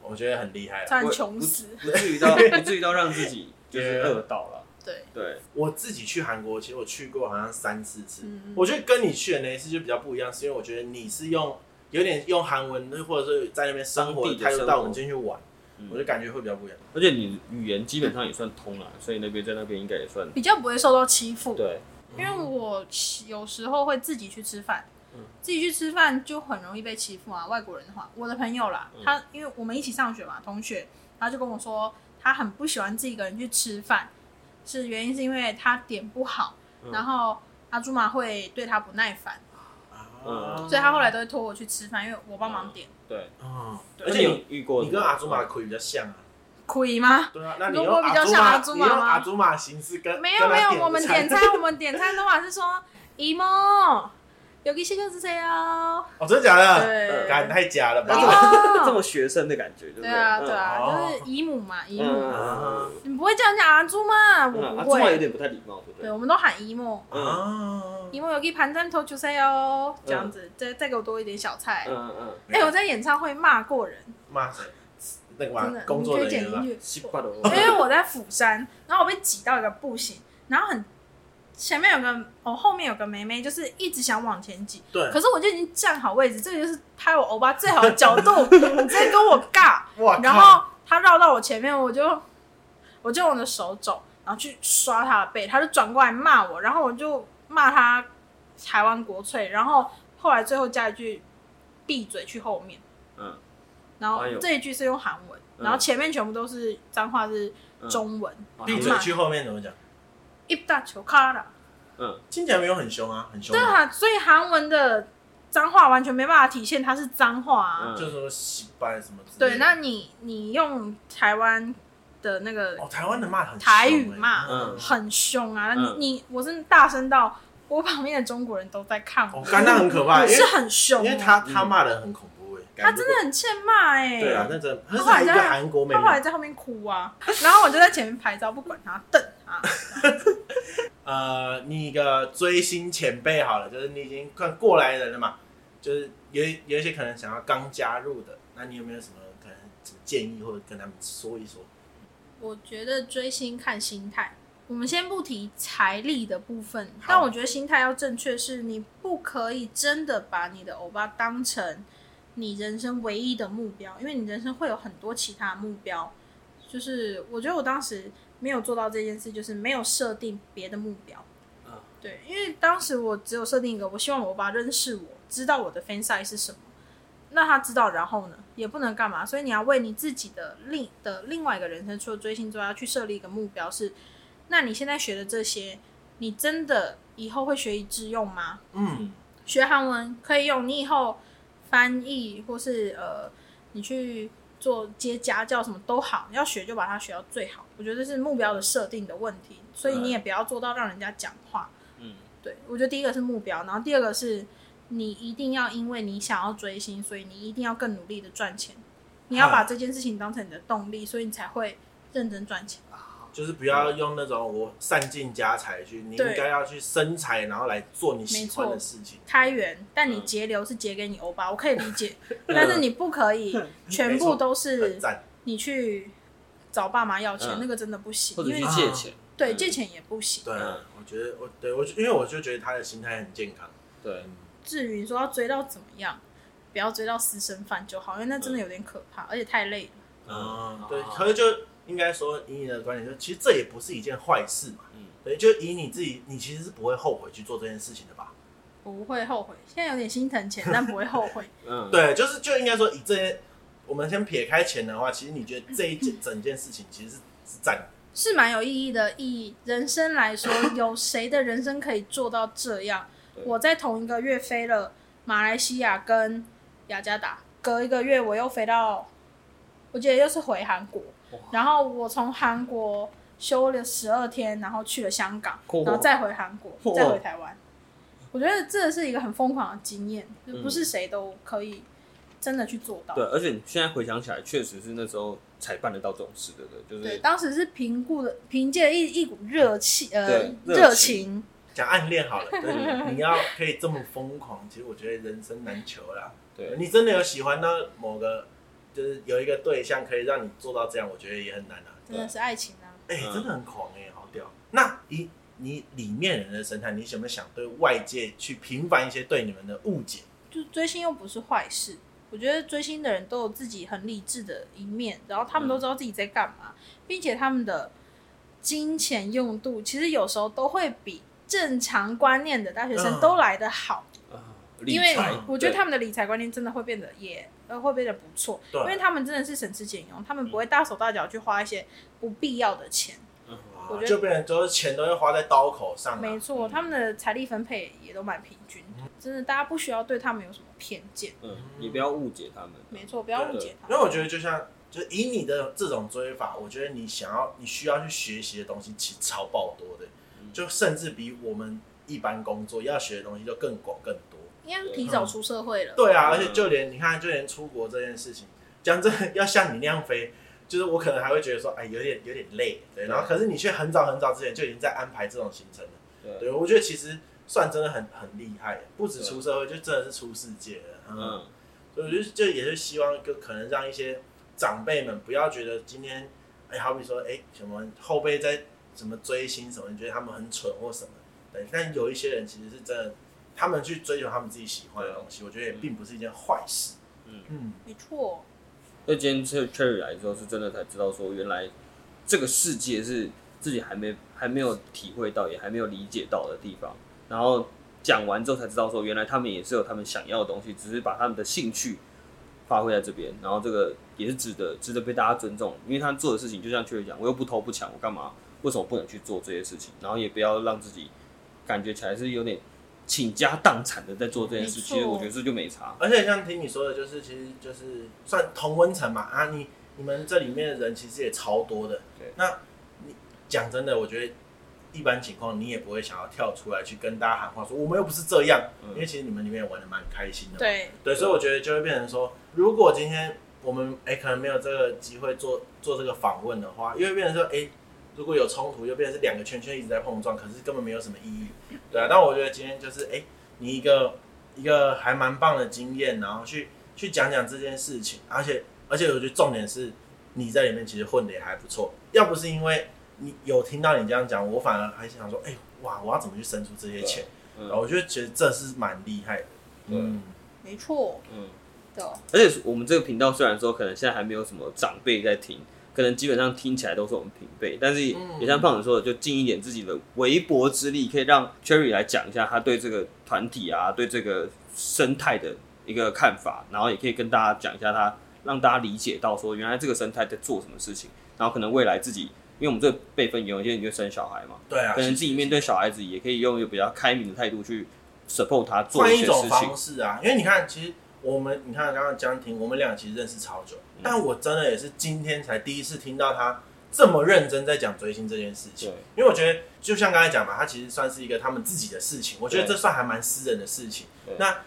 [SPEAKER 2] 我觉得很厉害啊。
[SPEAKER 3] 差点
[SPEAKER 4] 我
[SPEAKER 3] 穷死。
[SPEAKER 4] 不至于 [laughs] 到不至于到让自己就是饿到了。
[SPEAKER 3] 对
[SPEAKER 4] 对，
[SPEAKER 2] 我自己去韩国，其实我去过好像三四次。
[SPEAKER 3] 嗯
[SPEAKER 2] 我觉得跟你去的那一次就比较不一样，是因为我觉得你是用有点用韩文，或者是在那边生活
[SPEAKER 4] 当地
[SPEAKER 2] 的
[SPEAKER 4] 的
[SPEAKER 2] 态度
[SPEAKER 4] 生
[SPEAKER 2] 带
[SPEAKER 4] 活
[SPEAKER 2] 我们进去玩，
[SPEAKER 4] 嗯
[SPEAKER 2] 我就感觉会比较不一样。
[SPEAKER 4] 而且你语言基本上也算通了，啊所以那边在那边应该也算
[SPEAKER 3] 比较不会受到欺负，
[SPEAKER 4] 对。
[SPEAKER 3] 因为我有时候会自己去吃饭，
[SPEAKER 4] 嗯
[SPEAKER 3] 自己去吃饭就很容易被欺负啊。外国人的话，我的朋友啦，
[SPEAKER 4] 嗯
[SPEAKER 3] 他因为我们一起上学嘛，同学，他就跟我说他很不喜欢自己一个人去吃饭，是原因是因为他点不好，
[SPEAKER 4] 嗯
[SPEAKER 3] 然后阿朱玛会对他不耐烦，
[SPEAKER 4] 嗯
[SPEAKER 3] 所以他后来都会拖我去吃饭，因为我帮忙点。
[SPEAKER 4] 对，
[SPEAKER 2] 哦，
[SPEAKER 4] 而
[SPEAKER 2] 而
[SPEAKER 4] 且
[SPEAKER 2] 且
[SPEAKER 4] 你
[SPEAKER 2] 你
[SPEAKER 4] 遇过
[SPEAKER 2] 你跟阿祖玛的口语比较像啊。
[SPEAKER 3] 可以吗？
[SPEAKER 2] 对啊，那你
[SPEAKER 3] 如
[SPEAKER 2] 用
[SPEAKER 3] 果比较像
[SPEAKER 2] 阿
[SPEAKER 3] 阿
[SPEAKER 2] 祖
[SPEAKER 3] 祖
[SPEAKER 2] 玛，
[SPEAKER 3] 玛
[SPEAKER 2] 你用
[SPEAKER 3] 吗
[SPEAKER 2] 阿祖玛形式跟
[SPEAKER 3] 没有没有，我们点
[SPEAKER 2] 餐
[SPEAKER 3] 餐，我们点餐的话是说姨妈，有个谢谢之谁哦，
[SPEAKER 2] [laughs] 哦，真的假的？
[SPEAKER 3] 对，
[SPEAKER 2] 感太假了吧？
[SPEAKER 4] 那
[SPEAKER 3] 姨
[SPEAKER 4] 这
[SPEAKER 2] 啊
[SPEAKER 3] 妈
[SPEAKER 4] 这么 [laughs] 学生的感觉，对不
[SPEAKER 3] 对啊，
[SPEAKER 4] 嗯
[SPEAKER 3] 对
[SPEAKER 2] 哦
[SPEAKER 3] 啊，就是姨母嘛，姨母。
[SPEAKER 4] 嗯，
[SPEAKER 3] 你不会这样讲阿朱吗？
[SPEAKER 4] 嗯嗯
[SPEAKER 3] 我不
[SPEAKER 4] 啊，这话有
[SPEAKER 3] 会。
[SPEAKER 4] 点不太礼貌，对不
[SPEAKER 3] 对，
[SPEAKER 4] 对？
[SPEAKER 3] 我们都喊姨母，
[SPEAKER 4] 嗯
[SPEAKER 2] 啊
[SPEAKER 3] 姨母有给盘站头出塞哦，这样
[SPEAKER 4] 嗯
[SPEAKER 3] 子，再再给我多一点小菜。
[SPEAKER 4] 嗯嗯
[SPEAKER 3] 哎，我在演唱会骂过人，
[SPEAKER 2] 骂谁？那个嘛
[SPEAKER 3] 真的，，
[SPEAKER 2] 工
[SPEAKER 3] 你
[SPEAKER 2] 作
[SPEAKER 3] 可以
[SPEAKER 2] 人
[SPEAKER 3] 剪
[SPEAKER 2] 员
[SPEAKER 3] 进
[SPEAKER 2] 嘛。
[SPEAKER 3] 去。
[SPEAKER 4] 西瓜的，
[SPEAKER 3] 因为我在釜山，然后我被挤到一个不行，然后很前面有个哦，后面有个妹妹，就是一直想往前挤，
[SPEAKER 2] 对
[SPEAKER 3] 可，是我就已经站好位置，这个就是拍我欧巴最好的角度， [laughs] 你直接跟我尬，
[SPEAKER 2] 哇靠
[SPEAKER 3] 然后
[SPEAKER 4] 啊
[SPEAKER 3] 他绕到我前面，我就我就用我的手肘，然后去刷他的背，他就转过来骂我，然后我就骂他台湾国粹，然后后来最后加一句闭嘴去后面，
[SPEAKER 4] 嗯，
[SPEAKER 3] 然后
[SPEAKER 4] 哎呦
[SPEAKER 3] 这一句是用韩文，
[SPEAKER 4] 嗯
[SPEAKER 3] 然后前面全部都是脏话是 [laughs]
[SPEAKER 4] 嗯
[SPEAKER 3] 中文，
[SPEAKER 2] 闭嘴去后面怎么讲？
[SPEAKER 3] 一大球卡啦，
[SPEAKER 4] 嗯，
[SPEAKER 2] 听起来没有很凶啊，很凶
[SPEAKER 3] 对
[SPEAKER 2] 吗。
[SPEAKER 3] 啊，所以韩文的脏话完全没办法体现它是脏话啊。
[SPEAKER 4] 嗯
[SPEAKER 2] 就是说洗白什么之类的。
[SPEAKER 3] 对，那你你用台湾的那个
[SPEAKER 2] 哦，台湾的骂很凶欸
[SPEAKER 3] 台语骂
[SPEAKER 2] 嗯，
[SPEAKER 3] 很凶啊，
[SPEAKER 4] 嗯
[SPEAKER 3] 你你我真的大声到我旁边的中国人都在看
[SPEAKER 2] 哦
[SPEAKER 3] 我，，
[SPEAKER 2] 刚刚很可怕，因
[SPEAKER 3] 是
[SPEAKER 2] 为
[SPEAKER 3] 很凶，
[SPEAKER 2] 因为他他骂的很恐怖哎，
[SPEAKER 3] 他
[SPEAKER 2] 感觉
[SPEAKER 3] 真的很欠骂哎、
[SPEAKER 2] 对啊，那真的，他
[SPEAKER 3] 他
[SPEAKER 2] 是
[SPEAKER 3] 后来
[SPEAKER 2] 一个
[SPEAKER 3] 在
[SPEAKER 2] 韩国妹
[SPEAKER 3] 他后来
[SPEAKER 2] 妹，
[SPEAKER 3] 在后面哭啊，然后我就在前面拍照，不管他，瞪他。
[SPEAKER 2] 呃，你一个追星前辈好了，就是你已经看过来人了嘛，就是有一有一些可能想要刚加入的，那你有没有什么可能什么建议或者跟他们说一说？
[SPEAKER 3] 我觉得追星看心态，我们先不提财力的部分，
[SPEAKER 2] 好
[SPEAKER 3] 但我觉得心态要正确，是你不可以真的把你的欧巴当成你人生唯一的目标，因为你人生会有很多其他目标。就是我觉得我当时没有做到这件事，就是没有设定别的目标。
[SPEAKER 4] 嗯
[SPEAKER 3] 对，因为当时我只有设定一个，我希望我爸认识我，知道我的 fan size 是什么。那他知道，然后呢，也不能干嘛，所以你要为你自己的另的另外一个人生，除了追星之外，要去设立一个目标是：那你现在学的这些，你真的以后会学以致用吗？
[SPEAKER 2] 嗯，
[SPEAKER 3] 学韩文可以用，你以后翻译或是呃，你去做接家教什么都好，要学就把它学到最好。我觉得这是目标的设定的问题，所以你也不要做到让人家讲话。
[SPEAKER 4] 嗯
[SPEAKER 3] 对，我觉得第一个是目标，然后第二个是你一定要因为你想要追星，所以你一定要更努力的赚钱，你要把这件事情当成你的动力，所以你才会认真赚钱。
[SPEAKER 2] 就是不要用那种我散尽家财去，你应
[SPEAKER 3] 对
[SPEAKER 2] 该要去生财，然后来做你喜欢
[SPEAKER 3] 没
[SPEAKER 2] 的
[SPEAKER 3] 错
[SPEAKER 2] 事情。
[SPEAKER 3] 开源，但你
[SPEAKER 4] 嗯
[SPEAKER 3] 节流是节给你欧巴，我可以理
[SPEAKER 4] [laughs]
[SPEAKER 3] 解，但是你不可
[SPEAKER 4] 嗯
[SPEAKER 3] 以全
[SPEAKER 2] 没错
[SPEAKER 3] 部都
[SPEAKER 2] 很
[SPEAKER 3] 是
[SPEAKER 2] 赞，
[SPEAKER 3] 你去找爸妈要钱，
[SPEAKER 4] 嗯
[SPEAKER 3] 那个真的不行，
[SPEAKER 4] 或者嗯
[SPEAKER 3] 因为啊
[SPEAKER 4] 去
[SPEAKER 3] 你
[SPEAKER 4] 借钱，
[SPEAKER 3] 对借钱也不行。
[SPEAKER 2] 对
[SPEAKER 4] 嗯，
[SPEAKER 2] 我觉得我对我就因为我就觉得他的心态很健康，
[SPEAKER 4] 对，
[SPEAKER 3] 至于说要追到怎么样，不要追到私生饭就好，因为那真的有点可怕，而且太累了。
[SPEAKER 2] 嗯
[SPEAKER 4] 嗯，
[SPEAKER 2] 对，
[SPEAKER 4] 啊
[SPEAKER 2] 可是就应该说，以你的观点，就其实这也不是一件坏事嘛。
[SPEAKER 4] 嗯
[SPEAKER 2] 对，就以你自己，你其实是不会后悔去做这件事情的吧？
[SPEAKER 3] 不会后悔。现在有点心疼钱，但不会后悔。
[SPEAKER 4] 嗯，
[SPEAKER 2] 对，就是就应该说，以这些，我们先撇开钱的话，其实你觉得这一
[SPEAKER 3] [laughs]
[SPEAKER 2] 件整件事情其实是是赞
[SPEAKER 3] 是蛮有意义的。以人生来说，有谁的人生可以做到这样？
[SPEAKER 4] 对
[SPEAKER 3] 我在同一个月飞了马来西亚跟雅加达，隔一个月我又飞到，我记得又是回韩国
[SPEAKER 4] 哇，
[SPEAKER 3] 然后我从韩国休了十二天，然后去了香港
[SPEAKER 4] 嚯，
[SPEAKER 3] 然后再回韩国，
[SPEAKER 4] 嚯
[SPEAKER 3] 再回台湾。我觉得这是一个很疯狂的经验，就不是谁都可以真的去做到。
[SPEAKER 4] 嗯对，而且你现在回想起来，确实是那时候才办得到这种事，对不对？就
[SPEAKER 3] 对，
[SPEAKER 4] 是
[SPEAKER 3] 当时是评估的，凭借一一股热气，呃
[SPEAKER 4] 对，热
[SPEAKER 3] 热
[SPEAKER 4] 情
[SPEAKER 3] 情，
[SPEAKER 2] 讲暗恋好了，
[SPEAKER 3] [laughs]
[SPEAKER 2] 对，你要可以这么疯狂，其实我觉得人生难求啦。
[SPEAKER 4] 对
[SPEAKER 2] 你真的有喜欢到某个，就是有一个对象可以让你做到这样，我觉得也很难啊。
[SPEAKER 3] 真的是爱情啊！
[SPEAKER 2] 哎、
[SPEAKER 4] 嗯
[SPEAKER 2] 真的很狂哎、好屌！那以你里面人的生态，你有没有想对外界去平反一些对你们的误解？
[SPEAKER 3] 就追星又不是坏事，我觉得追星的人都有自己很理智的一面，然后他们都知道自己在干嘛，并且他们的金钱用度其实有时候都会比正常观念的大学生
[SPEAKER 2] 嗯
[SPEAKER 3] 都来得好，
[SPEAKER 4] 啊，
[SPEAKER 3] 因为
[SPEAKER 4] 理财
[SPEAKER 3] 我觉得
[SPEAKER 4] 对
[SPEAKER 3] 他们的理财观念真的会变得也呃会变得不错，
[SPEAKER 2] 对
[SPEAKER 4] 啊
[SPEAKER 3] 因为他们真的是省吃俭用，他们不会大手大脚去花一些不必要的钱。
[SPEAKER 4] 嗯
[SPEAKER 2] 啊
[SPEAKER 3] 我觉得
[SPEAKER 2] 就变成都是钱都会花在刀口上、啊。
[SPEAKER 3] 没错，
[SPEAKER 4] 嗯
[SPEAKER 3] 他们的财力分配也都蛮平均的，真的大家不需要对他们有什么偏见。
[SPEAKER 4] 嗯，也不要误解他们。
[SPEAKER 3] 没错，不要误
[SPEAKER 4] 对啊
[SPEAKER 3] 解他
[SPEAKER 2] 因为
[SPEAKER 3] 们。
[SPEAKER 2] 我觉得就像，就以你的这种追法，我觉得你想要、你需要去学习的东西其实超爆多的，
[SPEAKER 4] 嗯
[SPEAKER 2] 就甚至比我们一般工作要学的东西就更广更多。
[SPEAKER 3] 应该是提早出社会了。
[SPEAKER 2] 对啊，
[SPEAKER 4] 嗯
[SPEAKER 2] 而且就连你看，就连出国这件事情，讲真的，要像你那样飞，就是我可能还会觉得说，哎，有点有点累，对。然后可是你却很早很早之前就已经在安排这种行程了，
[SPEAKER 4] 对，
[SPEAKER 2] 对。我觉得其实算真的很很厉害，不止
[SPEAKER 4] 对
[SPEAKER 2] 出社会，就真的是出世界了。嗯，
[SPEAKER 4] 嗯，
[SPEAKER 2] 所以我就就也是希望，就可能让一些长辈们不要觉得今天，哎，好比说，哎，什么后辈在什么追星什么，你觉得他们很蠢或什么，对。但有一些人其实是真的。他们去追求他们自己喜欢的东西，我觉得也并不是一件坏事。
[SPEAKER 4] 嗯
[SPEAKER 2] 嗯，
[SPEAKER 3] 没错，
[SPEAKER 4] 那今天 Cher- Cherry 来之后，是真的才知道说，原来这个世界是自己还没还没有体会到，也还没有理解到的地方。然后讲完之后才知道说，原来他们也是有他们想要的东西，只是把他们的兴趣发挥在这边。然后这个也是值得值得被大家尊重，因为他做的事情就像 Cherry 讲，我又不偷不抢，我干嘛？为什么不能去做这些事情？然后也不要让自己感觉起来是有点倾家荡产的在做这件事。
[SPEAKER 3] 没错
[SPEAKER 4] 其实我觉得这就没差。
[SPEAKER 2] 啊而且像听你说的，就是其实就是算同温层嘛啊，你你们这里面的人其实也超多的。
[SPEAKER 4] 对，
[SPEAKER 2] 那你讲真的，我觉得一般情况你也不会想要跳出来去跟大家喊话说我们又不是这样，
[SPEAKER 4] 嗯
[SPEAKER 2] 因为其实你们里面也玩的蛮开心的。
[SPEAKER 3] 对，
[SPEAKER 2] 对，所以我觉得就会变成说，如果今天我们哎、可能没有这个机会做做这个访问的话，因为变成说哎、如果有冲突，又变成是两个圈圈一直在碰撞，可是根本没有什么意义。对啊，但我觉得今天就是哎、你一个一个还蛮棒的经验，然后去去讲讲这件事情，而且而且我觉得重点是你在里面其实混的也还不错，要不是因为你有听到你这样讲，我反而还想说，哎、哇，我要怎么去生出这些钱？然后
[SPEAKER 4] 嗯
[SPEAKER 2] 我觉得其实这是蛮厉害的，
[SPEAKER 4] 对
[SPEAKER 2] 嗯。
[SPEAKER 3] 没错
[SPEAKER 4] 嗯。
[SPEAKER 3] 的。
[SPEAKER 4] 而且我们这个频道虽然说可能现在还没有什么长辈在听，可能基本上听起来都是我们平辈，但是
[SPEAKER 2] 嗯
[SPEAKER 4] 也像胖子说的，就尽一点自己的微薄之力，可以让 Cherry 来讲一下他对这个团体啊，对这个生态的一个看法，然后也可以跟大家讲一下他，让大家理解到说原来这个生态在做什么事情，然后可能未来自己，因为我们这个辈分有一些人就生小孩嘛，
[SPEAKER 2] 对啊，
[SPEAKER 4] 可能自己面对小孩子也可以用一个比较开明的态度去 support 他做
[SPEAKER 2] 换
[SPEAKER 4] 一
[SPEAKER 2] 一
[SPEAKER 4] 些
[SPEAKER 2] 种
[SPEAKER 4] 事情
[SPEAKER 2] 方。式啊，因为你看，其实我们你看刚刚江婷，我们俩其实认识超久，
[SPEAKER 4] 嗯
[SPEAKER 2] 但我真的也是今天才第一次听到他这么认真在讲追星这件事情
[SPEAKER 4] 对。
[SPEAKER 2] 因为我觉得，就像刚才讲嘛，他其实算是一个他们自己的事情，我觉得
[SPEAKER 4] 对
[SPEAKER 2] 这算还蛮私人的事情
[SPEAKER 4] 对。
[SPEAKER 2] 那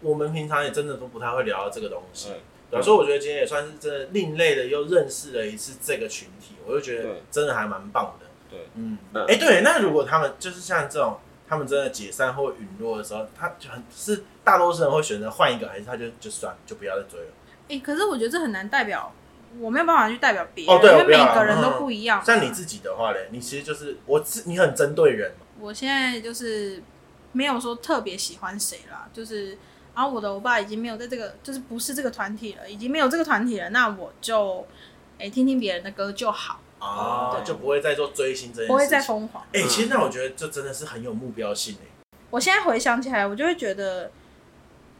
[SPEAKER 2] 我们平常也真的都不太会聊到这个东西，
[SPEAKER 4] 嗯
[SPEAKER 2] 对啊，所以我觉得今天也算是真的另类的，又认识了一次这个群体，我就觉得
[SPEAKER 4] 对
[SPEAKER 2] 真的还蛮棒的。
[SPEAKER 4] 对，
[SPEAKER 2] 嗯，哎、
[SPEAKER 4] 嗯
[SPEAKER 2] 对，那如果他们就是像这种，他们真的解散或陨落的时候，他就很是大多数人会选择换一个，还是他就就算了就不要再追了？
[SPEAKER 3] 哎、可是我觉得这很难代表，我没有办法去代表别人，
[SPEAKER 2] 哦对
[SPEAKER 3] 因
[SPEAKER 2] 我
[SPEAKER 3] 为
[SPEAKER 2] 不要
[SPEAKER 3] 每
[SPEAKER 2] 啊
[SPEAKER 3] 个人都不一样。
[SPEAKER 2] 像你自己的话嘞，你其实就是我自你很针对人嘛，
[SPEAKER 3] 我现在就是没有说特别喜欢谁啦，就是啊然后我的欧巴已经没有在这个，就是不是这个团体了，已经没有这个团体了，那我就哎、听听别人的歌就好，
[SPEAKER 2] 啊，
[SPEAKER 3] 对
[SPEAKER 2] 就不会再做追星这件事情，
[SPEAKER 3] 不会再疯狂。
[SPEAKER 2] 哎、其实那我觉得这真的是很有目标性哎、
[SPEAKER 3] 我现在回想起来，我就会觉得，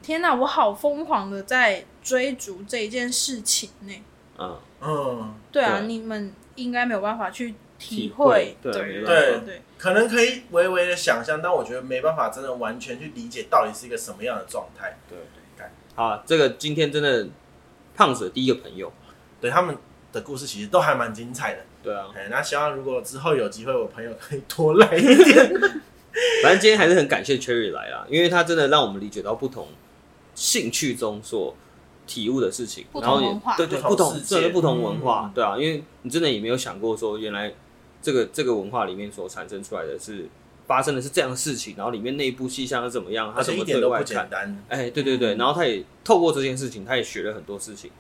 [SPEAKER 3] 天哪，我好疯狂的在追逐这一件事情呢、
[SPEAKER 4] 嗯，
[SPEAKER 2] 嗯，
[SPEAKER 3] 对啊，
[SPEAKER 4] 对
[SPEAKER 3] 你们应该没有办法去体
[SPEAKER 4] 会
[SPEAKER 3] 会，
[SPEAKER 4] 对
[SPEAKER 3] 对
[SPEAKER 4] 没
[SPEAKER 2] 办
[SPEAKER 3] 对
[SPEAKER 2] 法
[SPEAKER 3] 对，
[SPEAKER 2] 可能可以微微的想象，但我觉得没办法真的完全去理解到底是一个什么样的状态。
[SPEAKER 4] 对
[SPEAKER 2] 干
[SPEAKER 4] 好啊，这个今天真的胖子的第一个朋友，
[SPEAKER 2] 对他们的故事其实都还蛮精彩的。
[SPEAKER 4] 对啊，
[SPEAKER 2] 哎、那希望如果之后有机会，我朋友可以多来一
[SPEAKER 4] [laughs]
[SPEAKER 2] 点。
[SPEAKER 4] 反正今天还是很感谢 Cherry 来啊，因为他真的让我们理解到不同兴趣中所体悟的事情，
[SPEAKER 3] 不
[SPEAKER 4] 然
[SPEAKER 3] 同
[SPEAKER 4] 后也
[SPEAKER 3] 文化
[SPEAKER 4] 对对，不
[SPEAKER 2] 不同
[SPEAKER 4] 同
[SPEAKER 2] 世界
[SPEAKER 4] 真的不同文化
[SPEAKER 2] 嗯，
[SPEAKER 4] 对啊，因为你真的也没有想过说，原来这个这个文化里面所产生出来的是发生的是这样的事情，然后里面那一部戏像是怎么样，他
[SPEAKER 2] 而
[SPEAKER 4] 啊怎
[SPEAKER 2] 且
[SPEAKER 4] 么
[SPEAKER 2] 一
[SPEAKER 4] 对
[SPEAKER 2] 点都
[SPEAKER 4] 外
[SPEAKER 2] [laughs] 不
[SPEAKER 4] 看
[SPEAKER 2] 简，单。嗯
[SPEAKER 4] 哎，对对对，然后他也透过这件事情，他也学了很多事情，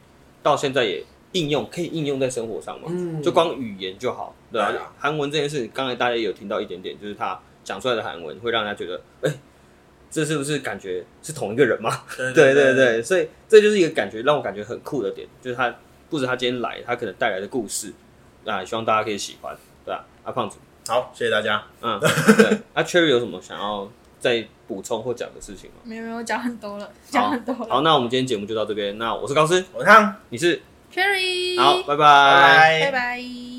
[SPEAKER 4] 到现在也应用可以应用在生活上嘛，
[SPEAKER 2] 嗯
[SPEAKER 4] 就光语言就好，对吧、
[SPEAKER 2] 对啊
[SPEAKER 4] 韩文这件事情，刚才大家也有听到一点点，就是他讲出来的韩文会让人家觉得，哎、这是不是感觉是同一个人吗？
[SPEAKER 2] 对
[SPEAKER 4] [laughs] 对
[SPEAKER 2] 对
[SPEAKER 4] 对对，所以这就是一个感觉让我感觉很酷的点，就是他不止他今天来，他可能带来的故事，啊，希望大家可以喜欢，对吧、啊？胖子，
[SPEAKER 2] 好，谢谢大家。
[SPEAKER 4] 嗯，对，啊，Cherry 有什么想要再补充或讲的事情吗？
[SPEAKER 3] 没有没有讲很多了，讲很多了。
[SPEAKER 4] 好，那我们今天节目就到这边。那我是高斯，
[SPEAKER 2] 我是汤，
[SPEAKER 4] 你是
[SPEAKER 3] ，Cherry，
[SPEAKER 4] 好，拜
[SPEAKER 2] 拜
[SPEAKER 3] 拜拜。